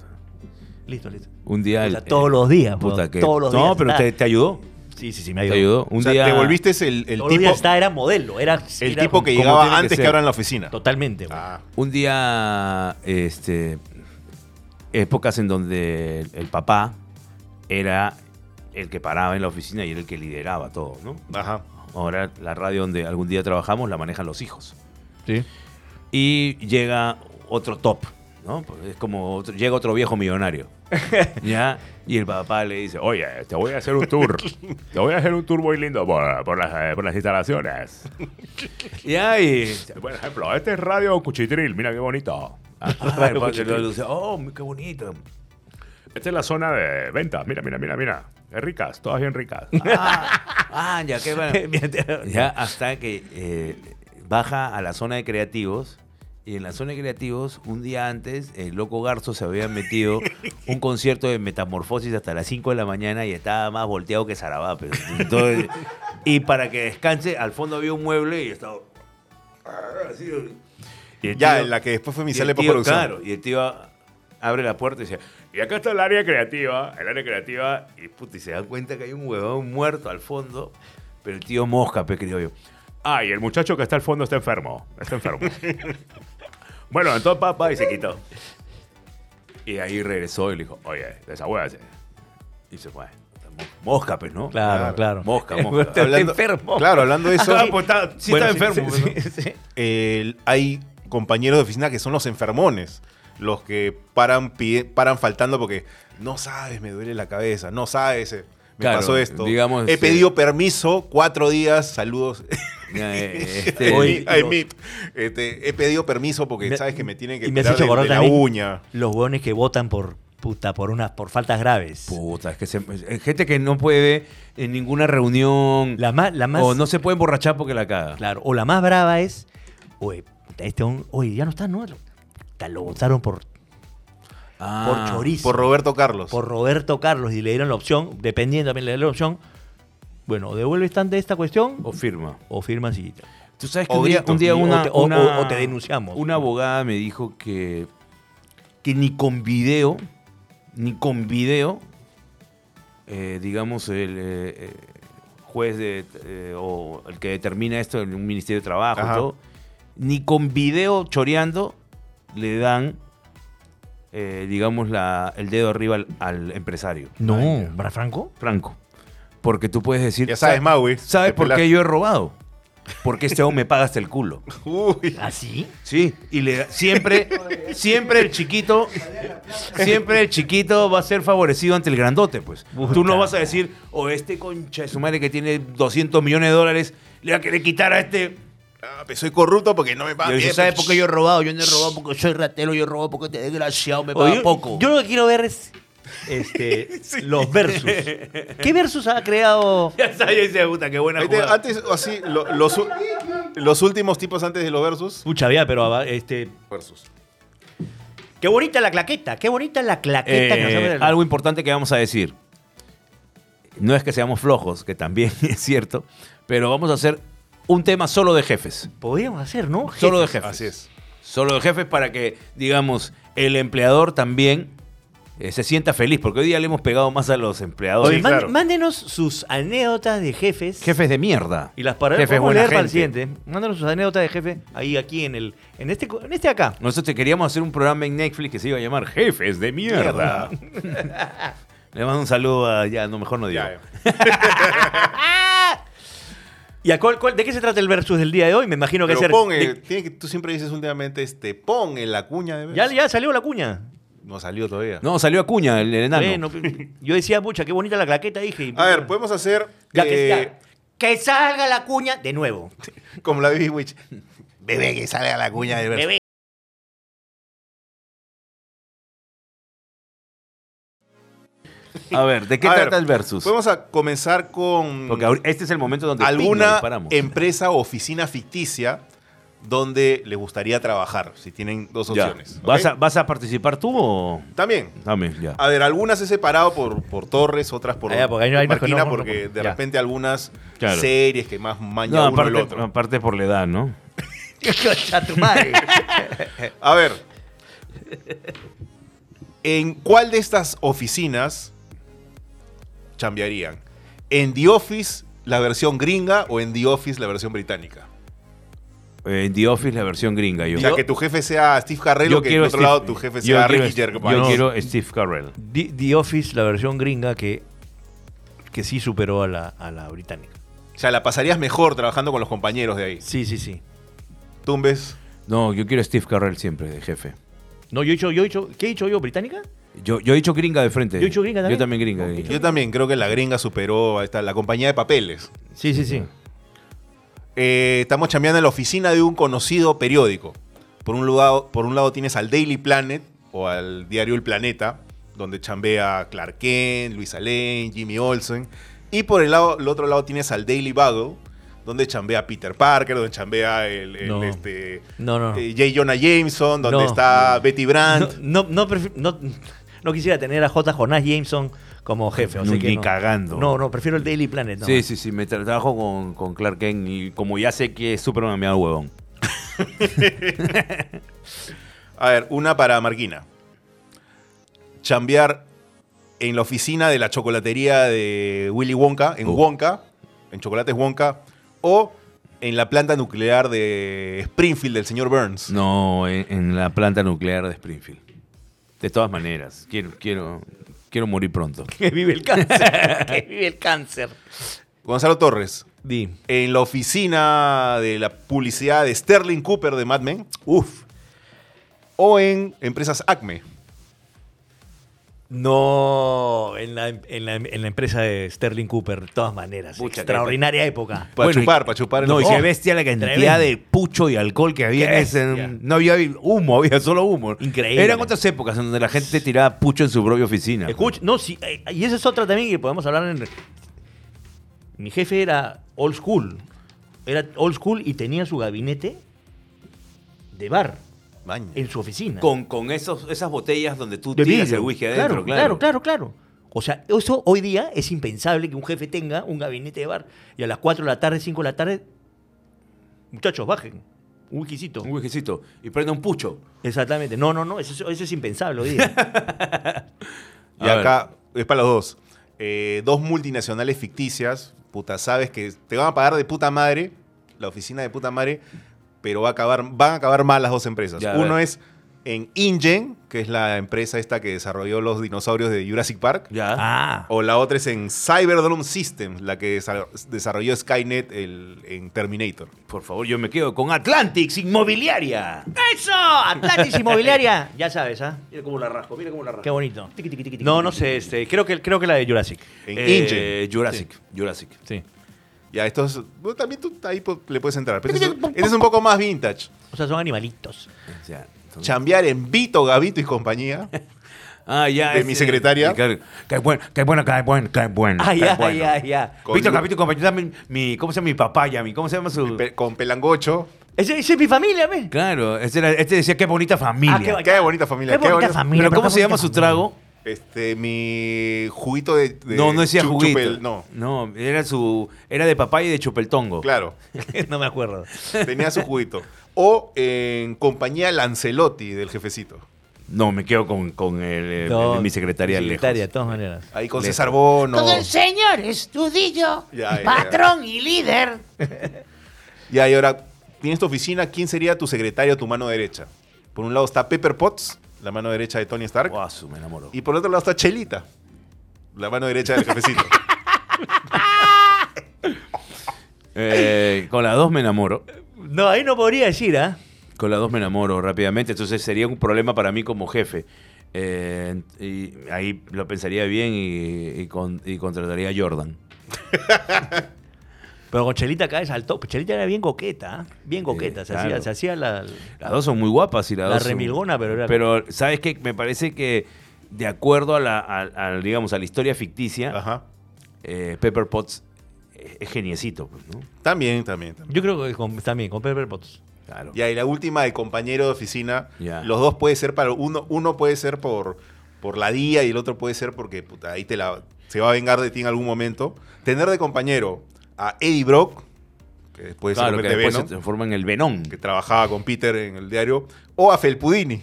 [SPEAKER 1] Listo, listo.
[SPEAKER 3] Un día.
[SPEAKER 1] Puta,
[SPEAKER 3] el- eh,
[SPEAKER 1] todos los días,
[SPEAKER 3] puta,
[SPEAKER 1] weón,
[SPEAKER 3] que-
[SPEAKER 1] todos los
[SPEAKER 3] no,
[SPEAKER 1] días
[SPEAKER 3] pero
[SPEAKER 1] está.
[SPEAKER 3] te, te ayudó.
[SPEAKER 1] Sí, sí, sí, me
[SPEAKER 3] Te
[SPEAKER 1] ayudó.
[SPEAKER 3] ayudó. Un
[SPEAKER 2] O sea,
[SPEAKER 3] día.
[SPEAKER 2] te volviste el, el
[SPEAKER 1] Todos los
[SPEAKER 2] tipo,
[SPEAKER 1] días estaba, era modelo, era
[SPEAKER 2] el
[SPEAKER 1] era
[SPEAKER 2] tipo que
[SPEAKER 3] ¿Cómo
[SPEAKER 2] llegaba
[SPEAKER 3] tiene que
[SPEAKER 2] antes que,
[SPEAKER 3] ser?
[SPEAKER 2] abran la oficina.
[SPEAKER 1] Totalmente, weón.
[SPEAKER 2] Ah,
[SPEAKER 3] Un día, este, épocas en donde el, el papá era el que paraba en la oficina y era el que lideraba todo, ¿no?
[SPEAKER 2] ajá.
[SPEAKER 3] Ahora la radio donde algún día trabajamos la manejan los hijos. Y llega otro top, ¿no? Porque Es como otro- llega otro viejo millonario. ¿Ya? Y el papá le dice, "Oh, oye, te voy a hacer un tour.
[SPEAKER 7] Te voy a hacer un tour muy lindo por, por las, eh, por las instalaciones.
[SPEAKER 3] ¿Ya? Y
[SPEAKER 7] Por ejemplo, este es Radio Cuchitril, mira qué bonito.
[SPEAKER 3] Ah, ah, el padre le dice, oh, qué bonito.
[SPEAKER 7] Esta es la zona de ventas, mira, mira, mira, mira. Es ricas, todas bien ricas.
[SPEAKER 3] Ah, ya, qué bueno. ya hasta que eh, baja a la zona de creativos. Y en la zona de creativos, un día antes, el loco Garzo se había metido un concierto de Metamorfosis hasta las 5 de la mañana y estaba más volteado que Sarabá. pero- entonces- y para que descanse, al fondo había un mueble y estaba... así, y el
[SPEAKER 2] Ya,
[SPEAKER 3] tío-
[SPEAKER 2] en la que después fue mi
[SPEAKER 3] y el
[SPEAKER 2] sale por
[SPEAKER 3] tío,
[SPEAKER 2] producción.
[SPEAKER 3] Claro, y el tío a- abre la puerta y dice, y acá está el área creativa, el área creativa, y, puta, y se dan cuenta que hay un huevón muerto al fondo, pero el tío mosca, pe criollo.
[SPEAKER 7] Ah, y el muchacho que está al fondo está enfermo. Está enfermo. bueno, entonces papá y se quitó.
[SPEAKER 3] Y ahí regresó y le dijo, oye, desahuévase. Y se fue. Mo- Mosca, pues, ¿no?
[SPEAKER 1] Claro, claro.
[SPEAKER 3] Mosca, mosca.
[SPEAKER 2] Hablando- Claro, hablando de eso,
[SPEAKER 3] Ah, pues, está- sí
[SPEAKER 1] Bueno,
[SPEAKER 3] está enfermo.
[SPEAKER 1] sí,
[SPEAKER 3] pues, ¿no?
[SPEAKER 1] sí, sí.
[SPEAKER 2] el- hay compañeros de oficina que son los enfermones, los que paran, pide- paran faltando porque no sabes, me duele la cabeza, no sabes, eh, me
[SPEAKER 3] Claro,
[SPEAKER 2] pasó esto.
[SPEAKER 3] digamos,
[SPEAKER 2] He
[SPEAKER 3] eh,
[SPEAKER 2] pedido permiso, cuatro días, saludos.
[SPEAKER 3] Ya, eh,
[SPEAKER 2] I
[SPEAKER 3] este,
[SPEAKER 1] Oye,
[SPEAKER 2] meet- I
[SPEAKER 1] los-
[SPEAKER 2] meet. Este, he pedido permiso porque
[SPEAKER 1] Me-
[SPEAKER 2] sabes que me tienen que
[SPEAKER 1] y me has
[SPEAKER 2] operar
[SPEAKER 1] hecho
[SPEAKER 2] de-
[SPEAKER 1] acordar
[SPEAKER 2] de la
[SPEAKER 1] también
[SPEAKER 2] uña.
[SPEAKER 1] Los hueones que votan por puta, por unas, por faltas graves.
[SPEAKER 3] Puta, es que se- es gente que no puede en ninguna reunión.
[SPEAKER 1] La más, la más.
[SPEAKER 3] o no se puede emborrachar porque la caga.
[SPEAKER 1] Claro, o la más brava es, oye, puta, este un, oye, ya no está, ¿no? Lo, puta, lo votaron por,
[SPEAKER 3] Ah,
[SPEAKER 1] por chorizo.
[SPEAKER 2] Por Roberto Carlos.
[SPEAKER 1] por Roberto Carlos y le dieron la opción, dependiendo también le dieron la opción, bueno, devuelves tan de esta cuestión
[SPEAKER 3] O
[SPEAKER 1] o,
[SPEAKER 3] firma.
[SPEAKER 1] firmas y...
[SPEAKER 3] Tú sabes que
[SPEAKER 2] O
[SPEAKER 3] un día,
[SPEAKER 2] gritos,
[SPEAKER 3] un día
[SPEAKER 1] o
[SPEAKER 3] una,
[SPEAKER 1] te- o-
[SPEAKER 3] una-
[SPEAKER 1] o- o te denunciamos.
[SPEAKER 3] Una abogada me dijo que, que ni con video, ni con video, eh, digamos, el eh, eh, juez de, eh, o el que determina esto en un ministerio de trabajo y
[SPEAKER 2] Ajá.
[SPEAKER 3] todo, ni con video choreando le dan, eh, digamos, la, el dedo arriba al, al empresario.
[SPEAKER 1] No, ¿para Franco?
[SPEAKER 3] Franco. Porque tú puedes decir.
[SPEAKER 2] Ya sabes, Maui.
[SPEAKER 3] ¿Sabes
[SPEAKER 2] te
[SPEAKER 3] por
[SPEAKER 2] pelaste.
[SPEAKER 3] qué yo he robado? Porque este hombre me paga hasta el culo.
[SPEAKER 2] Uy,
[SPEAKER 1] ¿Así?
[SPEAKER 3] Sí, y le, siempre, siempre el chiquito, siempre el chiquito va a ser favorecido ante el grandote, pues. Tú no vas a decir, o este concha de su madre que tiene 200 millones de dólares, le va a querer quitar a este.
[SPEAKER 2] ah, pues soy corrupto porque no me
[SPEAKER 3] Y
[SPEAKER 2] pagan.
[SPEAKER 3] le dice,
[SPEAKER 2] bien,
[SPEAKER 3] ¿sabes
[SPEAKER 2] pues,
[SPEAKER 3] por qué yo he robado? Yo no he
[SPEAKER 4] Yo
[SPEAKER 3] robado.
[SPEAKER 4] robo porque soy ratero, yo robo porque te desgraciado, me
[SPEAKER 1] O
[SPEAKER 4] paga
[SPEAKER 1] yo,
[SPEAKER 4] poco.
[SPEAKER 1] yo lo que quiero ver es este, los versus. ¿Qué versus ha creado?
[SPEAKER 3] Ya sabes, yo decía, puta, qué buena
[SPEAKER 2] Ahí te-
[SPEAKER 3] jugada.
[SPEAKER 2] antes, así, lo- los, u- los últimos tipos antes de los versus.
[SPEAKER 1] Pucha vida, pero ah, este. Qué bonita la claqueta, qué bonita la claqueta que nos
[SPEAKER 3] Eh,
[SPEAKER 1] hacemos del-
[SPEAKER 3] algo importante que vamos a decir. No es que seamos flojos, que también es cierto, pero vamos a hacer un tema solo de jefes.
[SPEAKER 1] Podríamos hacer, ¿no?
[SPEAKER 3] Solo de
[SPEAKER 1] Jefes.
[SPEAKER 3] jefes.
[SPEAKER 2] Así es.
[SPEAKER 3] Solo de jefes para que, digamos, el empleador también eh, se sienta feliz, porque hoy día le hemos pegado más a los empleadores.
[SPEAKER 1] Oye,
[SPEAKER 2] Sí,
[SPEAKER 1] mán-
[SPEAKER 2] claro.
[SPEAKER 1] Mándenos sus anécdotas de jefes.
[SPEAKER 3] Jefes de mierda.
[SPEAKER 1] Y las para,
[SPEAKER 3] Jefes
[SPEAKER 1] podemos
[SPEAKER 3] buena
[SPEAKER 1] leer para el
[SPEAKER 3] gente.
[SPEAKER 1] siguiente. Mándanos sus anécdotas de jefe ahí, aquí, en el en este, co- en este acá.
[SPEAKER 3] Nosotros te queríamos hacer un programa en Netflix que se iba a llamar Jefes de mierda. le mando un saludo a... Ya, no, mejor no digo.
[SPEAKER 2] Ya,
[SPEAKER 1] ¿Y a cuál, cuál- de qué se trata el versus del día de hoy? Me imagino que
[SPEAKER 2] Pero
[SPEAKER 1] ser.
[SPEAKER 2] pon,
[SPEAKER 1] de-
[SPEAKER 2] eh, tiene que, tú siempre dices últimamente, este, pon en la cuña de
[SPEAKER 1] ya,
[SPEAKER 2] versus.
[SPEAKER 1] ya salió la cuña.
[SPEAKER 2] No salió todavía.
[SPEAKER 3] No, salió Acuña, el, el enano.
[SPEAKER 1] Bueno, pe- yo decía, pucha, qué bonita la claqueta, dije. y-
[SPEAKER 2] A ver, podemos hacer
[SPEAKER 1] Ya que,
[SPEAKER 2] eh,
[SPEAKER 1] ya, que salga la cuña de nuevo.
[SPEAKER 2] como la Baby Witch.
[SPEAKER 4] Bebé que sale a la cuña del verso.
[SPEAKER 1] Bebé.
[SPEAKER 3] A ver, ¿de qué
[SPEAKER 2] A ver,
[SPEAKER 3] trata el versus?
[SPEAKER 2] Podemos a- comenzar con
[SPEAKER 3] Porque ahorita- este es el momento donde ping,
[SPEAKER 2] alguna
[SPEAKER 3] nos paramos.
[SPEAKER 2] empresa o oficina ficticia donde les gustaría trabajar, si tienen dos
[SPEAKER 3] Ya.
[SPEAKER 2] opciones. ¿ok? Ah,
[SPEAKER 3] ¿Vas, a, ¿Vas a participar tú o...?
[SPEAKER 2] También.
[SPEAKER 3] Dame, ya.
[SPEAKER 2] A ver, algunas he separado por, por Torres, otras por,
[SPEAKER 1] Ah, ya, porque ahí no hay más que
[SPEAKER 2] Marquina,
[SPEAKER 1] no, no,
[SPEAKER 2] porque
[SPEAKER 1] no,
[SPEAKER 2] de
[SPEAKER 1] ya.
[SPEAKER 2] repente algunas
[SPEAKER 3] Claro.
[SPEAKER 2] series que más maña
[SPEAKER 3] No,
[SPEAKER 2] uno el
[SPEAKER 3] aparte,
[SPEAKER 2] otro.
[SPEAKER 3] aparte por la edad, ¿no?
[SPEAKER 1] Concha tu madre.
[SPEAKER 2] A ver. ¿En cuál de estas oficinas chambearían? ¿En The Office la versión gringa o en The Office la versión británica?
[SPEAKER 3] Eh, En The Office, la versión gringa. Yo,
[SPEAKER 2] O sea, que tu jefe sea Steve Carrell o que
[SPEAKER 3] quiero
[SPEAKER 2] del otro
[SPEAKER 3] Steve-
[SPEAKER 2] lado tu jefe
[SPEAKER 3] yo
[SPEAKER 2] sea
[SPEAKER 3] quiero
[SPEAKER 2] Ricky
[SPEAKER 3] Steve-
[SPEAKER 2] Gervais.
[SPEAKER 3] Yo
[SPEAKER 2] No.
[SPEAKER 3] quiero Steve Carrell.
[SPEAKER 1] The, The Office, la versión gringa que, que sí superó a la, a la británica.
[SPEAKER 2] O sea, la pasarías mejor trabajando con los compañeros de ahí.
[SPEAKER 1] Sí, sí, sí.
[SPEAKER 2] Tumbes.
[SPEAKER 3] No, yo quiero Steve Carrell siempre, de jefe.
[SPEAKER 1] No, yo he dicho, yo he dicho, ¿qué he dicho yo? ¿Británica?
[SPEAKER 3] Yo, yo he dicho gringa de frente.
[SPEAKER 1] Yo he dicho gringa también.
[SPEAKER 3] Yo también gringa.
[SPEAKER 2] Yo también creo que la gringa superó a esta- la compañía de papeles.
[SPEAKER 1] Sí, sí, sí.
[SPEAKER 2] Eh, estamos chambeando en la oficina de un conocido periódico. Por un, lado, por un lado tienes al Daily Planet o al diario El Planeta, donde chambea Clark Kent, Luis Allen, Jimmy Olsen. Y por el, lado, el otro lado tienes al Daily Bugle, donde chambea Peter Parker, donde chambea el, el,
[SPEAKER 1] No.
[SPEAKER 2] este,
[SPEAKER 1] No, no. no.
[SPEAKER 2] eh, J. Jonah Jameson, donde
[SPEAKER 1] No.
[SPEAKER 2] está Betty
[SPEAKER 1] No,
[SPEAKER 2] Brandt.
[SPEAKER 1] no, no, prefi- no- no quisiera tener a J. Jonás Jameson como jefe. o sea
[SPEAKER 3] Ni-
[SPEAKER 1] que
[SPEAKER 3] ni
[SPEAKER 1] no.
[SPEAKER 3] cagando.
[SPEAKER 1] No, no, prefiero el Daily Planet. no.
[SPEAKER 3] Sí, sí, sí, me tra- trabajo con, con Clark Kent y como ya sé que es Superman, me da huevón.
[SPEAKER 2] A ver, una para Marquina. Chambear en la oficina de la chocolatería de Willy Wonka, en
[SPEAKER 3] Oh.
[SPEAKER 2] Wonka, en Chocolates Wonka, o en la planta nuclear de Springfield del señor Burns.
[SPEAKER 3] No, en, en la planta nuclear de Springfield. De todas maneras, quiero, quiero, quiero morir pronto.
[SPEAKER 1] Que vive el cáncer. que vive el cáncer.
[SPEAKER 2] Gonzalo Torres,
[SPEAKER 1] Di.
[SPEAKER 2] en la oficina de la publicidad de Sterling Cooper de Mad Men, uff, o en empresas Acme.
[SPEAKER 1] No, en la, en, la, en la empresa de Sterling Cooper, de todas maneras.
[SPEAKER 3] Pucha,
[SPEAKER 1] Extraordinaria época.
[SPEAKER 2] Para
[SPEAKER 3] Bueno, y-
[SPEAKER 2] chupar, para chupar. en
[SPEAKER 3] No,
[SPEAKER 2] la
[SPEAKER 3] y
[SPEAKER 2] oficina.
[SPEAKER 3] qué bestia la cantidad
[SPEAKER 1] Tremendo.
[SPEAKER 3] de pucho y alcohol que había
[SPEAKER 1] Qué
[SPEAKER 3] en ese.
[SPEAKER 1] bestia.
[SPEAKER 3] No había humo, había solo humo.
[SPEAKER 1] Increíble.
[SPEAKER 3] Eran otras épocas en donde la gente tiraba pucho en su propia oficina.
[SPEAKER 1] Escucha, no, sí, eh, y esa es otra también que podemos hablar en... Mi jefe era old school. Era old school y tenía su gabinete de bar
[SPEAKER 2] Maña.
[SPEAKER 1] en su oficina.
[SPEAKER 3] Con, con esos, esas botellas donde tú
[SPEAKER 1] de
[SPEAKER 3] tiras
[SPEAKER 1] vidrio.
[SPEAKER 3] el whisky adentro.
[SPEAKER 1] claro, claro, claro. O sea, eso hoy día es impensable que un jefe tenga un gabinete de bar y a las 4 de la tarde, 5 de la tarde, muchachos, bajen. Un whiskycito.
[SPEAKER 3] Un whiskycito. Y prende un pucho.
[SPEAKER 1] Exactamente. No, no, no, eso, es- eso es impensable hoy día.
[SPEAKER 2] Y
[SPEAKER 3] A
[SPEAKER 2] acá es para los dos. Eh, dos multinacionales ficticias, puta, sabes que te van a pagar de puta madre, la oficina de puta madre, pero va a acabar, van a acabar mal las dos empresas.
[SPEAKER 3] Ya, a
[SPEAKER 2] Uno
[SPEAKER 3] ver.
[SPEAKER 2] es en InGen, que es la empresa esta que desarrolló los dinosaurios de Jurassic Park.
[SPEAKER 3] Ya.
[SPEAKER 1] ah.
[SPEAKER 2] O la otra es en Cyberdrome Systems, la que desa- desarrolló Skynet el- en Terminator.
[SPEAKER 3] Por favor, yo me quedo con Atlantics Inmobiliaria.
[SPEAKER 1] ¡Eso! Atlantis Inmobiliaria. Ya sabes, ¿ah?
[SPEAKER 3] Mira cómo la rasco, mira cómo la rasco.
[SPEAKER 1] Qué bonito. No, no sé, este, creo que, creo que la de Jurassic.
[SPEAKER 2] En InGen.
[SPEAKER 3] Eh, Jurassic, Jurassic.
[SPEAKER 1] Sí.
[SPEAKER 2] Ya, estos. bueno, también tú ahí po- le puedes entrar. Pero este es- este es un poco más vintage.
[SPEAKER 1] O sea, son animalitos.
[SPEAKER 3] O sea, entonces-
[SPEAKER 2] Chambear en Vito, Gavito y compañía.
[SPEAKER 3] Ah, ya.
[SPEAKER 2] de mi secretaria.
[SPEAKER 3] Qué qué bueno, qué bueno, qué bueno, qué bueno.
[SPEAKER 1] Ay,
[SPEAKER 3] qué
[SPEAKER 1] ay,
[SPEAKER 3] bueno.
[SPEAKER 1] ay, ay.
[SPEAKER 2] Con
[SPEAKER 3] Ah, Víctor
[SPEAKER 2] Lu-
[SPEAKER 3] Capito, compañero, dame mi, ¿cómo se llama mi papaya? Mi, ¿Cómo se llama su...?
[SPEAKER 2] Pe- con Pelangocho.
[SPEAKER 1] Ese, ese es mi familia, ¿ves?
[SPEAKER 3] Claro, este, era- este decía qué bonita familia.
[SPEAKER 1] Ah, qué ba-
[SPEAKER 2] Qué bonita familia.
[SPEAKER 1] Qué bonita
[SPEAKER 2] bonito.
[SPEAKER 1] familia.
[SPEAKER 3] Pero
[SPEAKER 1] pero
[SPEAKER 3] ¿cómo
[SPEAKER 1] qué
[SPEAKER 3] se llama
[SPEAKER 1] bonita
[SPEAKER 3] su
[SPEAKER 1] familia.
[SPEAKER 3] trago?
[SPEAKER 2] Este, mi juguito de. de
[SPEAKER 3] no, no decía
[SPEAKER 2] chu-
[SPEAKER 3] juguito.
[SPEAKER 2] chupel, no,
[SPEAKER 3] No, era su... Era de papaya y de chupeltongo.
[SPEAKER 2] claro.
[SPEAKER 1] no me acuerdo.
[SPEAKER 2] Tenía su juguito. O en compañía Lancelotti del jefecito.
[SPEAKER 3] No, me quedo con, con el, eh,
[SPEAKER 1] No,
[SPEAKER 3] mi secretaria, lejos.
[SPEAKER 1] secretaria, de todas maneras.
[SPEAKER 2] Ahí con
[SPEAKER 3] Lejos.
[SPEAKER 2] César Bono.
[SPEAKER 4] Con el señor Estudillo,
[SPEAKER 2] Ya, ya, ya.
[SPEAKER 4] patrón y líder.
[SPEAKER 2] Ya, y ahora, tienes tu oficina. ¿Quién sería tu secretario, tu mano derecha? Por un lado está Pepper Potts, la mano derecha de Tony Stark.
[SPEAKER 3] Guau, su, me enamoró.
[SPEAKER 2] Y por otro lado está Chelita, la mano derecha del jefecito.
[SPEAKER 3] Eh, con las dos me enamoro.
[SPEAKER 1] No, ahí no podría decir, ¿ah?
[SPEAKER 3] Con las dos me enamoro rápidamente, entonces sería un problema para mí como jefe. Eh, y ahí lo pensaría bien y, y con- y contrataría a Jordan.
[SPEAKER 1] Pero con Chelita caes al top. Chelita era bien coqueta, ¿ah? bien coqueta. se,
[SPEAKER 3] claro.
[SPEAKER 1] hacía, se hacía la.
[SPEAKER 3] Las dos son muy guapas y las
[SPEAKER 1] La
[SPEAKER 3] dos son-
[SPEAKER 1] remilgona, pero era-
[SPEAKER 3] Pero, ¿sabes qué? Me parece que, de acuerdo a la, a- a, digamos, a la historia ficticia,
[SPEAKER 2] Ajá.
[SPEAKER 3] eh, Pepper Potts es, es geniecito, pues, ¿no?
[SPEAKER 2] También, también, también.
[SPEAKER 1] Yo creo que con, también con Pepper Potts.
[SPEAKER 3] Claro.
[SPEAKER 2] Ya, y la última de compañero de oficina.
[SPEAKER 3] Ya.
[SPEAKER 2] Los dos puede ser para uno, uno puede ser por, por la día y el otro puede ser porque puta, ahí te la se va a vengar de ti en algún momento. Tener de compañero a Eddie Brock, que que después
[SPEAKER 3] claro,
[SPEAKER 2] se
[SPEAKER 3] que
[SPEAKER 2] convierte en
[SPEAKER 3] después se
[SPEAKER 2] Venom,
[SPEAKER 3] transforma en el Venom.
[SPEAKER 2] que trabajaba con Peter en el diario, o a Felpudini.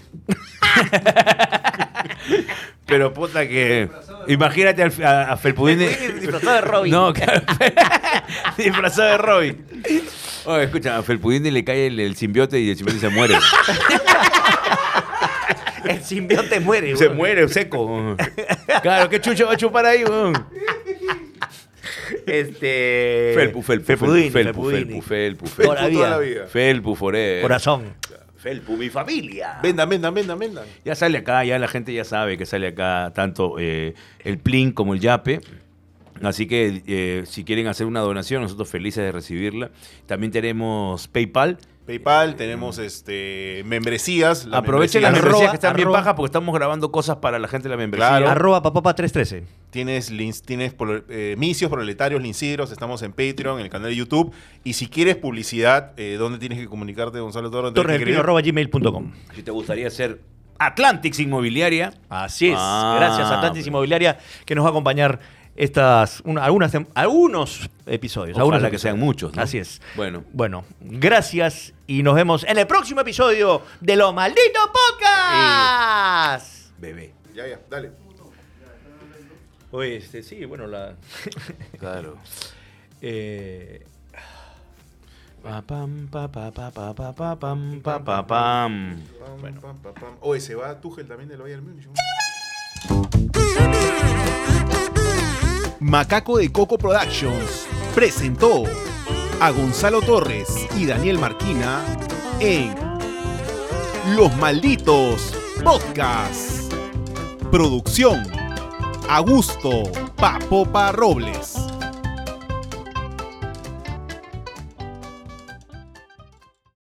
[SPEAKER 3] Pero puta que. Imagínate al- a, a Felpudini.
[SPEAKER 1] Disfrazado de Robin.
[SPEAKER 3] No, claro. Disfrazado de Robin. Oye, escucha, a Felpudini le cae el, el simbiote y el simbiote se muere.
[SPEAKER 1] El simbionte muere.
[SPEAKER 3] se
[SPEAKER 1] weón.
[SPEAKER 3] muere seco. claro, ¿qué chucha va a chupar ahí, weón?
[SPEAKER 1] Este.
[SPEAKER 3] Eh, Felpu, felpu,
[SPEAKER 1] Felpudini,
[SPEAKER 3] felpu, felpu,
[SPEAKER 1] Felpudini.
[SPEAKER 3] felpu, felpu,
[SPEAKER 1] Por
[SPEAKER 3] felpu.
[SPEAKER 1] ahí.
[SPEAKER 2] toda la vida.
[SPEAKER 3] Felpu, forever.
[SPEAKER 1] Corazón.
[SPEAKER 3] Felpu, mi familia.
[SPEAKER 2] Vendan, vendan, vendan, vendan.
[SPEAKER 3] Ya sale acá, ya la gente ya sabe que sale acá tanto eh, el Plin como el Yape. Así que eh, si quieren hacer una donación, nosotros felices de recibirla. También tenemos PayPal.
[SPEAKER 2] PayPal, tenemos este membresías. la membresía
[SPEAKER 3] Aprovechen las
[SPEAKER 1] membresía.
[SPEAKER 3] membresías que están bien
[SPEAKER 1] Arroba-
[SPEAKER 3] bajas porque estamos grabando cosas para la gente de la membresía.
[SPEAKER 2] Claro.
[SPEAKER 1] Arroba papapa 313.
[SPEAKER 2] Tienes, lins- tienes pro- eh, misios, proletarios, lincidros, estamos en Patreon, en el canal de YouTube. Y si quieres publicidad, eh, ¿dónde tienes que comunicarte, Gonzalo Torres? ¿Dónde
[SPEAKER 1] Torres
[SPEAKER 2] tienes que
[SPEAKER 1] arroba gmail.com.
[SPEAKER 3] Si te gustaría ser Atlantics Inmobiliaria,
[SPEAKER 1] Así es.
[SPEAKER 3] Ah.
[SPEAKER 1] Gracias a Atlantis Inmobiliaria que nos va a acompañar estas una- algunas tem- algunos episodios.
[SPEAKER 3] ojalá
[SPEAKER 1] algunos
[SPEAKER 3] que
[SPEAKER 1] episodios.
[SPEAKER 3] sean muchos. ¿no?
[SPEAKER 1] Así es.
[SPEAKER 3] Bueno,
[SPEAKER 1] Bueno, gracias y nos vemos en el próximo episodio de Los Malditos Podcast.
[SPEAKER 3] bebé.
[SPEAKER 2] escribir? Ya, ya, dale.
[SPEAKER 1] Oye, este, sí, bueno, la.
[SPEAKER 3] Claro.
[SPEAKER 1] eh,
[SPEAKER 3] Pa, pam, pa, pa, pa, pa, pa, pa, pam, pa, pa, pam.
[SPEAKER 2] Pam, pam, pam, pam. Oye, se va Tuchel también del Bayern Múnich. ¿no?
[SPEAKER 5] Macaco de Coco Productions presentó a Gonzalo Torres y Daniel Marquina en Los Malditos Podcast. Producción Augusto Papopa Robles.